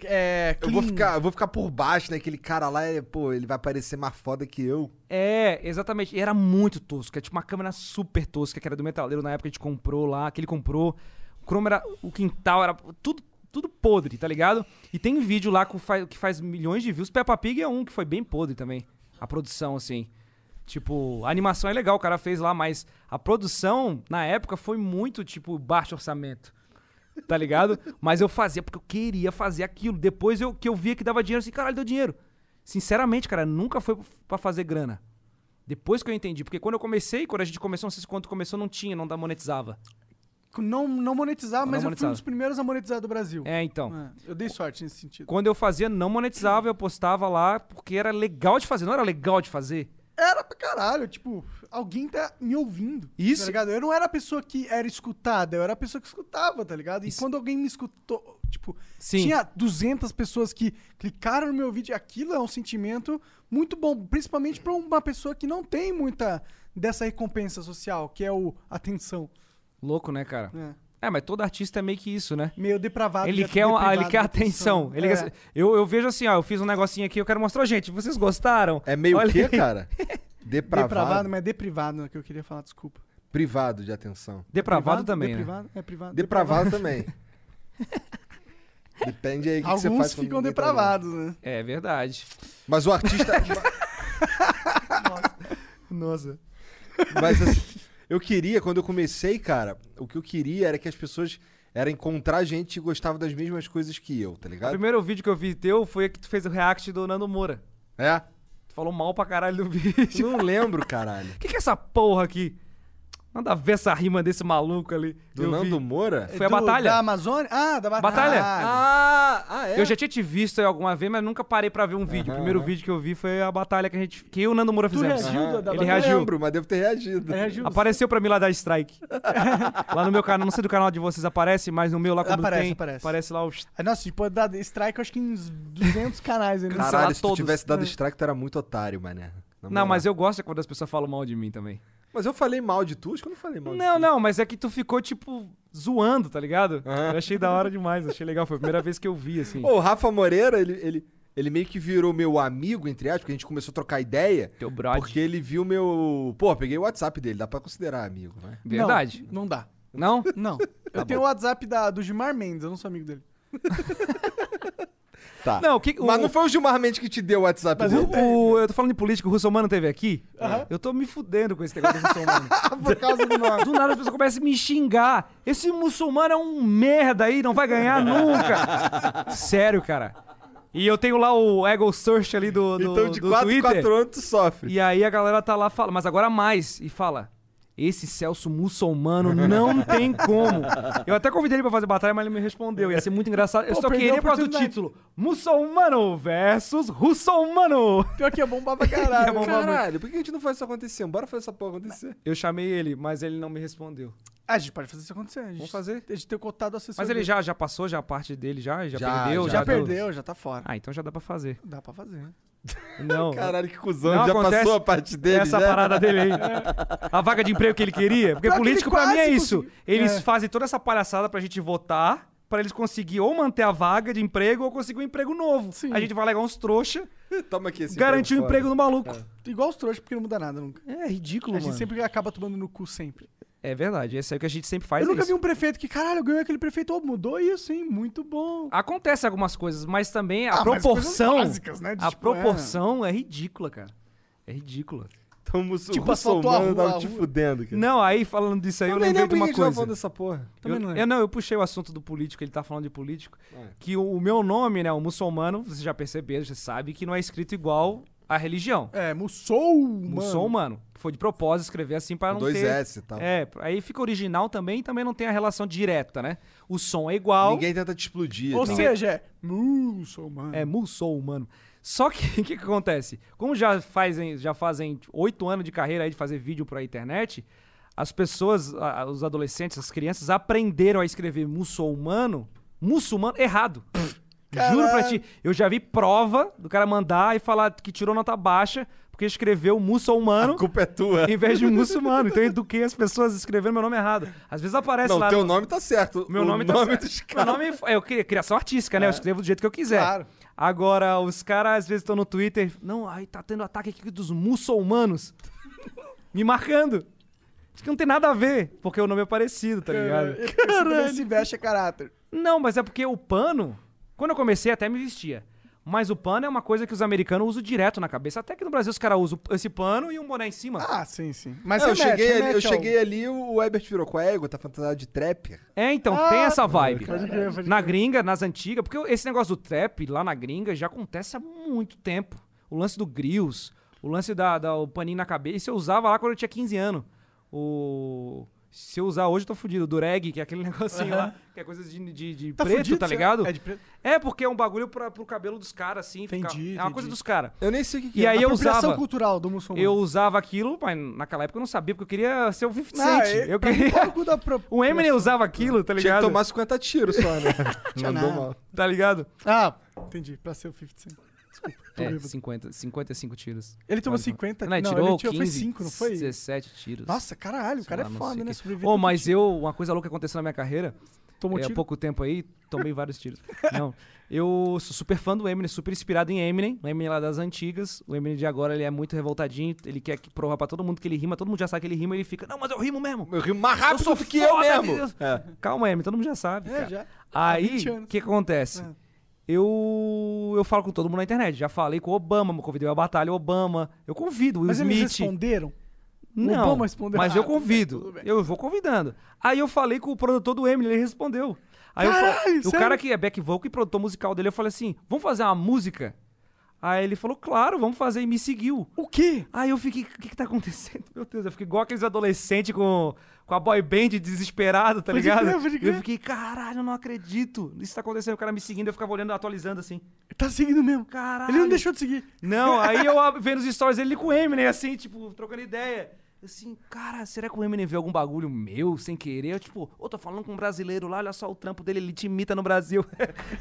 É, Eu vou, clean. ficar, eu vou ficar por baixo, né? Aquele cara lá, é, pô, ele vai parecer mais foda que eu. É, exatamente. E era muito tosco. Era tipo uma câmera super tosca, que era do metaleiro na época, a gente comprou lá, que ele comprou. O cromo era. O quintal era tudo, tudo podre, tá ligado? E tem vídeo lá que faz, que faz milhões de views. Peppa Pig é um que foi bem podre também. A produção, assim. Tipo, a animação é legal, o cara fez lá, mas a produção, na época, foi muito, tipo, baixo orçamento. Tá ligado? Mas eu fazia porque eu queria fazer aquilo. Depois eu, que eu via que dava dinheiro, eu assim, caralho, deu dinheiro. Sinceramente, cara, nunca foi pra fazer grana. Depois que eu entendi, porque quando eu comecei, quando a gente começou, não sei se quando começou, não tinha, não da monetizava. Não, não monetizar, Não mas eu fui monetizava. um dos primeiros a monetizar do Brasil. É, então. É, eu dei sorte nesse sentido. Quando eu fazia, não monetizava, eu postava lá, porque era legal de fazer. Não era legal de fazer. Era pra caralho, tipo, alguém tá me ouvindo. Isso. Tá ligado? Eu não era a pessoa que era escutada, eu era a pessoa que escutava, tá ligado? E quando alguém me escutou, tipo, Sim. tinha 200 pessoas que clicaram no meu vídeo, aquilo é um sentimento muito bom, principalmente pra uma pessoa que não tem muita dessa recompensa social, que é o atenção. Louco, né, cara? É. É, mas todo artista é meio que isso, né? Meio depravado. Ele de- quer, uma- deprivado ele quer de atenção. Ele quer- É. eu, eu vejo assim, ó, eu fiz um negocinho aqui, eu quero mostrar, gente, vocês gostaram? É meio Olha o quê, aí. [LAUGHS] cara? Depravado. Depravado, mas é deprivado que eu queria falar, desculpa. Privado de atenção. Privado, Depravado também, né? deprivado, É privado. [LAUGHS] Depravado também. Depende aí do que que você faz. Alguns quando ficam ninguém tá depravados, né? É verdade. vendo. Mas o [LAUGHS] artista... Nossa. Mas assim, eu queria, quando eu comecei, cara, o que eu queria era que as pessoas. Era encontrar gente que gostava das mesmas coisas que eu, tá O ligado? primeiro vídeo que eu vi teu foi que tu fez o react do Nando Moura. É? Tu falou mal pra caralho do [LAUGHS] vídeo. Não lembro, caralho. O que, que é essa porra aqui? Nada a ver essa rima desse maluco ali. Do eu Nando vi. Moura? Foi a batalha. Da Amazônia? Ah, da batalha. Batalha? Ah, Ah, ah, é? Eu já tinha te visto aí alguma vez, mas nunca parei pra ver um vídeo. o primeiro vídeo que eu vi foi a batalha que a gente. Que eu e o Nando Moura tu fizemos. reagiu da, da Ele Não batalha? reagiu. lembro, mas devo ter reagido. Ele reagiu? Apareceu pra mim lá da Strike. [LAUGHS] lá no meu canal, não sei do canal de vocês aparece, mas no meu lá quando Aparece, tem, aparece. lá os... Ah, Nossa, tipo, dar strike, eu acho que em uns 200 canais né? ainda. Cancelar Caralho, se tu todos. né? tivesse dado strike, tu era muito otário, mané. Na Não, moral. mas eu gosto é quando as pessoas falam mal de mim também. Mas eu falei mal de tu? Acho que eu não falei mal Não, de tu. não, mas é que tu ficou, tipo, zoando, tá ligado? Eu achei da hora demais, achei legal. Foi a primeira vez que eu vi, assim. Ô, O Rafa Moreira, ele, ele, ele meio que virou meu amigo, entre aspas, porque a gente começou a trocar ideia. Teu brother. Porque ele viu meu. Pô, peguei o WhatsApp dele, dá pra considerar amigo, né? É Verdade. Não, não dá. Tá Não? Não. eu tenho o WhatsApp da, do Gilmar Mendes, eu não sou amigo dele. Tá. Não, o que- Mas o- não foi o Gilmar Mendes que te deu o WhatsApp Mas dele. o- o- eu tô falando de política, o Russomano teve aqui. Eu tô me fudendo com esse negócio do Russomano. Ah, Por [LAUGHS] causa do nome. Do nada as pessoas começam a me xingar. Esse muçulmano é um merda aí, não vai [LAUGHS] ganhar nunca. Sério, cara. E eu tenho lá o Ego Search ali do, do, Então de do 4 em Twitter. 4 anos tu sofre. E aí a galera tá lá, fala, mas agora mais, e fala. Esse Celso [LAUGHS] muçulmano não tem como. Eu até convidei ele pra fazer batalha, mas ele me respondeu. Ia ser muito engraçado. Eu Pô, só perdeu queria a por causa do oportunidade. título: Muçulmano versus Russomano. Pior que é bombar [LAUGHS] pra caralho. Ia bombar muito. Caralho, por que a gente não faz isso acontecer? Bora fazer essa porra acontecer. Eu chamei ele, mas ele não me respondeu. Ah, a gente pode fazer isso acontecer. A gente, Vamos fazer. A gente tem o contato do assessor. Mas ele dele. já, já passou já a parte dele, já? Já, Já, perdeu? já, já deu- perdeu, já tá fora. Ah, então já dá pra fazer. [LAUGHS] Dá pra fazer. né? Não. Caralho, que cuzão. Não já acontece passou a parte dele, né? essa já? parada dele aí. A vaga de emprego que ele queria. Porque Pior que político ele pra mim é quase isso. conseguiu. Eles É. fazem toda essa palhaçada pra gente votar, pra eles conseguir ou manter a vaga de emprego ou conseguir um emprego novo. Sim. é A gente vai levar uns trouxa, [LAUGHS] Toma aqui esse garantir o emprego fora. do maluco. Igual os trouxas, porque não muda nada nunca. É, ridículo, A mano. gente sempre acaba tomando no cu, sempre. É verdade, esse é o que a gente sempre faz. eu nunca isso. vi um prefeito que, caralho, eu ganhei aquele prefeito. Oh, mudou isso, hein? Muito bom. Acontece algumas coisas, mas também a Ah, mas proporção. coisas básicas, né? De, A tipo, proporção é ridícula, cara. É ridícula. Então, muçul- Tipo, assaltou a muçulmano rua, tava a te rua. fudendo, cara. Não, aí falando disso aí, eu, é lembrei de uma coisa. dessa porra. Eu, Também não lembro. eu não, eu puxei o assunto do político, ele tá falando de político. Que o, o meu nome, né, o muçulmano, você já percebeu, já sabe que não é escrito igual à religião. É, mussou, mano. Muçulmano. Que foi de propósito escrever assim para não Dois ter... S e tal. É, aí fica original também e também não tem a relação direta, né? O som é igual, Ninguém tenta te explodir. então. Ou e tal. seja, é muçulmano. é muçulmano. Só que [LAUGHS] o que, que acontece? Como já fazem já fazem oito anos de carreira aí de fazer vídeo pra internet, as pessoas, a- a- os adolescentes, as crianças aprenderam a escrever muçulmano, muçulmano errado. Juro pra ti, eu já vi prova do cara mandar e falar que tirou nota baixa porque escreveu muçulmano a culpa é tua. em vez de muçulmano. Então eu eduquei as pessoas escrevendo meu nome errado. Às vezes aparece Não, lá. teu no- nome tá certo. Meu o nome, tá certo. dos Meu caras. nome é eu cri- criação artística, né? Eu escrevo do jeito que eu quiser. Claro. Agora, os caras às vezes estão no Twitter. Não, aí tá tendo ataque aqui dos muçulmanos. [LAUGHS] me marcando. Isso que não tem nada a ver, porque o nome é parecido, tá ligado? Ele percebe que ele se veste a caráter. Não, mas é porque o pano. Quando eu comecei, até me vestia. Mas o pano é uma coisa que os americanos usam direto na cabeça. Até que no Brasil os caras usam esse pano e um boné em cima. Ah, sim, sim. Mas É, eu, remete, cheguei ali, né, remete eu ao- cheguei ali, o Ebert virou com a ego, tá fantasiado de trapper. É, então, tem essa vibe. crer, pode na gringa, nas antigas, porque esse negócio do trap lá na gringa já acontece há muito tempo. O lance do grills, o lance da, da o paninho na cabeça, isso eu usava lá quando eu tinha 15 anos. O Se eu usar hoje, eu tô fudido. Dureg, que é aquele [LAUGHS] negocinho lá, que é coisa de, de, de Tá preto, fudido, tá será? ligado? É de preto? É, porque é um bagulho pra, pro cabelo dos caras, assim. fica- Entendi, é uma entendi. coisa dos caras. Eu nem sei o que, que E é. aí eu Apropriação usava. cultural do muçulmano. Eu usava aquilo, mas naquela época eu não sabia, porque eu queria ser o 50 Não, Cent. é- Eu pra mim, queria... pau no cu da pro- [LAUGHS] O [LAUGHS] Eminem usava aquilo, tá Tinha ligado? que tomar 50 tiros só, né? Mandou nada. mal. Tá ligado? Ah, entendi. Pra ser o 50 Cent. Desculpa. tô É, bêbado. 50, 55 tiros. Ele tomou Quase- 50? Não, ele Não, tirou ele tirou- foi 15, cinco, não foi? 17 tiros. Nossa, caralho, o cara é Sei lá, não foda, né? sei o quê. Sobreviver. Oh, mas eu, uma coisa louca que aconteceu na minha carreira, Tomou é, há tiro? pouco tempo aí, tomei [LAUGHS] vários tiros. Não, eu sou super fã do Eminem, super inspirado em Eminem, o Eminem lá das antigas, o Eminem de agora ele é muito revoltadinho, ele quer que- provar pra todo mundo que ele rima, todo mundo já sabe que ele rima, ele fica, não, mas eu rimo mesmo. Eu rimo mais rápido sou do que eu foda, mesmo. Deus. É. Calma, Eminem, todo mundo já sabe, É, cara. já. Há Aí, 20 o anos. que que acontece? Ah. Eu, eu falo com todo mundo na internet. Já falei com o Obama, me convidei a batalha o Obama. Eu convido o Will Mas Smith. eles responderam? Não, Obama respondeu. mas Ah, eu tudo bem, convido. tudo bem. Eu vou convidando. Aí eu falei com o produtor do Eminem, ele respondeu. Aí eu Caralho, falei- o sério? cara que é back vocal e produtor musical dele, eu falei assim, vamos fazer uma música? Aí ele falou, claro, vamos fazer, e me seguiu. O quê? Aí eu fiquei, o que que tá acontecendo? [LAUGHS] Meu Deus, eu fiquei igual aqueles adolescentes com, com a boy band desesperado, tá Pode ligado? crer, pode crer. eu fiquei, caralho, eu não acredito. Isso tá acontecendo, o cara me seguindo, eu ficava olhando, atualizando assim. Tá seguindo mesmo. Caralho. Ele não deixou de seguir. Não, aí eu ab- vendo os stories dele com o Eminem, assim, tipo, trocando ideia. Assim, cara, será que o Eminem viu algum bagulho meu sem querer? Eu, tipo, ô, tô falando com um brasileiro lá, olha só o trampo dele, ele te imita [LAUGHS] no Brasil.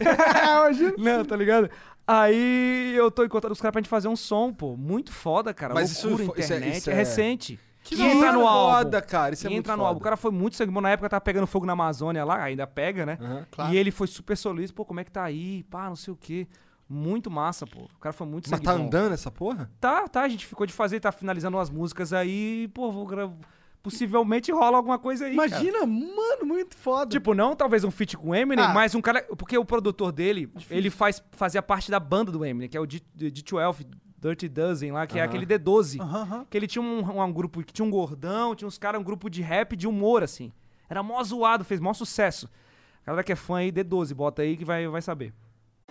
Imagina. [LAUGHS] Não, tá ligado? Aí eu tô encontrando os caras pra gente fazer um som, pô. Muito foda, cara. Mas Mas isso Loucura, foi- isso é- internet, isso é, é- recente. Que E entra tá no álbum. foda, cara. Isso é E muito entra no foda. álbum. O cara foi muito sangue bom. Na época tava pegando fogo na Amazônia lá, ainda pega, né? E ele foi super solista. Pô, como é que tá aí? Pá, não sei o quê. Muito massa, pô. O cara foi muito Mas sangue tá bom. andando essa porra? Tá, tá, a gente ficou de fazer, tá finalizando umas músicas aí, pô, vou gra- possivelmente rola alguma coisa aí, cara. Imagina, mano, muito foda. Tipo, não talvez um feat com o Eminem, Ah. mas um cara... Porque o produtor dele, ele faz, fazia parte da banda do Eminem, que é o D- D- D12, Dirty Dozen lá, que é aquele D12. Aham, aham. Que ele tinha um, um- um grupo que tinha um gordão, tinha uns caras, um grupo de rap de humor, assim. Era mó zoado, fez mó sucesso. Galera que é fã aí, D12, bota aí que vai, vai saber.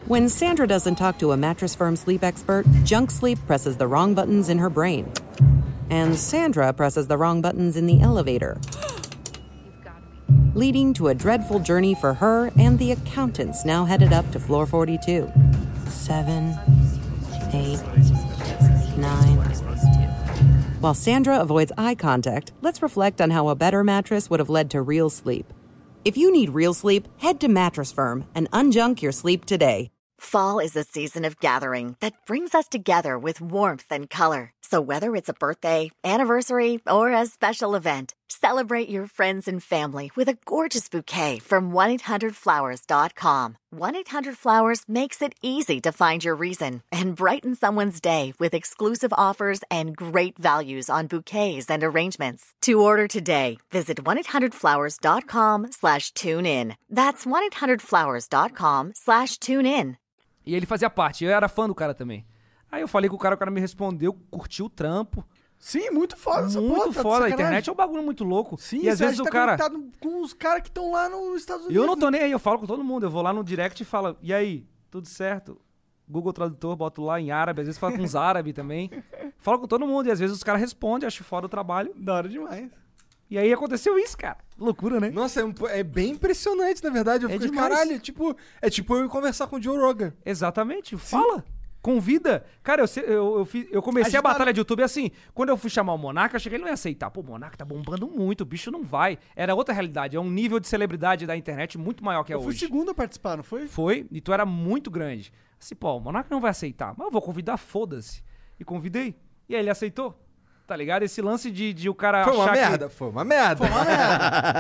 When Sandra doesn't talk to a mattress firm sleep expert, junk sleep presses the wrong buttons in her brain. And Sandra presses the wrong buttons in the elevator, leading to a dreadful journey for her and the accountants now headed up to floor 42. Seven, eight, nine. While Sandra avoids eye contact, let's reflect on how a better mattress would have led to real sleep. If you need real sleep, head to Mattress Firm and unjunk your sleep today. Fall is a season of gathering that brings us together with warmth and color. So, whether it's a birthday, anniversary, or a special event, celebrate your friends and family with a gorgeous bouquet from 1-800-Flowers.com. 1-800-Flowers makes it easy to find your reason and brighten someone's day with exclusive offers and great values on bouquets and arrangements. To order today, visit 1-800-Flowers.com slash tune in. That's 1-800-Flowers.com slash tune in. E ele fazia parte, eu era fã do cara também. Aí eu falei com o cara, o cara me respondeu, curtiu o trampo. Sim, muito foda essa porra. muito tá de foda, a sacanagem. internet é um bagulho muito louco. Sim, e às você vezes acha o que tá cara. conectado com os caras que estão lá nos Estados Unidos. Eu não tô nem aí, eu falo com todo mundo. Eu vou lá no direct e falo, e aí, tudo certo? Google Tradutor, boto lá em árabe, às vezes falo [LAUGHS] com os árabes também. Falo com todo mundo e às vezes os caras respondem, acho foda o trabalho. Da hora demais. E aí aconteceu isso, cara. Loucura, né? Nossa, é, um po- é bem impressionante, na verdade. Eu É fico, demais. caralho, tipo, é tipo eu ir conversar com o Joe Rogan. Exatamente. Fala. Convida. Cara, eu, se- eu, eu, fiz- eu comecei a, gente tá- batalha de YouTube assim. Quando eu fui chamar o Monarca, eu achei que ele não ia aceitar. Pô, o Monarca tá bombando muito, o bicho não vai. Era outra realidade. É um nível de celebridade da internet muito maior que é eu fui o hoje. É. segundo a participar, não foi? Foi, e tu era muito grande. Assim, pô, o Monarca não vai aceitar. Mas eu vou convidar, foda-se. E convidei. E aí ele aceitou. Tá ligado? Esse lance de, de o cara Foi uma Ah, achar que- merda, foi uma merda. [LAUGHS]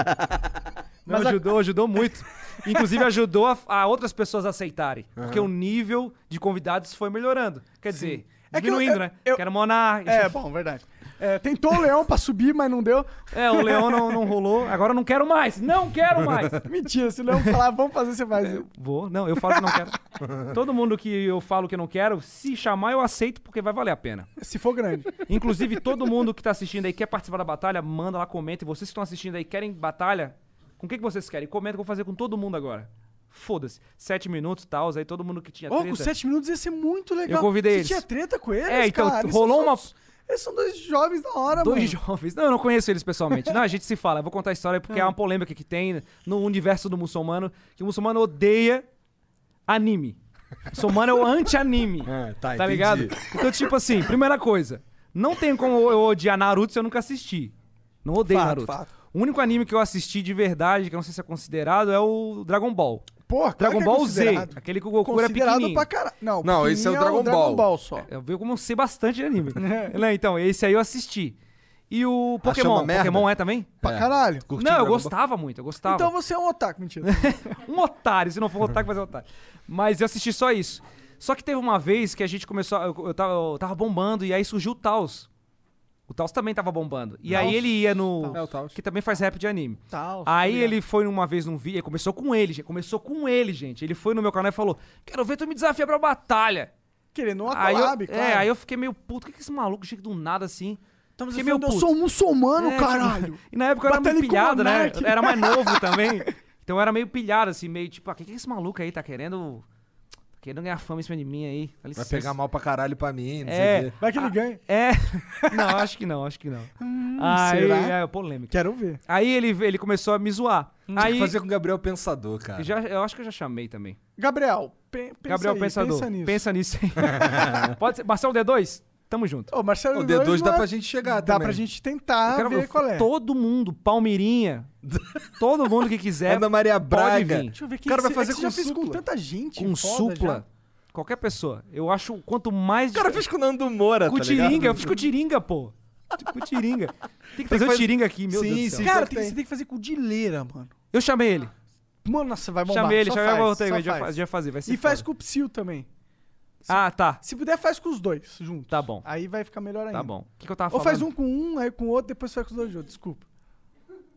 Não, ajudou, [LAUGHS] ajudou muito. Inclusive ajudou a, a outras pessoas a aceitarem. Porque o nível de convidados foi melhorando. Quer dizer, É que eu- diminuindo, eu- né? eu- Quero monarca. É, bom, verdade. É, tentou o leão pra subir, mas não deu. É, o leão não, não rolou. Agora eu não quero mais. Não [LAUGHS] quero mais. Mentira, se o leão falar, vamos fazer, você faz. Vou, não, eu falo que não [LAUGHS] quero. Todo mundo que eu falo que não quero, se chamar eu aceito porque vai valer a pena. Se for grande. É Inclusive, todo mundo que tá assistindo aí quer participar da batalha, manda lá, comenta. E vocês que estão assistindo aí querem batalha, com o que, que vocês querem? Comenta que eu vou fazer com todo mundo agora. Foda-se. Sete minutos, tal, aí todo mundo que tinha Ô, com treta. 7 minutos ia ser muito legal. Eu convidei Você eles. tinha treta com eles, É, então, cara, eles rolou são uma- só- Eles são dois jovens da Tá hora, Dois mano. jovens. Não, eu não conheço eles pessoalmente. Não, a gente se fala. Eu vou contar a história porque é Ah. uma polêmica que tem no universo do muçulmano, que o muçulmano odeia anime. O muçulmano é [LAUGHS] o anti-anime. tá, tá entendi. ligado? Então, tipo assim, primeira coisa. Não tem como eu odiar Naruto se eu nunca assisti. Não odeio Fato, Naruto. fato. O único anime que eu assisti de verdade, que eu não sei se é considerado, é o Dragon Ball. Porra, claro Dragon que é Ball Z, considerado. aquele que o Goku era Considerado pequenininho. pra caralho. Não, Não, esse é o pequenininho Dragon Ball. É, só. Eu vi como eu sei bastante de [LAUGHS] anime. Né, então, esse aí eu assisti. E o Pokémon? uma merda? Pokémon é também? Pra caralho. Curtiu não, eu Dragon Ball? gostava muito, eu gostava. Então você é um otaku, [LAUGHS] mentira. [LAUGHS] Um otário, se não for um otário, vai ser um otário. Mas eu assisti só isso. Só que teve uma vez que a gente começou. Eu, eu tava, eu tava bombando e aí surgiu o Taos. O Taos também tava bombando. E aí ele ia no. É o Taos. Que também faz rap de anime. Tal, Aí tá ligado? ele foi uma vez num vídeo. Começou com ele, gente. Começou com ele, gente. Ele foi no meu canal e falou: Quero ver tu me desafiar pra batalha. Querendo uma aí eu, collab, é, claro. aí eu fiquei meio puto. O que, que esse maluco chega do nada assim? Estamos fiquei meio falando, eu puto. sou um [LAUGHS] muçulmano, É, caralho. E na época eu era Batalha muito com pilhado, né? monarca. Eu Era [LAUGHS] mais novo também. Então eu era meio pilhado, assim, meio tipo, ah, o que, que esse maluco aí tá querendo. tá Querendo ganhar fama em cima de mim aí. Dá Vai licença. pegar mal pra caralho pra mim, não sei É. o quê. Vai que ele ganha. [LAUGHS] É. Não, acho que não, acho que não. aí, Hum, será? é polêmica. Quero ver. Aí ele, ele começou a me zoar. Hum, Tinha aí. que fazer com o Gabriel Pensador, cara. já- eu acho que eu já chamei também. Gabriel, pe- pensa Gabriel aí, Pensador. pensa nisso. [LAUGHS] aí. Pode ser. Marcelo D2? Tamo junto. Ô, Marcelo O D2 D2 não dá é- pra gente chegar Dá também. pra gente tentar Eu quero ver ver qual é. Todo mundo, Palmeirinha, todo mundo [LAUGHS] que quiser. Ana Maria Braga. vir. Deixa eu ver Cara, vai você- fazer com que você já fez com supla. tanta gente. com foda supla. já. Qualquer pessoa. Eu acho quanto mais. O cara fez com o Nando Moura, com tá tiringa, ligado? eu fiz com tiringa, pô. Com tiringa. Tem que fazer o fazer- tiringa aqui, meu Sim, Deus do céu. sim. Cara, Pior que tem- tem. você tem que fazer com dileira, mano. Eu chamei ele. Mano, nossa, vai bombar. chamei ele, só chamei ele, faz, voltei. só A gente vai faz. fa- já fazer, vai ser. E faz foda. com o Psyu também. Ah, tá. Se puder, faz com os dois juntos. Tá bom. Aí vai ficar melhor ainda. Tá bom. O que, que eu tava Ou falando? faz um com um, aí com o outro, depois faz com os dois juntos. Desculpa.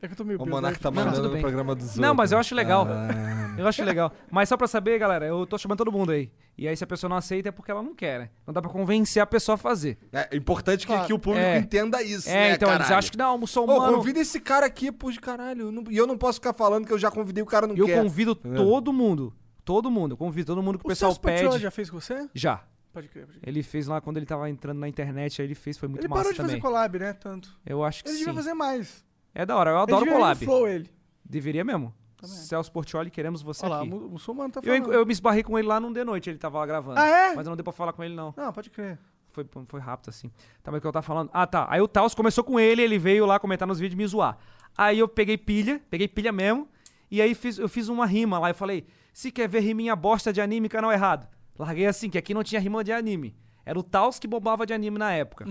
É que eu tô meio O bêbado Monark hoje. tá Não, tudo mandando bem. no programa dos outros. Não, mas eu acho legal. Ah, Eu acho legal. Mas só pra saber, galera, eu tô chamando todo mundo aí. E aí, se a pessoa não aceita, é porque ela não quer, né? Não dá pra convencer a pessoa a fazer. é importante que, Claro. que o público É. entenda isso, é, né, então eles caralho? acham que não, Ô, muçulmano. convida esse cara aqui, pô, de caralho. eu não- E eu não posso ficar falando que eu já convidei o cara não eu quer. convido todo mundo. Todo mundo. Eu convido todo mundo que o, Tá O pessoal Celso Portiolli pede. já fez com você? já. Pode crer, pode crer. Ele fez lá quando ele tava entrando na internet, aí ele fez, foi muito Ele massa parou de também. fazer collab, né? Tanto. Eu acho que Ele sim. devia fazer mais. É da hora, eu ele adoro devia ir no collab. Flow, ele. Deveria mesmo. Também. Celso Portioli, queremos você Olha lá, o aqui. mu- o muçulmano tá Eu, falando. eu me esbarrei com ele lá num de noite, ele tava lá gravando. Ah, é? Mas não deu pra falar com ele, não. Não, pode crer. Foi, foi rápido, assim. Tá, mas o que eu tava falando? Ah, tá. Aí o Taos começou com ele, ele veio lá comentar nos vídeos e me zoar. Aí eu peguei pilha, peguei pilha mesmo, e aí fiz, eu fiz uma rima lá. Eu falei, se quer ver riminha bosta de anime, canal é errado. Larguei assim, que aqui não tinha rima de anime. Era o Taos que bombava de anime na época.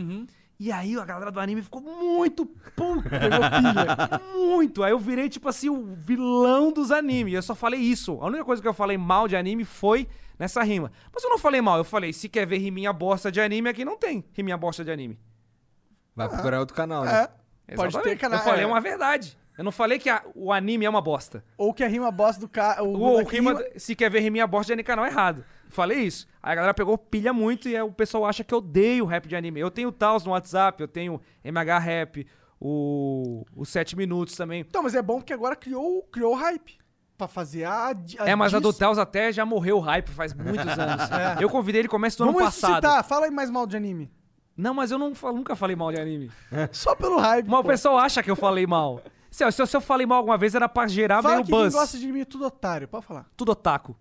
E aí a galera do anime ficou muito puta, pegou pilha. muito. Aí eu virei, tipo assim, o vilão dos animes. Eu só falei isso. A única coisa que eu falei mal de anime foi nessa rima. Mas eu não falei mal, eu falei, se quer ver riminha bosta de anime, aqui não tem riminha bosta de anime. Vai Ah. procurar outro canal, né? É. Pode ter canal. Eu falei é. uma verdade. Eu não falei que a- o anime é uma bosta. Ou que a rima boss do cara. O, Ou daqui rima, se quer ver riminha bosta de anime, canal é errado. Falei isso. Aí a galera pegou pilha muito e aí o pessoal acha que eu odeio rap de anime. Eu tenho o Taos no WhatsApp, eu tenho MH Rap, o, o 7 Minutos também. Então, mas é bom porque agora criou, criou o hype. Pra fazer a. a É, mas a Tá disso. do Taos até já morreu o hype faz muitos anos. [LAUGHS] É. Eu convidei ele começo do Vamos ano passado. ressuscitar. Fala aí mais mal de [LAUGHS] anime. Não, mas eu não fa- nunca falei mal de anime. Só pelo hype. Mas o pô. pessoal acha que eu falei mal. Se eu, se eu- se eu falei mal alguma vez, era pra gerar Fala meio que quem buzz. gosta de anime é tudo otário. Pode falar. Tudo otaku.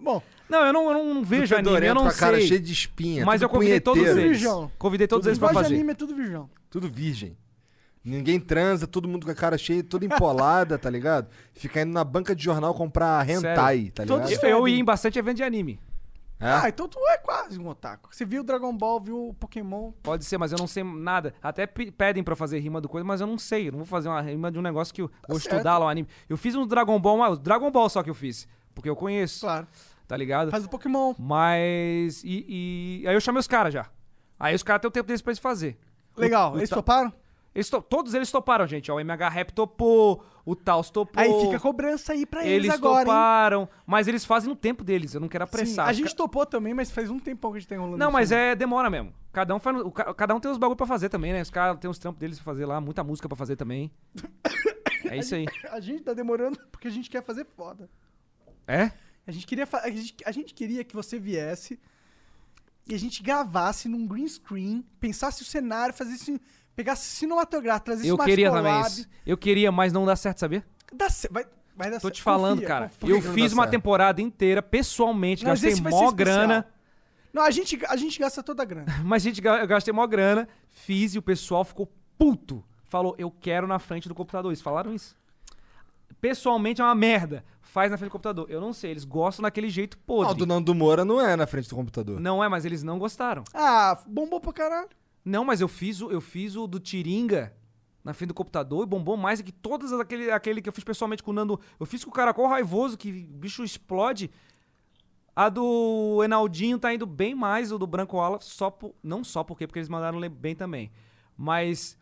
Bom, Não, eu não, eu não vejo anime, eu Fedorento não com a cara sei. cheia de espinha. mas eu tudo convidei todos punheteiro. eles. Virgão. Convidei todos quem eles pra gosta de fazer. anime é tudo virgão. Tudo virgem. Ninguém transa, todo mundo com a cara cheia, toda empolada, tá ligado? Fica indo na banca de jornal comprar hentai, tá ligado? Todos- Eu, eu ia em bastante evento de anime. Ah, É? então tu é quase um otaku. Você viu o Dragon Ball, viu o Pokémon. Pode ser, mas eu não sei nada. Até pe- pedem pra eu fazer rima do coisa, mas eu não sei. Eu não vou fazer uma rima de um negócio que eu Tá vou certo. estudar lá o anime. Eu fiz um Dragon Ball, mas o Dragon Ball só que eu fiz. Porque eu conheço, Claro. tá ligado? Faz o Pokémon. Mas. E, e- Aí eu chamei os caras já. Aí os caras têm o tempo deles pra eles fazer. Legal. Eles toparam? Eles to- Todos eles toparam, gente. Ó, o MH Rap topou, o Taos topou. Aí fica a cobrança aí pra eles, Eles agora, hein? toparam, mas eles fazem no tempo deles. Eu não quero Sim, apressar. a Os gente ca- topou também, mas faz um tempão que a gente tá enrolando. Não, isso, mas né? é demora mesmo. Cada um, faz, o ca- cada um tem os bagulho pra fazer também, né? Os caras têm os trampos deles pra fazer lá, muita música pra [COUGHS] fazer também. É isso aí. A gente tá demorando [LAUGHS] porque a gente quer fazer foda. É? A gente queria, fa- a gente, a gente queria que você viesse e a gente gravasse num green screen, pensasse o cenário, fazesse, pegasse cinematográfico, trazesse Eu uma queria Astrolabe. também isso. Eu queria, mas não dá certo, sabia? Dá ce- vai, vai dar Tô certo. te falando, Confia, cara. confia. eu fiz uma temporada inteira, pessoalmente, Não, mas gastei esse vai ser mó especial. grana. Não, a gente, a gente gasta toda a [LAUGHS] grana. Mas, gente, ga- eu gastei mó grana, fiz e o pessoal ficou puto. Falou, eu quero na frente do computador. Eles falaram isso. Pessoalmente é uma merda. Faz na frente do computador. Eu não sei, eles gostam daquele jeito podre. Não, do Nando Moura não é na frente do computador. Não é, mas eles não gostaram. Ah, bombou pra caralho. Não, mas eu fiz o, eu fiz o do Tiringa na frente do computador e bombou mais do que todas as- aquele, aquele que eu fiz pessoalmente com o Nando. Eu fiz com o Caracol Raivoso, que o bicho explode. A do Enaldinho tá indo bem mais, o do Branco Ala, só por, não só porque, porque eles mandaram le- bem também. Mas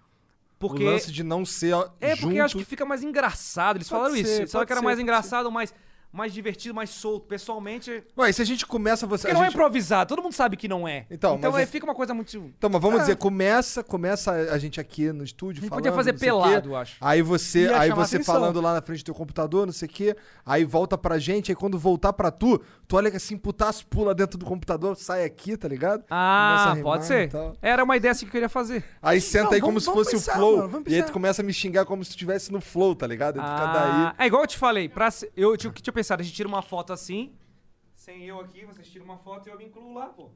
porque... O lance de não ser É, junto... porque eu acho que fica mais engraçado. Eles Pode falaram isso. ser, Eles falaram pode que era ser, mais pode engraçado, mais, mais divertido, mais solto. Pessoalmente... Ué, e se a gente começa... Você, Porque a não é gente- improvisado, todo mundo sabe que não é. Então, mas aí eu- fica uma coisa muito... Então, mas vamos dizer, começa, começa a gente aqui no estúdio É. gente falando, podia fazer não sei o pelado, quê. eu acho. Aí você, Ia aí chamar você atenção. falando lá na frente do teu computador, não sei o quê. Aí volta pra gente, aí quando voltar pra tu, tu olha que assim, putaço, pula dentro do computador, sai aqui, tá ligado? Começa a Ah, rimar pode e ser. tal. Era uma ideia assim que eu queria fazer. Aí senta Não, aí como vamos- se vamos fosse pensar, o flow, mano, vamos e aí pensar. tu começa a me xingar como se tu estivesse no flow, tá ligado? Aí tu fica daí... Ah, é igual eu te falei, pra, se- eu tinha, que tinha pensado, a gente tira uma foto assim, sem eu aqui, vocês tiram uma foto e eu me incluo lá, pô.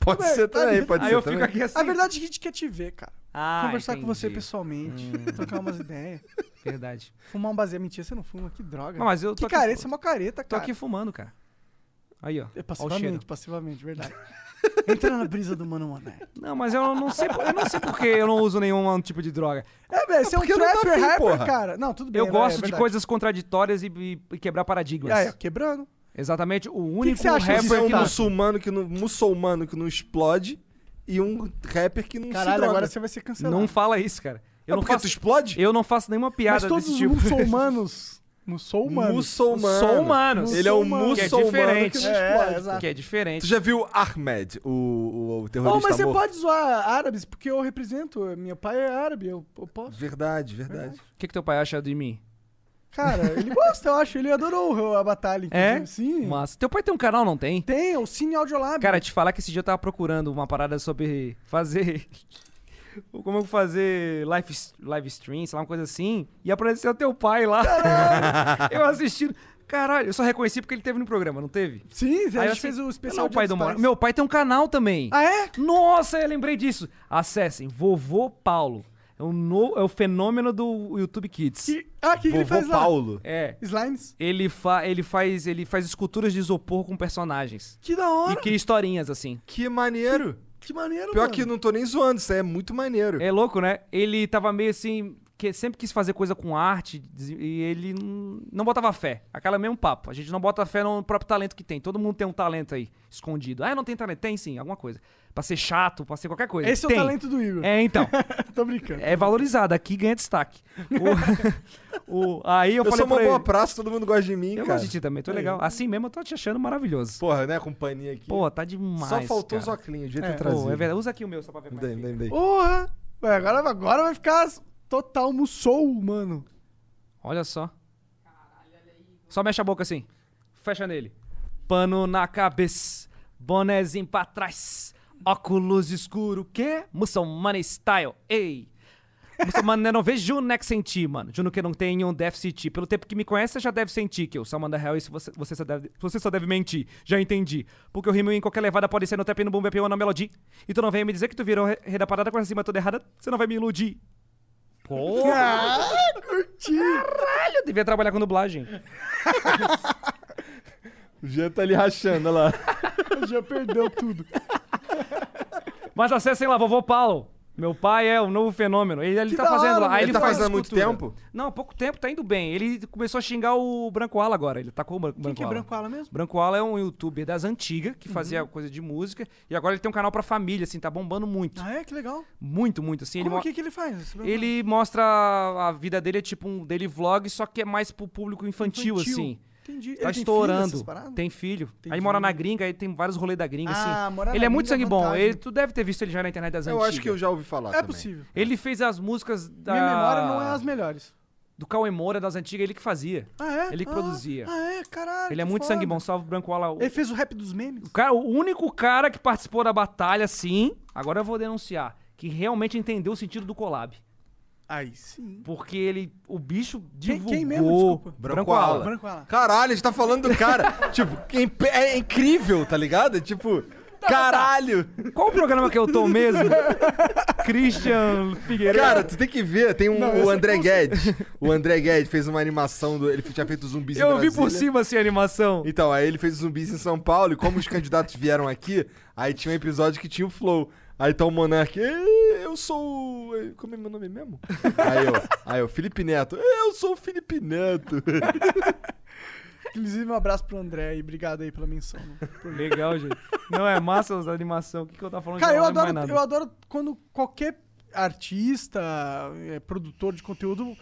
Pode Ué, ser tá também, ali. pode Aí ser eu também. fico aqui assim. A verdade é que a gente quer te ver, cara. Ah, Conversar com você entendi. Hum. pessoalmente, trocar umas ideias. [LAUGHS] Verdade. Fumar um baseia. Mentira, você não fuma, que droga. Não, mas eu tô que aqui careta, fu- você é uma careta, Tô cara. aqui fumando, cara. Aí, É ó. Ó o cheiro. passivamente, passivamente, [LAUGHS] verdade. Entra na brisa do Mano Mané. Não, mas eu não sei, por- eu não sei porque eu não uso nenhum tipo de droga. É, velho, você é um porque não tá trapper afim, rapper, porra. cara. Não, tudo bem. Eu é, gosto é de verdade. coisas contraditórias e, e- e quebrar paradigmas. Aí, ó, quebrando. Exatamente. O que único você acha Existe rapper desse um que não... cara? muçulmano que não, muçulmano que não explode e um rapper que não se Caralho, droga. agora você vai ser cancelado. Não fala isso, cara. Eu É não porque tu faço, explode? eu não faço nenhuma piada Mas todos desse os tipo. [LAUGHS] [LAUGHS] muçulmanos. Não sou humano. Muçulmano. Sou humano. Ele é um Muçulmano. Que é muçulmano que, diferente. não É, explode. exato. Que é diferente. Tu já viu Ahmed, o, o, o Oh, terrorista mas você morto? pode zoar árabes, porque eu represento. Meu pai é árabe, eu, eu posso. Verdade, verdade. O que, que teu pai acha de mim? Cara, ele gosta, eu acho. Ele adorou a batalha, inclusive. É? Sim. Mas teu pai tem um canal, não tem? Tem, é o Cine Audiolab. Cara, te falar que esse dia eu tava procurando uma parada sobre fazer. [LAUGHS] Como fazer live, live stream, sei lá, uma coisa assim. E apareceu teu pai lá. [LAUGHS] eu assistindo. Caralho, eu só reconheci porque ele teve no programa, não teve? Sim, a Aí eu gente assim, fez o "Não, especial o pai Dia do dos Moro. Pais. Meu pai tem um canal também. Ah, é? Nossa, eu lembrei disso. Acessem, Vovô Paulo. É o, no- é o fenômeno do YouTube Kids. Que- Ah, o que, que ele Vovô faz lá? Paulo. É. Slimes. Ele, fa... ele, faz... ele faz esculturas de isopor com personagens. Que da E hora. cria historinhas, assim. Que maneiro. Que maneiro, Pior mano. que não tô nem zoando, isso aí é muito maneiro. É louco, né? Ele tava meio assim. Que sempre quis fazer coisa com arte des- e ele n- não botava fé. Aquela mesmo papo. A gente não bota fé no próprio talento que tem. Todo mundo tem um talento aí, escondido. Ah, não tem talento? Tem sim, alguma coisa. Pra ser chato, pra ser qualquer coisa. Esse é o Tem. talento do Igor. É, então. [LAUGHS] Tô brincando. É valorizado. Aqui ganha destaque. [LAUGHS] O- o- aí eu, eu falei sou uma pra boa ele. praça, todo mundo gosta de mim, Eu cara. É. gosto de ti também, tô legal. Assim mesmo eu tô te achando maravilhoso. Porra, né, companhia aqui. Pô, tá demais. Só faltou cara. os óculos, devia É, ter pô, trazido. Pô, é verdade. Usa aqui o meu só pra ver Me como dei, é me que dei, fica. me dei. Porra! Ué, agora, agora vai ficar total mussou, mano. Olha só. Só mexe a boca assim. Fecha nele. Pano na cabeça, bonézinho pra trás, óculos escuro, que? Muçulmano style, ei! Muçulmano eu não vejo né que senti, mano. Juro que eu não tenho um déficit. Pelo tempo que me conhece, você já deve sentir que eu só mando real e se você, você, só deve, você só deve mentir. Já entendi. Porque o rimo em qualquer levada pode ser no trap, no boom, bap ou na melodia. E tu não vem me dizer que tu virou re- rei da parada com essa cima toda errada, você não vai me iludir. Porra! Caralho, eu devia trabalhar com dublagem. O Jean tá ali rachando, [LAUGHS] olha lá. Já perdeu tudo. Mas acessem lá, vovô Paulo. Meu pai é o novo fenômeno. Ele, ele Que tá da fazendo hora, lá. Aí Ele tá faz fazendo há muito escultura. tempo? Não, há pouco tempo, tá indo bem. Ele começou a xingar o Branco Ala agora. Ele tacou o Bran- Quem Branco que é Ala. branco ala Uhum. mesmo? Branco Ala é um youtuber das antigas, que fazia coisa de música. E agora ele tem um canal pra família, assim, tá bombando muito. Ah, é? Que legal. Muito, muito, assim. ele Como é mo- que, que ele faz? esse branco ele mostra a a vida dele, é tipo um daily vlog, só que é mais pro público ala? infantil, assim. Entendi. Ele Tá tem filho, estourando. essas paradas? Tem filho. Aí Entendi. mora na gringa, aí tem vários rolês da gringa, Ah, assim. morar na Ele é muito gringa é sangue bom. vantagem. Ele, tu deve ter visto ele já na internet das Eu antigas. acho que eu já ouvi falar É também. possível. Ele fez as músicas da. Minha memória não é as melhores. do Cauê Moura das antigas, ele que fazia. Ah, é? Ele que Ah, produzia. Ah, é? Caralho. Ele é que muito foda. sangue bom, salve Branco Ala. O, Ele fez o rap dos memes. o cara- o único cara que participou da batalha, sim, agora eu vou denunciar, que realmente entendeu o sentido do collab. Aí sim. Porque ele, o bicho Quem- divulgou... quem mesmo? Desculpa. Branco, Branco Ala. Ala. Branco Ala. Caralho, a gente tá falando do cara. [LAUGHS] tipo, é, imp- é incrível, tá ligado? Tipo, caralho. Qual o programa que eu [LAUGHS] tô mesmo? Christian Figueiredo. Cara, tu tem que ver, tem um, Não, o essa André com Guedes. O André Guedes fez uma animação, do, ele um tinha feito zumbis em eu vi por Brasília. cima assim a animação. Então, aí ele fez os zumbis em São Paulo, e como os candidatos vieram aqui, aí tinha um episódio que tinha o Flow. Aí tá o Monark, "Ê, eu sou. o- Como é meu nome mesmo? aí eu, aí eu, Felipe Neto, "Ê, eu sou o Felipe Neto. [LAUGHS] Inclusive, um abraço pro André e obrigado aí pela menção. [LAUGHS] né? Legal, gente. Não, é massa essa animação. O que, que eu tava falando? Cara, que eu não lembro é mais adoro, eu nada. adoro quando qualquer artista, é, produtor de conteúdo,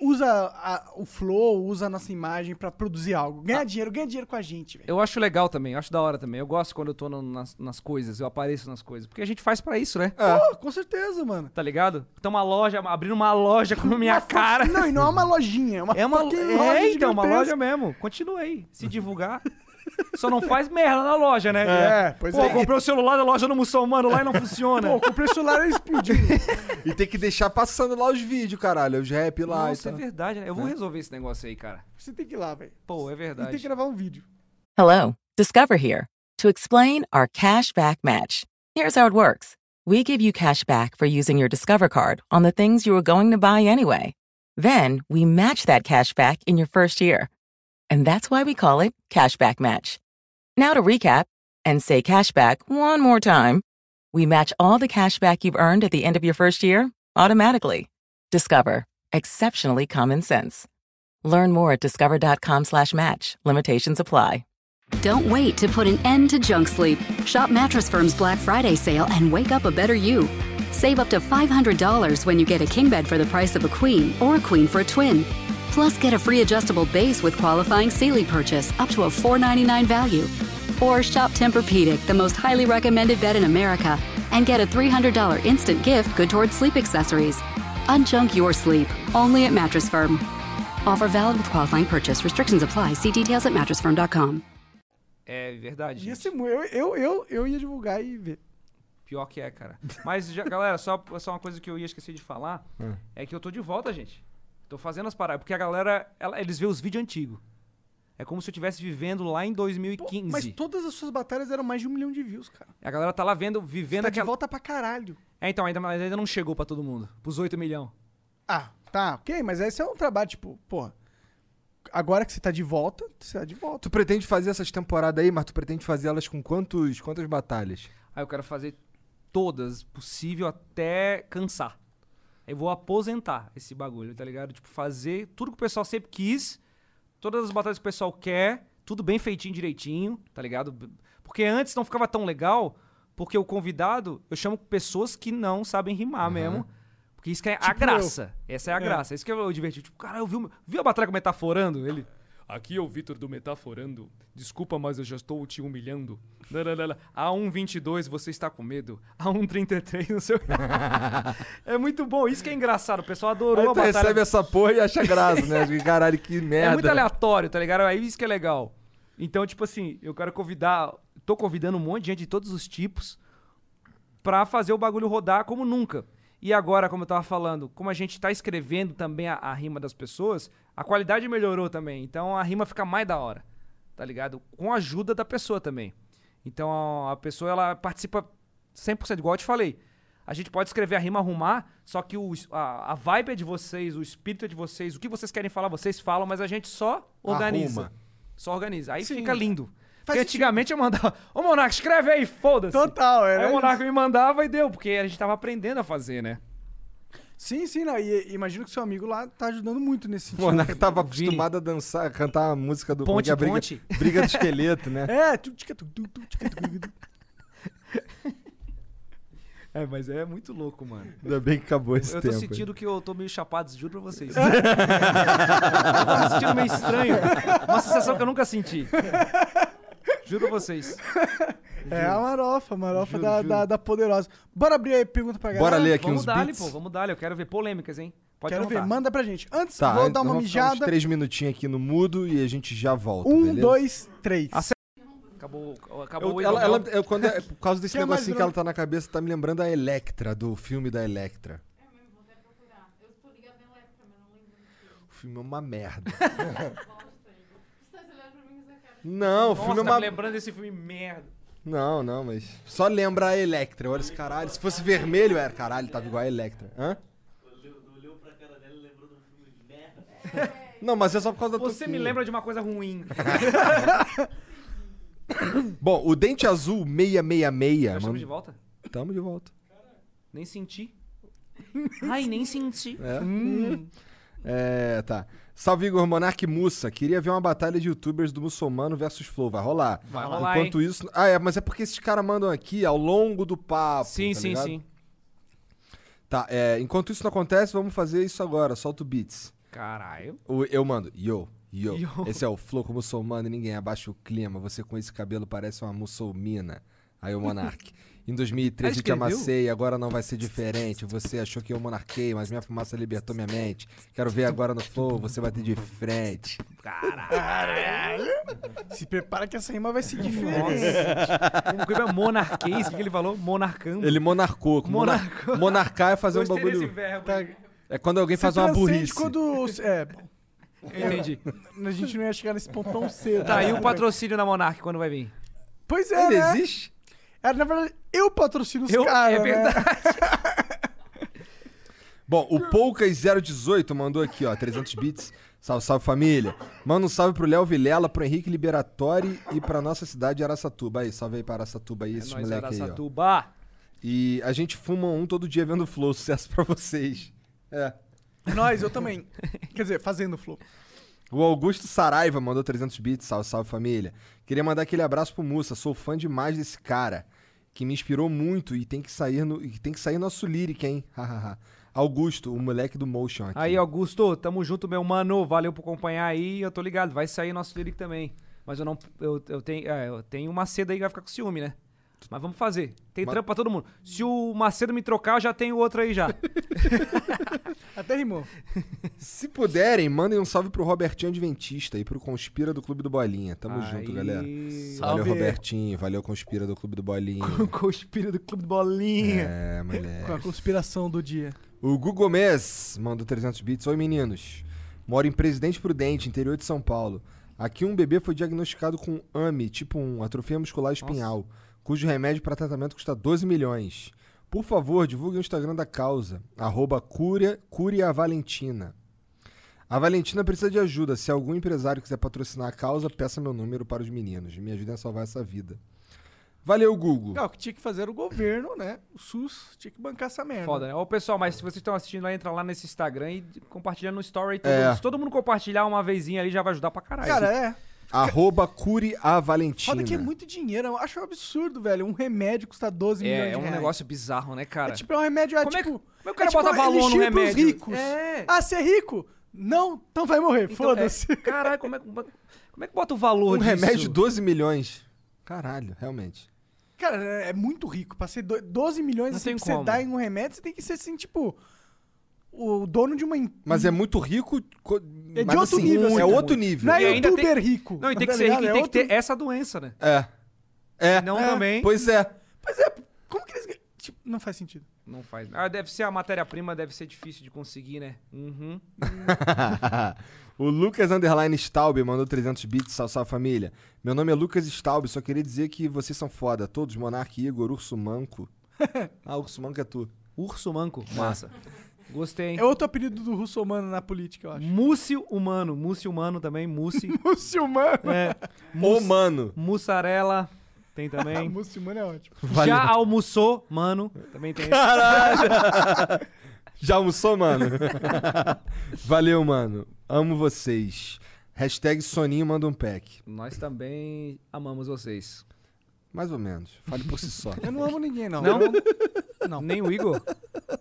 usa a- o flow, usa a nossa imagem pra produzir algo. Ganhar Ah. dinheiro, ganha dinheiro com a gente, velho. Eu acho legal também, eu acho da hora também. Eu gosto quando eu tô no- nas, nas coisas, eu apareço nas coisas. Porque a gente faz pra isso, né? Pô, com certeza, mano. Tá ligado? Então uma loja, abrindo uma loja com a minha cara. Não, e não é uma lojinha, é uma É uma fucking loja. É, então, uma gigantesca. loja mesmo. Continua aí, se divulgar. Só não faz merda na loja, né? É, pois Pô, é. Um comprei o celular da loja no muçulmano lá e não [LAUGHS] funciona. Pô, comprei o celular e explodiu. E tem que deixar passando lá os vídeos, caralho, os rap lá. Nossa, e é então. tal. verdade, né? Eu vou resolver esse negócio aí, cara. Você tem que ir lá, velho. Pô, é E tem verdade. que gravar um vídeo. Hello, Discover here to explain our cash back match. Here's how it works we give you cash back for using your Discover card on the things you were going to buy anyway. Then we match that cash back in your first year. And that's why we call it Cashback Match. Now to recap and say cashback one more time. We match all the cash back you've earned at the end of your first year automatically. Discover. Exceptionally common sense. Learn more at discover.com slash match. Limitations apply. Don't wait to put an end to junk sleep. Shop Mattress Firm's Black Friday sale and wake up a better you. Save up to $500 when you get a king bed for the price of a queen or a queen for a twin. Plus, get a free adjustable base with qualifying Sealy purchase up to a $499 value. Or shop Tempur-Pedic, the most highly recommended bed in America, and get a $300 instant gift good toward sleep accessories. Unjunk your sleep, only at Mattress Firm. Offer valid with qualifying purchase. Restrictions apply. See details at mattressfirm.com. É verdade. Ia gente. ser mu- eu, eu, eu, eu ia divulgar e ver. Pior que é, cara. Mas, já- galera, só, só uma coisa que eu ia esquecer de falar é que eu tô de volta, gente. Tô fazendo as paradas. Porque a galera, ela- eles vê os vídeos antigos. É como se eu estivesse vivendo lá em Pô, 2015. Mas todas as suas batalhas eram mais de um milhão de views, cara. A galera tá lá vendo, vivendo Tá de aquela. volta pra caralho. É, então, ainda, mas ainda não chegou pra todo mundo. Pros 8 milhões. Ah, tá, ok, mas esse é um trabalho, tipo, porra. Agora que você tá de volta, você tá de volta. Tu pretende fazer essas temporadas aí, mas tu pretende fazer elas com quantos, quantas batalhas? Aí eu quero fazer todas possível até cansar. Eu vou aposentar esse bagulho, tá ligado? Tipo, fazer tudo que o pessoal sempre quis, todas as batalhas que o pessoal quer, tudo bem feitinho, direitinho, tá ligado? Porque antes não ficava tão legal, porque o convidado, eu chamo pessoas que não sabem rimar mesmo. Porque isso que é a graça. Essa é a graça. Isso que eu diverti. Tipo, cara, eu vi, o- vi a batalha com o Metaforando? Ele. Aqui é o Vitor do Metaforando. Desculpa, mas eu já estou te humilhando. Lalalala. A 1,22 você está com medo. A 1,33 não sei o [LAUGHS] É muito bom. Isso que é engraçado. O pessoal adorou Aí a tu batalha. recebe essa porra e acha graça, né? Que Caralho, que merda. né? É muito aleatório, tá ligado? Aí isso que é legal. Então, tipo assim, eu quero convidar. Tô convidando um monte de gente de todos os tipos pra fazer o bagulho rodar como nunca. E agora, como eu tava falando, como a gente tá escrevendo também a, a rima das pessoas, a qualidade melhorou também. Então a rima fica mais da hora, tá ligado? Com a ajuda da pessoa também. Então a, a pessoa, ela participa 100%, igual eu te falei. A gente pode escrever a rima, arrumar, só que o, es- a, a vibe é de vocês, o espírito é de vocês, o que vocês querem falar, vocês falam, mas a gente só organiza. Arruma. Só organiza. Aí Sim. fica lindo. Faz Porque antigamente eu mandava, ô Monarca, escreve aí, foda-se. Total, Aí era. o Monarca me mandava e deu, porque a gente tava aprendendo a fazer, né? isso. Sim, sim, não. E, e imagino que seu amigo lá tá ajudando muito nesse O sentido. Monark tava acostumado a dançar, a cantar a música do Ponte, como que é a ponte. briga, briga do esqueleto, né? É, tu tica, tu, tu, tu, tica, tu, tu, tu. É, mas é muito louco, mano. Ainda bem que acabou esse Eu tô tempo. aí. sentindo que eu tô meio chapado, juro pra [LAUGHS] vocês. eu tô me sentindo meio estranho. Uma sensação que eu nunca senti. Juro pra vocês. É a marofa, a marofa Juro, da, juro. Da, da poderosa. Bora abrir aí pergunta pra galera. Bora ler aqui vamos uns dar beats. pô, vamos dar Eu quero ver polêmicas, hein? Pode Quero ver, perguntar. manda pra gente. Antes, Tá, vou então dar uma vamos ficar uns mijada. três minutinhos aqui no mudo e a gente já volta. Um, beleza? dois, três. Acabou, acabou Eu, o ela, Igor. ela- eu- quando é- por causa desse Quer mais um? negocinho que drama? ela tá na cabeça, tá me lembrando a Electra, do filme da Electra. O filme é uma merda. Não, o Nossa, filme é tá uma. me lembrando desse filme merda. Não, não, mas. Só lembra a Electra. Olha esse caralho. Se fosse vermelho, era caralho, tava igual a Electra. Hã? [LAUGHS] Não, mas é só por causa da tua- Você me lembra de uma coisa [LAUGHS] ruim. Bom, o Dente Azul 666. Nós mano. estamos de volta? Tamo de volta. Nem senti. Ai, nem senti. É. É, tá. Salve Igor Monark Mussa. Queria ver uma batalha de youtubers do muçulmano versus Flow. Vai rolar. Vai rolar, Enquanto isso. Ah, é, mas é porque esses caras mandam aqui ao longo do papo. Sim, tá sim, ligado? sim. Tá, é, enquanto isso não acontece, vamos fazer isso agora. Solta o beats. Caralho. O- eu mando. Yo, yo. Yo. Esse é o Flow com muçulmano e ninguém abaixa o clima. Você com esse cabelo parece uma muçulmina. Aí o Monark. Em 2013 eu Ah, te escreveu? amassei, agora não vai ser diferente. Você achou que eu monarquei, mas minha fumaça libertou minha mente. Quero ver agora no Flow, você bater de frente. Se prepara que essa rima vai ser diferente. O Cuiba é monarquês. O que que ele falou? Monarcando. Ele monarcou. Monar- Monarcar é fazer um Gostei desse bagulho. verbo. Tá. É quando alguém faz Você uma transcende burrice. quando... É, bom, Eu entendi. a gente não ia chegar nesse ponto tão cedo. Tá, e o Tudo patrocínio da Monark, quando vai vir? bem. Pois é, Ainda né? existe? É, na verdade, eu patrocino os Eu- caras, é verdade. Né? Bom, o Poucas018 mandou aqui, ó, 300 bits. Salve, salve família. Manda um salve pro Léo Vilela, pro Henrique Liberatori e pra nossa cidade Araçatuba. Aí, salve aí pra Araçatuba aí, esses Nós moleques aí, ó. É Araçatuba. E a gente fuma um todo dia vendo o Flow. [LAUGHS] Sucesso pra vocês. É. [LAUGHS] Nós, eu também. Quer dizer, fazendo flow. O Augusto Saraiva mandou 300 bits. Salve, salve família. Queria mandar aquele abraço pro Mussa. Sou fã demais desse cara. Que me inspirou muito e tem que sair, no, e tem que sair nosso lyric, hein? [LAUGHS] Hahaha. Augusto, o moleque do Motion aqui. Aí, Augusto, tamo junto, meu mano. Valeu por acompanhar aí. Eu tô ligado, vai sair nosso lyric também. Mas eu não. Eu, eu tenho, é, eu tenho uma seda aí que vai ficar com ciúme, né? Mas vamos fazer. Tem Mas- trampo pra todo mundo. Se o Macedo me trocar, eu já tenho outro aí já. Até rimou. Se puderem, mandem um salve pro Robertinho Adventista e pro Conspira do Clube do Bolinha. Tamo junto, Aí. galera. Valeu, Robertinho. Valeu, Conspira do Clube do Bolinha. Conspira do Clube de Bolinha. é, moleque. Com a conspiração do dia. O Gu Gomes mandou 300 bits. Oi, meninos. Moro em Presidente Prudente, interior de São Paulo. Aqui um bebê foi diagnosticado com AMI, tipo 1, atrofia muscular espinhal, cujo remédio para tratamento custa 12 milhões. Por favor, divulgue o Instagram da causa, arroba Cúria, Cúria Valentina. A Valentina precisa de ajuda. Se algum empresário quiser patrocinar a causa, peça meu número para os meninos. Me ajudem a salvar essa vida. Valeu, Google. Ah, o que tinha que fazer era o governo, né? O SUS tinha que bancar essa merda. Foda, né? Ô, pessoal, mas se vocês estão assistindo aí, entra lá nesse Instagram e compartilha no story. Todo É. mundo. Se todo mundo compartilhar uma vezinha ali, já vai ajudar pra caralho. Cara, é. Arroba Cure a Valentina. Foda que é muito dinheiro. Eu acho um absurdo, velho. Um remédio custa 12 milhões é, de é um reais. negócio bizarro, né, cara? É tipo, é um remédio, é Como é que- tipo... como é que o cara é tipo bota um valor no elixir pros remédio? ricos. É. Ah, você é rico? Não, então vai morrer. Então, Foda-se. é, [LAUGHS] caralho, como é, como é- como é que bota o valor Um disso? remédio de 12 milhões. Caralho, realmente. [LAUGHS] Cara, é é muito rico. Pra ser do- 12 milhões Não assim, tem pra você como. dar em um remédio, você tem que ser assim, tipo... O dono de uma... em- Mas é muito rico. co- É de mas, outro assim, nível, É assim, outro muito. nível. Não é E ainda youtuber tem- rico. Não, e tem tá que ser rico ligado? e É tem que ter outro- essa doença, né? É. É. Não É. também. Pois é. [LAUGHS] Pois é, como que eles... ganham? Tipo, não faz sentido. Não faz. Ah, deve ser a matéria-prima, deve ser difícil de conseguir, né? Uhum. o Lucas Underline Staub mandou 300 bits, salve, salve família. Meu nome é Lucas Staub, só queria dizer que vocês são foda. Todos, Monark, Igor, Urso [LAUGHS] Manco. ah, Urso Manco é tu. Urso manco. Massa. Gostei, hein? É outro apelido do russomano na política, eu acho. Múcio humano. Múcio humano também. [LAUGHS] Múcio. Muçulmano. é. Ô, mano. Mussarela. Tem [LAUGHS] também. Muçulmano é ótimo. Valeu. Já almoçou, mano. Também tem. esse. Já almoçou, mano? [LAUGHS] Valeu, mano. Amo vocês. Hashtag Soninho manda um pack. Nós também amamos vocês. Mais ou menos. Fale por si só. Eu não amo ninguém, não. Não? Não. Nem o Igor,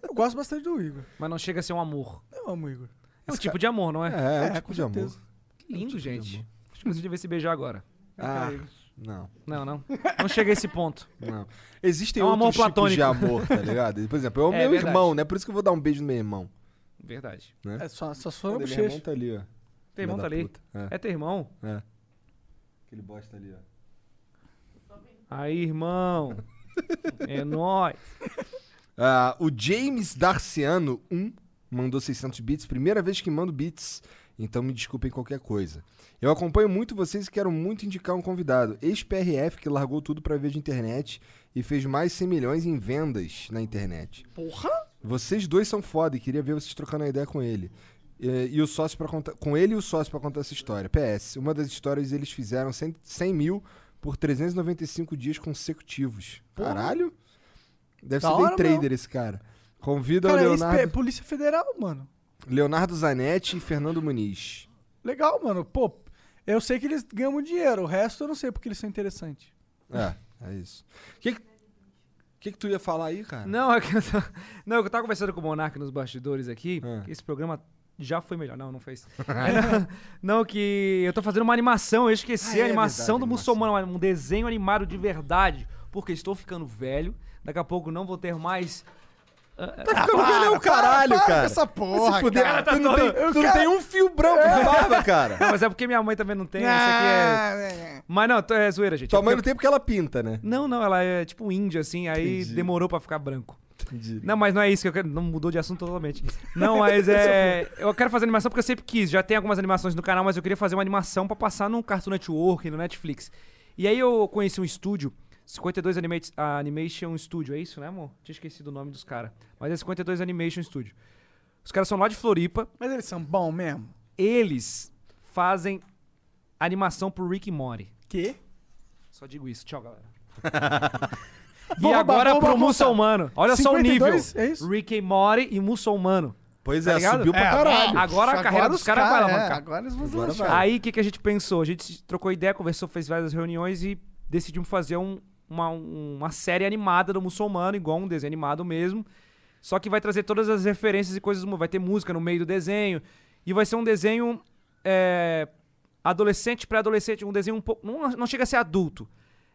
Eu gosto bastante do Igor. mas não chega a ser um amor. Eu amo o Igor. É um tipo de amor, não É, é? tipo é um [LAUGHS] É, tipo com de amor. certeza. Que lindo, gente. Acho que a gente devia se beijar agora. É, Ah, não. [LAUGHS] Não, não. Não chega a esse ponto. Não. Existem É um amor outros tipos de platônico. amor, tá ligado? Por exemplo, eu amo [LAUGHS] É meu verdade. irmão, né? Por isso que eu vou dar um beijo no meu irmão. Verdade. Né? É só, só só Cadê? na Meu bochecha. irmão tá ali, ó. Teu um Filha irmão tá da ali. puta. É. É teu irmão? É. Aquele bosta ali, ó. [LAUGHS] Aí, irmão. é nóis. Ah, o James Darciano 1 mandou 600 bits. Primeira vez que mando bits. Então me desculpem qualquer coisa. Eu acompanho muito vocês e quero muito indicar um convidado. Ex-PRF que largou tudo pra ver de internet e fez mais 100 milhões em vendas na internet. Porra! Vocês dois são foda e queria ver vocês trocando a ideia com ele. Eh, E, o sócio para contar. Com ele e o sócio pra contar essa história. PS, uma das histórias eles fizeram 100, 100 mil por 395 dias consecutivos. Porra. Caralho! Deve Da ser day hora trader mesmo. esse cara. Convida Cara, o esse é Leonardo, Polícia Federal, mano. Leonardo Zanetti e Fernando Muniz. Legal, mano. Pô, eu sei que eles ganham muito dinheiro. O resto eu não sei porque eles são [LAUGHS] interessantes. É, é isso. O que, que, que que tu ia falar aí, cara? Não, é que eu tava, [LAUGHS] não, é que eu tava conversando com o Monark nos bastidores aqui. Ah. que Esse programa já foi melhor. Não, não [LAUGHS] fez. não, não, que eu tô fazendo uma animação. Eu esqueci Ah, é a animação verdade, do a muçulmano. Um desenho animado de verdade. Porque estou ficando velho. Daqui a pouco não vou ter mais... ah, Tá ficando velho é o caralho, para com cara. essa porra, Vai se fuder. cara. Tu, não tem, tu não tem um fio branco de barba, cara. Não, mas é porque minha mãe também não tem. isso Ah, aqui é- Mas não, tô- é zoeira, gente. Ah. Tua É mãe porque- não tem porque ela pinta, né? Não, não, ela é tipo índia, assim, aí Entendi. demorou pra ficar branco. Entendi. Não, mas não é isso que eu quero. Não mudou de assunto totalmente. Não, mas é. Eu quero fazer animação porque eu sempre quis. Já tem algumas animações no canal, mas eu queria fazer uma animação pra passar no Cartoon Network, no Netflix. E aí eu conheci um estúdio, 52 Animate, ah, Animation Studio, é isso, né, amor? Tinha esquecido o nome dos caras. Mas é 52 Animation Studio. Os caras são lá de Floripa. Mas eles são bons mesmo. Eles fazem animação pro Rick and Morty. Que? Só digo isso. [LAUGHS] Tchau, galera. e Vou roubar, agora vou roubar, pro vou muçulmano. Olha 52, só o nível. é isso? Rick and Morty e muçulmano. Pois Tá é, ligado? subiu pra caralho. Agora a carreira dos caras vai é, alavancar. Agora eles vão Agora deslanchar. vai. Aí o que, que a gente pensou? A gente trocou ideia, conversou, fez várias reuniões e decidimos fazer um- uma, uma série animada do muçulmano, igual um desenho animado mesmo. Só que vai trazer todas as referências e coisas. Vai ter música no meio do desenho. E vai ser um desenho é, adolescente, pré-adolescente, um desenho um pouco. Não, não chega a ser adulto.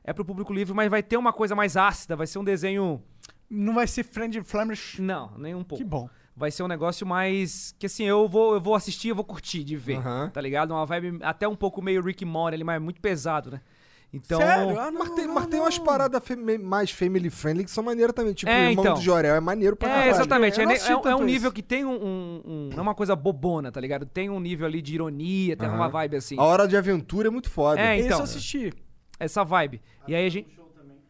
É pro público livre, mas vai ter uma coisa mais ácida. Vai ser um desenho. Não vai ser Friend Flemish. Não, nem um pouco Que bom. vai ser um negócio mais que assim, eu vou, eu vou assistir, eu vou curtir de ver, Aham. tá ligado? Uma vibe até um pouco meio Rick Morty ali, mas é muito pesado, né? Então, Sério? Ah, não, Mas tem, não, mas tem não. umas paradas fami- mais family friendly que são maneiras também. Tipo, É, o irmão então. do Jorel é maneiro pra é caralho. exatamente, Eu é, não ne- assisti é um- é tanto um nível isso. que tem um, um- um- não é uma coisa bobona, tá ligado? Tem um nível ali de ironia, tem uma vibe assim. A hora de aventura é muito foda. É, Esse eu então, assisti. essa vibe. E aí a gente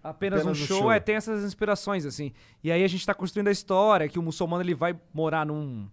Apenas, Apenas um um show, show. É, tem essas inspirações, assim. E aí a gente tá construindo a história que o muçulmano ele vai morar num,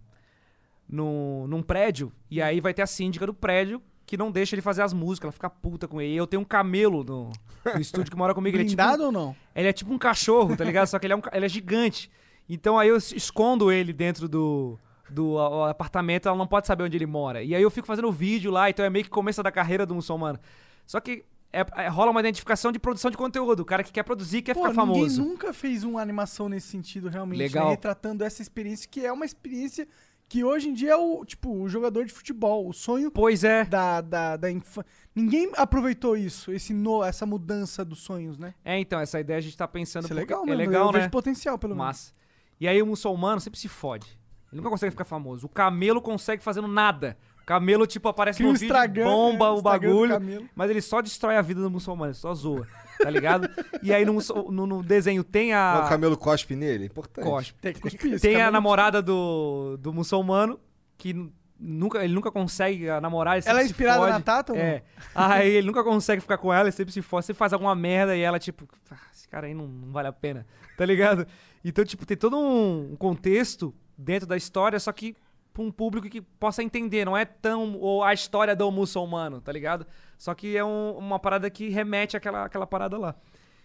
num, num prédio, e aí vai ter a síndica do prédio que não deixa ele fazer as músicas, ela fica puta com ele. E eu tenho um camelo no, no [LAUGHS] estúdio que mora comigo. Ele é, tipo, Blindado ou não? ele é tipo um cachorro, tá ligado? Só que ele é, um ca- ele é gigante. Então aí eu es- escondo ele dentro do, do a- a- apartamento, ela não pode saber onde ele mora. E aí eu fico fazendo vídeo lá, então é meio que começo da carreira do muçulmano. Só que é- é- rola uma identificação de produção de conteúdo. O cara que quer produzir, quer Pô, ficar ninguém famoso. nunca fez uma animação nesse sentido, realmente. Legal. né? Retratando essa experiência, que é uma experiência que hoje em dia é o, tipo, o jogador de futebol, o sonho Pois é. da, da, da infância. Ninguém aproveitou isso, esse no, essa mudança dos sonhos, né? É, então, essa ideia a gente tá pensando. Isso é porque legal, mano. É legal, eu né? vejo potencial, pelo menos. Massa. E aí o muçulmano sempre se fode. Ele nunca consegue ficar famoso. O camelo consegue fazendo nada. O camelo, tipo, aparece Cria no um vídeo, Instagram, bomba é, o Instagram do bagulho. camelo. Mas ele só destrói a vida do muçulmano, ele só zoa. Tá [LAUGHS] ligado? e aí no, muçul- no- no desenho tem é O a. camelo cospe nele, importante. Cospe. Tem que cuspir é esse Tem a cabelo. namorada do, do muçulmano, que nu- nunca, ele nunca consegue a namorar. Ele sempre Ela é se inspirada fode. na Tata ou não? É. Aí ele nunca consegue ficar com ela, ele sempre se fode. Você faz alguma merda e ela, tipo, "Ah, esse cara aí não, não vale a pena, tá ligado? Então, tipo, tem todo um um contexto dentro da história, só que pra um público que possa entender. Não é tão ou a história do muçulmano, tá ligado? Só que é um- uma parada que remete àquela, àquela parada lá.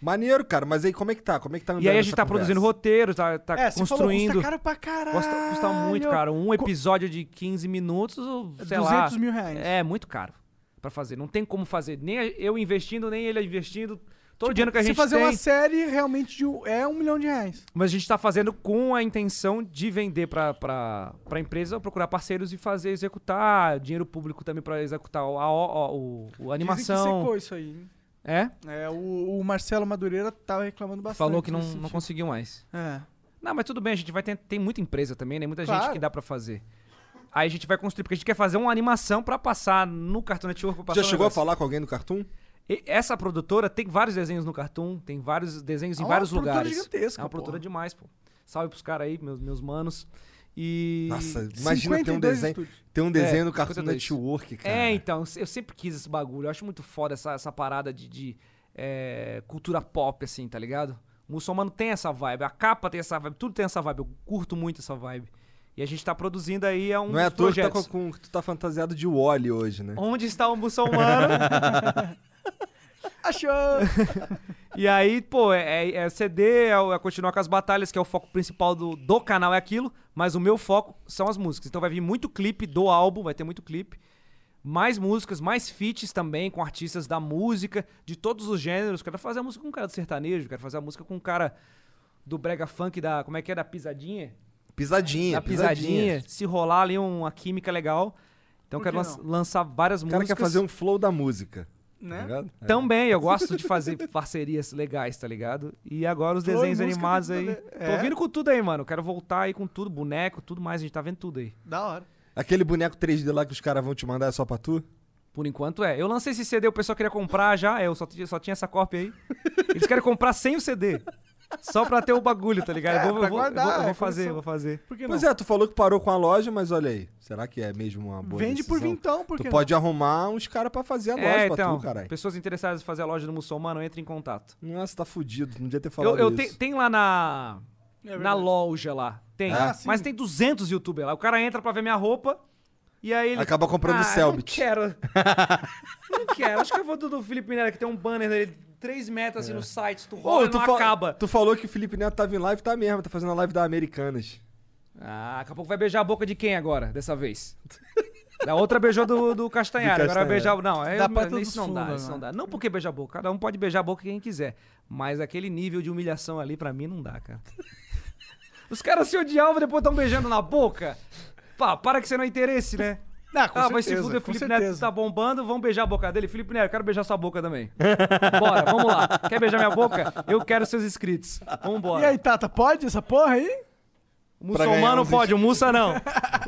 Maneiro, cara. Mas aí como é que tá? Como é que tá andando E aí a gente essa tá conversa? produzindo roteiro, tá, tá É, você falou, construindo. custa caro pra caralho. Custa, custa muito, cara. Um episódio de 15 minutos, ou, sei 200 lá. mil reais. É muito caro pra fazer. Não tem como fazer. Nem eu investindo, nem ele investindo. Todo Tipo, dinheiro que a Se gente fazer tem. uma série, realmente de um- é um milhão de reais. Mas a gente tá fazendo com a intenção de vender pra, pra, pra empresa, procurar parceiros e fazer executar. Dinheiro público também pra executar a, a- a- o, o- Dizem a que animação. secou isso aí. hein? É? É, o, o Marcelo Madureira tava reclamando bastante. Falou que não, nesse não sentido. conseguiu mais. É. Não, mas tudo bem, a gente vai ter. Tem muita empresa também, né? Muita Claro. gente que dá pra fazer. Aí a gente vai construir, porque a gente quer fazer uma animação pra passar no Cartoon Network. Pra passar Já no chegou a negócio. falar com alguém do Cartoon? E essa produtora tem vários desenhos no Cartoon, tem vários desenhos É em uma vários produtora lugares. gigantesca, É uma pô. produtora demais, pô. Salve pros caras aí, meus, meus manos. E. Nossa, imagina ter um 52 desenho, estúdios. ter um desenho do É, Cartoon 52. Network, cara. É, então, eu sempre quis esse bagulho. Eu acho muito foda essa, essa parada de, de, é, cultura pop, assim, tá ligado? O muçulmano tem essa vibe, a capa tem essa vibe, tudo tem essa vibe. Eu curto muito essa vibe. E a gente tá produzindo aí é um Não é à dos toa que tá projetos. com- com- tu tá fantasiado de Wally hoje, né? Onde está o [LAUGHS] muçulmano? [LAUGHS] Achou! e aí, pô, é, é CD, é, o- é continuar com as batalhas, que é o foco principal do, do canal, é aquilo. Mas o meu foco são as músicas. Então vai vir muito clipe do álbum, vai ter muito clipe. mais músicas, mais feats também com artistas da música, de todos os gêneros. Quero fazer a música com um cara do sertanejo, quero fazer a música com um cara do brega funk, da. Como é que é? Da pisadinha? Pisadinha, da pisadinha. Se rolar ali uma química legal. Então quero que lan- lançar várias O cara músicas. Né? Então- quer fazer um flow da música. né? Tá ligado? É. Também, eu gosto de fazer [LAUGHS] parcerias legais, tá ligado? E agora os Flor e desenhos música animados tem aí. tudo a ver. É. Tô vindo com tudo aí, mano. Quero voltar aí com tudo, boneco, tudo mais. A gente tá vendo tudo aí. Da hora. Aquele boneco 3D lá que os caras vão te mandar é só pra tu? Por enquanto é. Eu lancei esse CD, o pessoal queria comprar já, É, eu só, tinha- só tinha essa cópia aí. Eles querem comprar sem o CD. Só pra ter o bagulho, tá ligado? É, eu vou, pra eu vou, guardar, eu vou- eu vou é fazer, coleção. eu vou fazer. Por que Pois não? é, tu falou que parou com a loja, mas olha aí. Será que é mesmo uma boa Vende por decisão? vintão, por Tu que não? pode arrumar uns caras pra fazer a loja É, pra então, tu, caralho. pessoas interessadas em fazer a loja do muçulmano, entre em contato. Nossa, tá fudido. Não devia ter falado Eu, eu te- isso. tem lá na É na verdade. loja lá, tem. Ah, mas sim. tem 200 youtubers lá. O cara entra pra ver minha roupa e aí ele Acaba comprando ah, Selbit. [LAUGHS] Não quero. não quero. Acho que eu vou do, do Felipe Minera que tem um banner dele 3 metros assim no site, tu rola É. Ô, e não fa- acaba. tu falou que o Felipe Neto tava em live, tá mesmo, tá fazendo a live da Americanas. Ah, daqui a pouco vai beijar a boca de quem agora, dessa vez? Da outra beijou do, do Castanhari, Do agora vai beijar. Castanhari. Não, é, Da porta dos isso não dá, fundos, isso né? não dá. Não porque beijar a boca, cada um pode beijar a boca quem quiser. Mas aquele nível de humilhação ali, pra mim, não dá, cara. Os caras se odiavam e depois estão beijando na boca. Pá, para que você não é interesse, né? Não, com ah, mas se certeza, fuder, com Felipe Neto certeza. tá bombando, vamos beijar a boca dele. Felipe Neto, eu quero beijar sua boca também. Bora, vamos lá. Quer beijar minha boca? Eu quero seus inscritos. Vambora. E aí, Tata, pode essa porra aí? O Pra ganhar muçulmano uns pode, o Mussa [LAUGHS] não.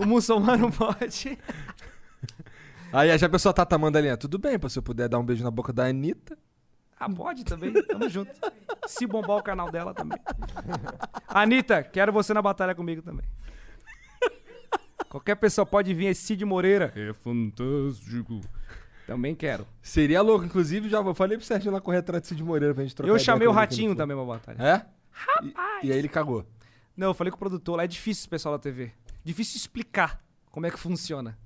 O muçulmano pode. Aí já a pessoa tá tamando ali, tudo bem, pô, se eu puder dar um beijo na boca da Anitta. Ah, pode também. Tamo junto. Se bombar o canal dela também. Anitta, quero você na batalha comigo também. Qualquer pessoa pode vir, é Cid Moreira. É fantástico. Também quero. Seria louco, inclusive, já eu falei pro Sérgio lá correr atrás de Cid Moreira pra gente trocar Eu ideia chamei o com ele aqui no Ratinho fundo. também pra batalha. É? E, e aí ele cagou. Não, eu falei com o produtor lá, é difícil o pessoal da TV. Difícil explicar como é que funciona.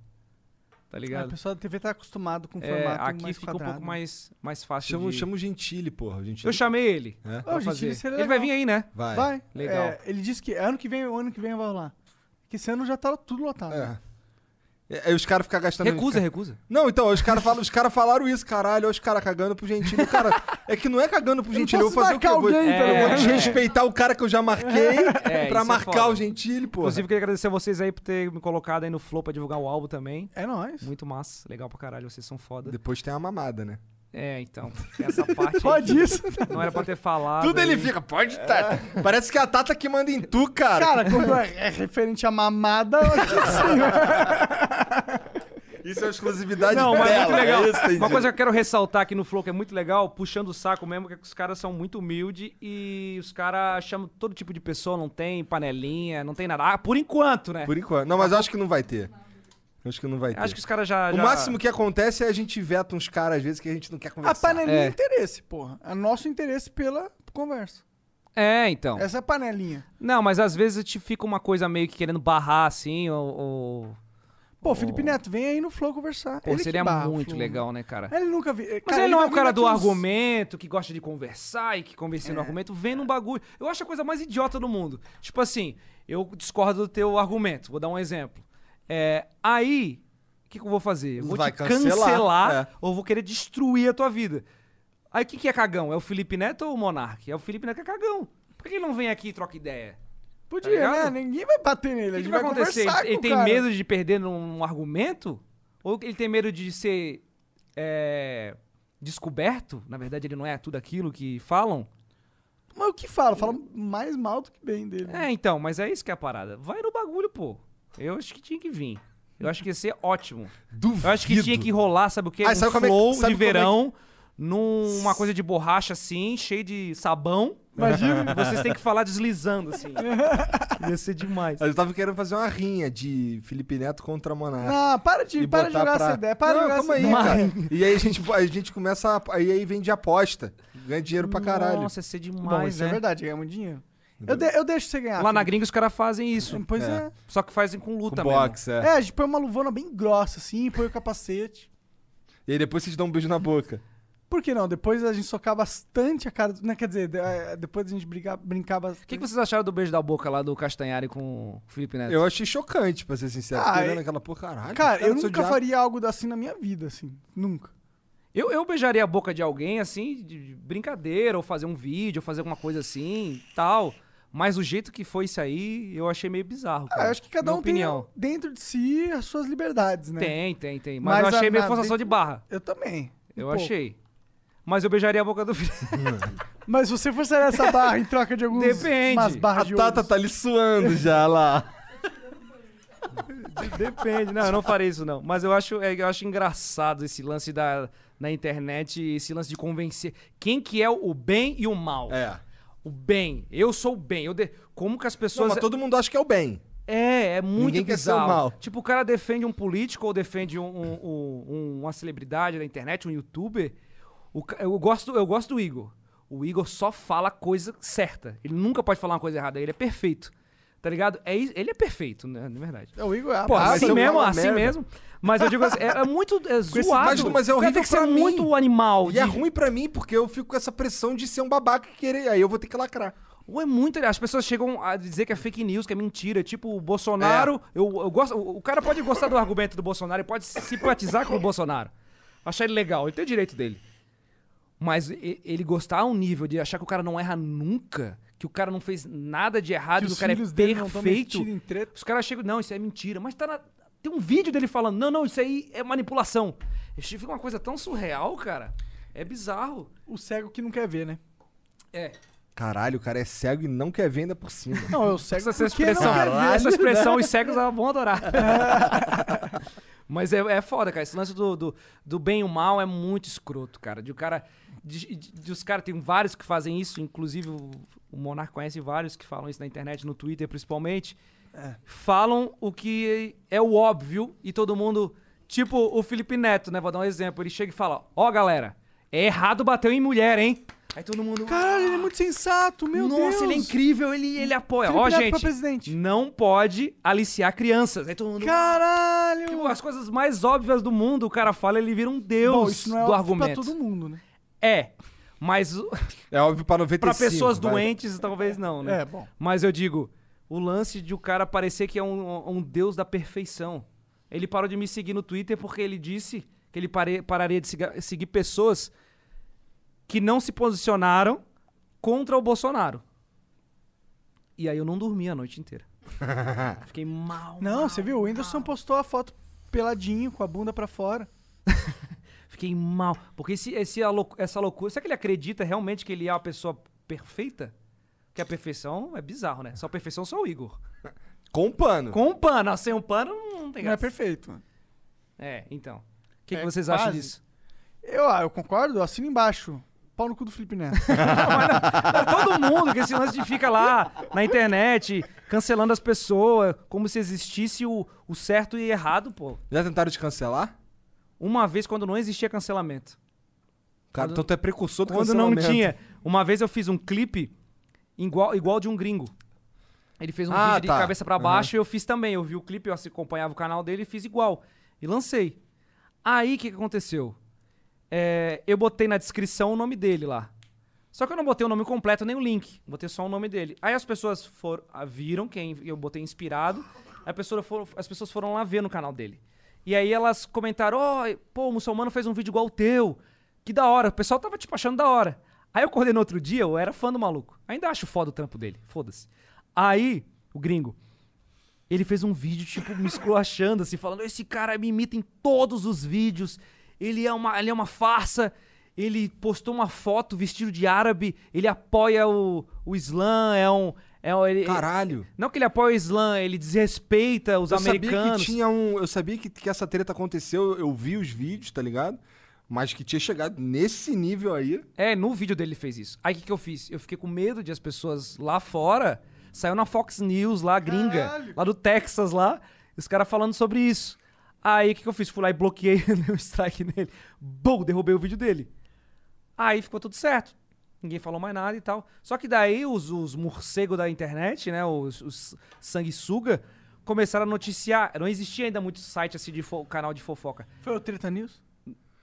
Tá O ligado? pessoal da TV tá acostumado com o É, formato aqui mais fica um quadrado. pouco mais, mais fácil Chama, de... chama o Gentili, porra. O Gentili. Eu chamei ele. É? Ô, pra gente, fazer. ele seria Ele vai legal. vir aí, né? Vai. Vai. Legal. É, ele disse que ano que vem, o ano que vem vai lá. Que esse ano já tá tudo lotado. É. E- Aí os caras ficam gastando. Recusa, recusa. Não, então, os caras falam, os cara falaram isso, caralho. Olha os caras cagando pro Gentili. Cara, é que não é cagando pro Eu não Gentili. Eu vou posso fazer o que eu vou. marcar alguém, eu vou pelo menos. desrespeitar o cara que eu já marquei É, isso pra é marcar foda. o Gentili, porra. Inclusive, queria agradecer a vocês aí por ter me colocado aí no Flow pra divulgar o álbum também. É nóis. Muito massa, legal pra caralho, vocês são foda. Depois tem a mamada, né? É, então, essa [LAUGHS] parte aí Pode isso. não era pra ter falado. Tudo ele aí. fica, pode Tata. Parece que é a Tata que manda em tu, cara. Cara, quando é, é referente à mamada, eu [LAUGHS] acho que sim. isso é uma exclusividade Não, mas é dela. muito legal. é isso, entendi. Uma coisa que eu quero ressaltar aqui no Flow, que é muito legal, puxando o saco mesmo, que os caras são muito humildes e os caras chamam todo tipo de pessoa, não tem panelinha, não tem nada. Ah, por enquanto, né? Por enquanto. Não, mas eu acho que não vai ter. Eu Acho que não vai ter. Acho que os caras já, O já- máximo que acontece é a gente veta uns caras às vezes que a gente não quer A conversar. panelinha é É. interesse, porra. É nosso interesse pela conversa. É, então. Essa é a panelinha. Não, mas às vezes te fica uma coisa meio que querendo barrar assim, ou- ou... Pô, Felipe Neto, vem aí no Flow conversar. Pô, Ele que seria barra o muito Flow. legal, né, cara? Ele nunca vi. Mas ele não é o cara do argumento. argumento, que gosta de conversar e que convencer no argumento, vem num bagulho. Eu acho a coisa mais idiota do mundo. Tipo assim, eu discordo do teu argumento, vou dar um exemplo. É, aí, o que, que eu vou fazer? Eu vou Vai te cancelar, cancelar, é. ou vou querer destruir a tua vida. Aí quem que é cagão? É o Felipe Neto ou o Monark? É o Felipe Neto que é cagão. Por que ele não vem aqui e troca ideia? Podia, Tá né? ligado? Ninguém vai bater nele. O a que, gente que vai acontecer? conversar Ele, ele com o tem cara. medo de perder num argumento? Ou ele tem medo de ser é, descoberto? Na verdade, ele não é tudo aquilo que falam? Mas o que fala? Fala mais mal do que bem dele. É, então, mas é isso que é a parada. Vai no bagulho, pô. Eu acho que tinha que vir. Eu acho que ia ser ótimo. Duvido. Eu acho que tinha que rolar, sabe o quê? Ah, um sabe como é que- sabe flow como é de que- verão, numa coisa de borracha assim, cheio de sabão. Imagina. E [LAUGHS] Vocês têm que falar deslizando, assim. Ia ser demais. Eu tava querendo fazer uma rinha de Felipe Neto contra Monarca. Não, Ah, para de, e para de botar jogar pra- essa ideia. Para Não, de jogar calma essa aí, ideia. cara. E aí a gente, a gente começa. A, aí aí vem de aposta. Ganha dinheiro pra caralho. Nossa, ia ser demais, Bom, isso né? é verdade, ganha muito dinheiro. Eu, de- eu deixo você ganhar. Lá na Ah, filho. gringa os caras fazem isso. Pois É. é. Só que fazem com Com luta mesmo. boxe, é. é. a gente põe uma luvona bem grossa assim, põe o capacete. E aí depois vocês dão um beijo na boca. Por que não? Depois a gente socar bastante a cara. Do... Não, quer dizer, de- eh, depois a gente brigar, brincar bastante. O que, que vocês acharam do beijo da boca lá do Castanhari com o Felipe Neto? Eu achei chocante, pra ser sincero. É. Ah, Fiquei é- olhando aquela porra, caralho. é os Cara, tá caras eu se nunca odiavam. faria algo assim na minha vida, assim. Nunca. Eu, eu beijaria a boca de alguém, assim, de de brincadeira, ou fazer um vídeo, ou fazer alguma coisa assim, tal. Mas o jeito que foi isso aí, eu achei meio bizarro. Ah, cara. eu acho que cada Minha um opinião. tem dentro de si as suas liberdades, né? Tem, tem, tem. Mas, Mas eu achei a- meio na- forçação de barra. Eu também. um Eu pouco. achei. Mas eu beijaria a boca do filho. Mas você forçaria essa barra em troca de alguns... Depende. Umas barras de A Tata ouros. tá ali suando já [LAUGHS] lá. Depende. Não, eu não farei isso, não. Mas eu acho, é, eu acho engraçado esse lance da, na internet, esse lance de convencer. Quem que é o bem e o mal? É. O bem. Eu sou o bem. Eu de- Como que as Não, pessoas... mas todo mundo acha que é o bem. É, é muito Ninguém quer ser o bizarro. mal. Tipo, o cara defende um político ou defende um- um- um- uma celebridade na internet, um youtuber. O ca- eu, gosto, eu gosto do Igor. O Igor só fala coisa certa. Ele nunca pode falar uma coisa errada. Ele é perfeito. Tá ligado? É, isso- ele é perfeito, né? Na verdade. É, o Igor é a Pô, barra. Ah, mas assim eu mesmo, falo assim merda. mesmo. Mas eu digo assim, é, é muito é, zoado. mas- mas é O cara horrível tem que ser pra mim. muito animal. E é de- ruim pra mim, porque eu fico com essa pressão de ser um babaca e querer. Aí eu vou ter que lacrar. Ou é muito. As pessoas chegam a dizer que é fake news, que é mentira. Tipo, o Bolsonaro. É. Eu, eu gosto, o o cara pode gostar do argumento do Bolsonaro e pode simpatizar com o Bolsonaro. Achar ele legal, ele tem o direito dele. Mas e- ele gostar a um nível de achar que o cara não erra nunca, que o cara não fez nada de errado, que, os o cara é filhos dele não tão perfeito. metido em treta. Os caras chegam, não, isso é mentira. Mas tá na- tem um vídeo dele falando, não, não, isso aí é manipulação. Isso Fica uma coisa tão surreal, cara. É bizarro. O cego que não quer ver, né? É. Caralho, o cara é cego e não quer venda por cima. Não, eu cego Essa porque não expressão, quer ver. essa expressão os cegos ah, vão adorar. [LAUGHS] Mas é, é foda, cara. Esse lance do, do, do bem e o mal é muito escroto, cara. De o cara. De, de- de os caras, tem vários que fazem isso, inclusive o, o Monark conhece vários que falam isso na internet, no Twitter principalmente. É. Falam o que é o óbvio e todo mundo. Tipo o Felipe Neto, né? Vou dar um exemplo. Ele chega e fala: Ó, galera, é errado bater em mulher, hein? Aí todo [LAUGHS] mundo. Caralho, ele é muito sensato, meu Nossa, Deus. ele é incrível, ele, ele apoia. Felipe Ó, Neto gente, pra presidente. não pode aliciar crianças. Aí todo mundo... Caralho. Tipo, as coisas mais óbvias do mundo, o cara fala, ele vira um [LAUGHS] deus Bom, isso não é do óbvio pra argumento. todo mundo, né? É, mas o- É óbvio pra 95. pra pessoas vai. doentes, talvez não, né? É, bom. Mas eu digo, o lance de o cara parecer que é um, um deus da perfeição. Ele parou de me seguir no Twitter porque ele disse que ele pare- pararia de siga- seguir pessoas que não se posicionaram contra o Bolsonaro. E aí eu não dormi a [LAUGHS] noite inteira. Fiquei mal. Não, mal, você viu? O Whindersson postou a foto peladinho, com a bunda pra fora. Fiquei mal. Porque esse, esse, é a lou- essa loucura. Será que ele acredita realmente que ele é uma pessoa perfeita? Que a perfeição é bizarro, né? Só perfeição só o Igor. Com um pano. Com um pano, ah, sem um pano não tem Não é graça. perfeito, mano. É, então. O que, É que vocês quase. acham disso? [LAUGHS] Eu, ah, eu concordo, assina embaixo. Pau no cu do Felipe [LAUGHS] Neto. Tá Todo mundo que esse lance de fica lá na internet, cancelando as pessoas, como se existisse o, o certo e errado, pô. Já tentaram te cancelar? Uma vez quando não existia cancelamento. Cara, Quando- então tu é precursor do Quando não cancelamento. tinha. Uma vez eu fiz um clipe igual, igual de um gringo. Ele fez um Ah, vídeo tá. de cabeça pra baixo e eu fiz também. Eu vi o clipe, eu assi- acompanhava o canal dele e fiz igual. E lancei. Aí o que, que aconteceu? É, eu botei na descrição o nome dele lá. Só que eu não botei o nome completo nem o link. Botei só o nome dele. Aí as pessoas foram, ah, viram quem eu botei inspirado. A pessoa for- as pessoas foram lá ver no canal dele. E aí elas comentaram: Ó, pô, o muçulmano fez um vídeo igual o teu. Que da hora. O pessoal tava tipo achando da hora. Aí eu acordei no outro dia, eu era fã do maluco. Ainda acho foda o trampo dele. Foda-se. Aí, o gringo. Ele fez um vídeo, tipo, me esculachando, assim, falando: esse cara me imita em todos os vídeos, ele é uma, ele é uma farsa. ele postou uma foto vestido de árabe, ele apoia o, o Islã, é um. É um ele, Caralho. Não que ele apoia o Islã, ele desrespeita os eu americanos. Sabia que tinha um, eu sabia que, que essa treta aconteceu, eu vi os vídeos, tá ligado? Mas que tinha chegado nesse nível aí. É, no vídeo dele ele fez isso. Aí o que, que eu fiz? Eu fiquei com medo de as pessoas lá fora. Saiu na Fox News lá, gringa, lá do Texas lá, os caras falando sobre isso. Aí o que, que eu fiz? Fui lá e bloqueei, [LAUGHS] dei um strike nele. Bum, derrubei o vídeo dele. Aí ficou tudo certo. Ninguém falou mais nada e tal. Só que daí os, os morcegos da internet, né? Os, os sanguessuga, começaram a noticiar. Não existia ainda muito site assim de fo- canal de fofoca. Foi o Treta News?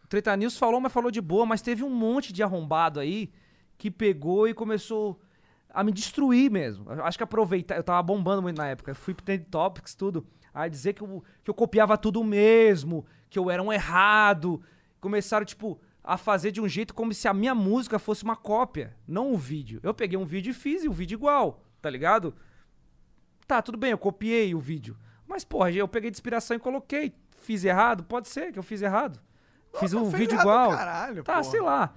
Treta News falou, mas falou de boa, mas teve um monte de arrombado aí que pegou e começou a me destruir mesmo. Eu Acho que aproveitar, eu tava bombando muito na época, eu fui pro Trend Topics, tudo, a dizer que eu, que eu copiava tudo mesmo, que eu era um errado. Começaram, tipo, a fazer de um jeito como se a minha música fosse uma cópia, não um vídeo. Eu peguei um vídeo e fiz e o vídeo igual, tá ligado? Tá, tudo bem, eu copiei o vídeo. Mas, porra, eu peguei de inspiração e coloquei. Fiz errado? Pode ser que eu fiz errado. Fiz um foi vídeo errado, igual. tá caralho, tá, porra. sei lá.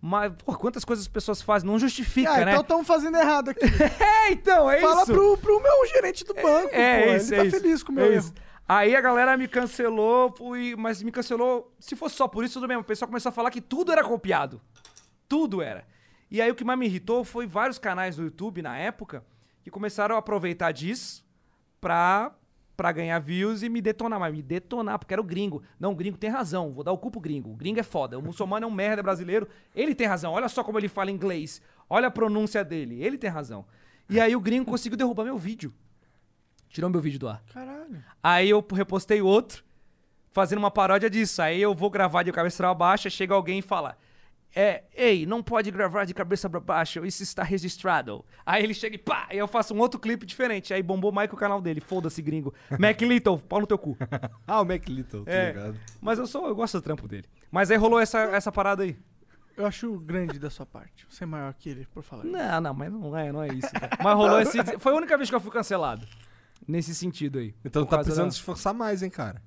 Mas, pô, quantas coisas as pessoas fazem? Não justifica, ah, né? então estamos fazendo errado aqui. É, então, [LAUGHS] é Fala isso. pro, pro meu gerente do banco, É, pô. é ele isso, é tá isso. feliz com o meu É erro. isso. Aí a galera me cancelou, fui- mas me cancelou. Se fosse só por isso, tudo mesmo. O pessoal começou a falar que tudo era copiado. Tudo era. E aí o que mais me irritou foi vários canais do YouTube na época que começaram a aproveitar disso pra, pra ganhar views e me detonar. Mas me detonar, porque era o gringo. Não, o gringo tem razão. Vou dar o cu pro gringo. O gringo é foda. O muçulmano é um merda brasileiro. Ele tem razão. Olha só como ele fala inglês. Olha a pronúncia dele. Ele tem razão. E aí o gringo conseguiu derrubar meu vídeo. Tirou meu vídeo do ar. Caralho. Aí eu repostei outro, fazendo uma paródia disso. Aí eu vou gravar de cabeça pra baixo, chega alguém e fala: É, ei, não pode gravar de cabeça pra baixo, isso está registrado. Aí ele chega e pá, e eu faço um outro clipe diferente. Aí bombou mais que o canal dele, foda-se, [LAUGHS] gringo. Mac Little, pau no teu [LAUGHS] cu. Ah, o Mac Little, tá É. ligado? Mas eu sou, eu gosto do trampo dele. Mas aí rolou essa, essa parada aí. Eu acho grande da sua parte. Você é maior que ele, por falar. Não, não, mas não é, não é isso. cara. Mas [LAUGHS] rolou esse. Foi a única vez que eu fui cancelado. Nesse sentido aí. Então Por tá causa precisando da- se esforçar mais, hein, cara?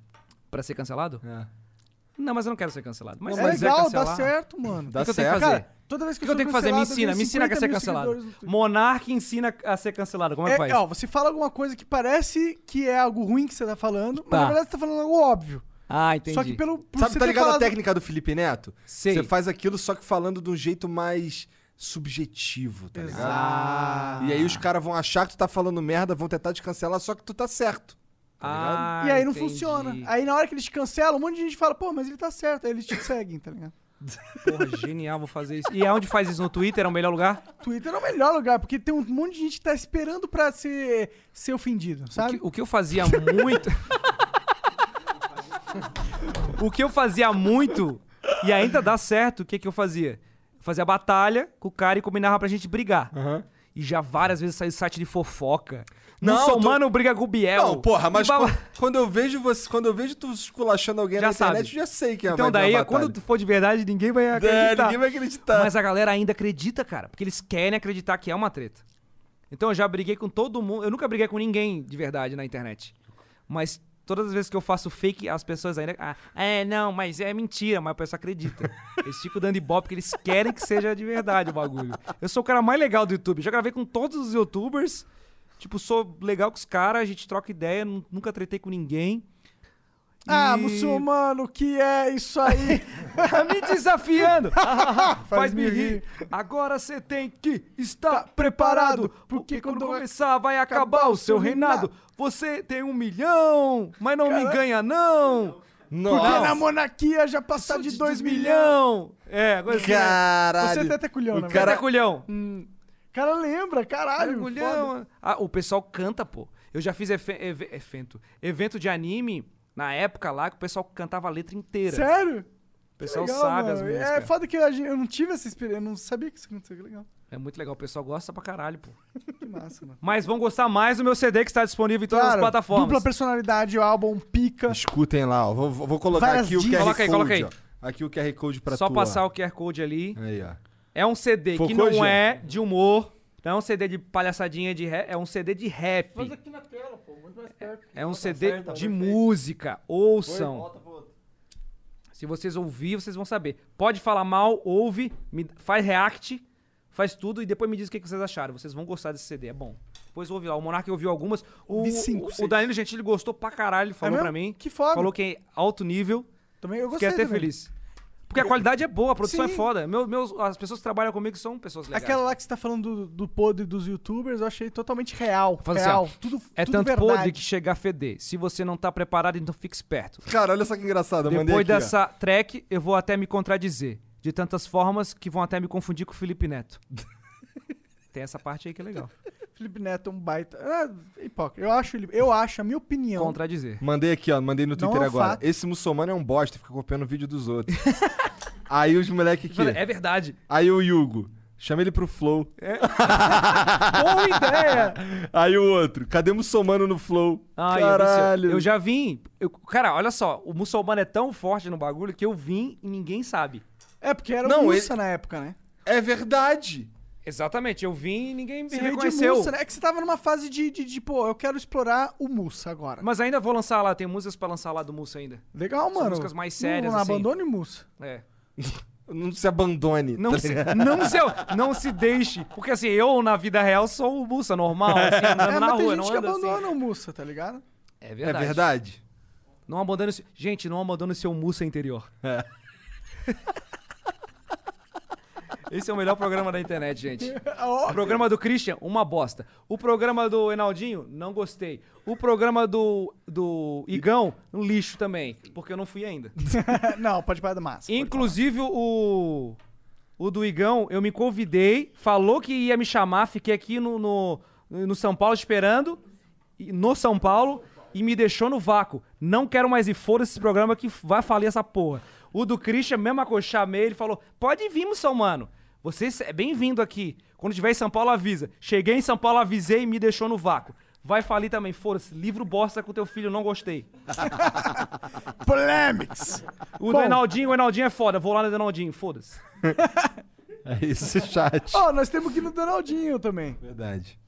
Pra ser cancelado? É. Não, mas eu não quero ser cancelado. Mas é se quiser legal, dá cancelar- certo, né? mano. Dá que eu tenho que certo. fazer? Cara, toda vez O que, que eu tenho que fazer? é Me ensina, me ensina a né? ser cancelado. Monarque ensina a ser cancelado. Como é que faz? É, ó, você fala alguma coisa que parece que é algo ruim que você tá falando, mas Tá. na verdade você tá falando algo óbvio. Ah, entendi. Só que pelo. por Sabe, você tá ter ligado a falado- técnica do Felipe Neto? Sei. Você faz aquilo só que falando de um jeito mais subjetivo, tá ligado? Exato. E aí os caras vão achar que tu tá falando merda, vão tentar te cancelar, só que tu tá certo. Ah, E aí não entendi. funciona. Aí na hora que eles te cancelam, um monte de gente fala, pô, mas ele tá certo. Aí eles te seguem, tá ligado? [LAUGHS] Porra, genial, vou fazer isso. E aonde faz isso? No Twitter é o melhor lugar? Twitter é o melhor lugar, porque tem um monte de gente que tá esperando pra ser, ser ofendido, O sabe? que, o que eu fazia muito. [LAUGHS] o que eu fazia muito, e ainda dá certo, o que, que eu fazia? Eu fazia batalha com o cara e combinava pra gente brigar. E já várias vezes saiu site de fofoca. Não, Muçulmano briga com É o Biel. Não, porra, mas E baba- quan- quando eu vejo você, quando eu vejo tu esculachando alguém Já na internet, sabe. eu já sei que é Então vai ter uma daí, batalha. quando tu for de verdade, ninguém vai É, acreditar. ninguém vai acreditar. Mas a galera ainda acredita, cara, porque eles querem acreditar que é uma treta. Então eu já briguei com todo mundo. Eu nunca briguei com ninguém de verdade na internet. Mas todas as vezes que eu faço fake, as pessoas ainda. Ah, é, não, mas é mentira, mas a pessoa acredita. Eles ficam dando ibope porque eles querem que seja de verdade o bagulho. Eu sou o cara mais legal do YouTube. Já gravei com todos os youtubers. Tipo, sou legal com os caras, a gente troca ideia, nu- nunca tretei com ninguém. Ah, E- muçulmano, que é isso [LAUGHS] aí? Tá me [LAUGHS] desafiando. Faz me Faz-me rir. Agora você tem que estar preparado, porque quando começar vai acabar o seu reinado. Você tem um milhão, mas não me ganha não. Porque na Nossa. monarquia já passar Sou de 2 milhões. milhão. É, agora assim, né? Caralho. Você tá até culhão, O na Cara, Hum, cara, culhão. O cara lembra, caralho. foda. Mergulhão. Ah, o pessoal canta, pô. Eu já fiz efe- eve- evento, evento de anime na época lá que o pessoal cantava a letra inteira. Sério? O pessoal sabe as músicas. É foda que a gente- eu não tive essa experiência, eu não sabia que isso acontecia. Que legal. É muito legal, o pessoal gosta pra caralho, pô. Que massa, mano. Mas vão gostar mais do meu CD que está disponível em todas as plataformas. Dupla personalidade, o álbum pica. escutem lá, ó. Vou, vou- vou colocar Várias aqui o dicas. QR tá- Coloca aí, Code. coloca aí. ó. Aqui o QR Code pra Só tu, ó. passar o QR Code ali. Aí, ó. É um CD que Focou, não Jean? é de humor, não é um CD de palhaçadinha de rap, é um CD de rap. Faz aqui na tela, pô. Muito mais perto. É um CD de música. Ouçam. Volta pro outro. Se vocês ouvir, vocês vão saber. Pode falar mal, ouve, me- faz react, faz tudo e depois me diz o que que vocês acharam. Vocês vão gostar desse CD, é bom. Depois ouve lá. O Monark ouviu algumas. O, Ouvi cinco, o seis. Danilo Gentili gostou pra caralho, ele falou mesmo? pra mim. Que foda. Falou que é alto nível. Também eu gostei. Fiquei até também. feliz. Porque a qualidade é boa, a produção Sim. é foda. Meu- meus, as pessoas que trabalham comigo são pessoas legais. Aquela lá que você tá falando do, do podre dos youtubers, eu achei totalmente real. Fala assim, real. ó, tudo, É tudo tanto verdade. podre que chega a feder. Se você não tá preparado, então fique esperto. Cara, olha só que engraçado. Eu mandei Depois aqui, dessa track, eu vou até me contradizer. De tantas formas que vão até me confundir com o Felipe [LAUGHS] Neto. Tem essa parte aí que é legal. Felipe Neto é um baita. É, hipócrita. Eu acho, ele- eu acho, a minha Então, opinião. Contradizer. ó. Mandei aqui, ó. Mandei no Não Twitter é um agora. fato. Esse muçulmano é um bosta, fica copiando o vídeo dos outros. [LAUGHS] Aí os moleque aqui. [LAUGHS] É verdade. Aí o Hugo. Chama ele pro Flow. [LAUGHS] Boa ideia! Aí o outro. Cadê muçulmano no Flow? Ai, eu, disse, Caralho. Ah, eu já vim. eu- cara, olha só, o muçulmano é tão forte no bagulho que eu vim e ninguém sabe. É, porque era Não, um Mussa na época, né? É verdade. Exatamente, eu vim e ninguém me Você veio de reconheceu. Mussa, né? É que você tava numa fase de, de, de, pô, eu quero explorar o Mussa agora. Mas ainda vou lançar lá, tem músicas pra lançar lá do Mussa ainda. Legal, São mano. músicas mais Não- sérias, Não, assim. abandone o Mussa. É. Não se abandone. Não tá [LAUGHS] se, [LAUGHS] ligado? não, se, não se deixe. Porque assim, eu na vida real sou o Mussa normal, assim, andando É, na mas tem rua, gente não que ando assim. abandona o Mussa, tá ligado? [LAUGHS] É É verdade. verdade. Não abandone o seu... Gente, não abandone o seu Mussa interior. [LAUGHS] Esse é o melhor programa da [LAUGHS] internet, gente. O programa do Christian, uma bosta. O programa do Enaldinho, não gostei. O programa do, do Igão, um lixo também. Porque eu não fui ainda. não, pode parar da massa. pode Inclusive, o. O do Igão, eu me convidei, falou que ia me chamar, fiquei aqui no, no, no São Paulo esperando, e- no São Paulo, e me deixou no vácuo. Não quero mais ir fora esse programa que vai falir essa porra. O do Christian, mesma coisa, chamei, ele falou: pode vir, moção, mano. Você é bem-vindo aqui. Quando tiver em São Paulo, avisa. Cheguei em São Paulo, avisei e me deixou no vácuo. Vai falir também, foda-se. Livro bosta com teu filho, não gostei. falar. Polemics! O do Bom. Enaldinho, o Enaldinho é foda. Vou lá no Enaldinho, foda-se. É esse [LAUGHS] chat. Oh. Ó, nós temos que ir no Donaldinho também. Verdade.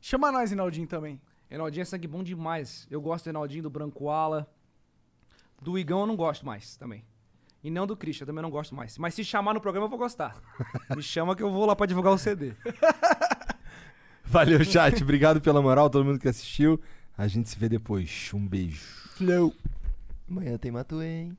Chama nós, Inaldinho, também. Reinaldinho é sangue bom demais. Eu gosto do Reinaldinho, do Branco Ala. Do Igão eu não gosto mais também. E não do Christian, eu também não gosto mais. Mas se chamar no programa eu vou gostar. Me chama que eu vou lá pra divulgar o CD. Valeu, chat. Obrigado pela moral, todo mundo que assistiu. A gente se vê depois. Um beijo. Flow. Amanhã tem Matuê, hein?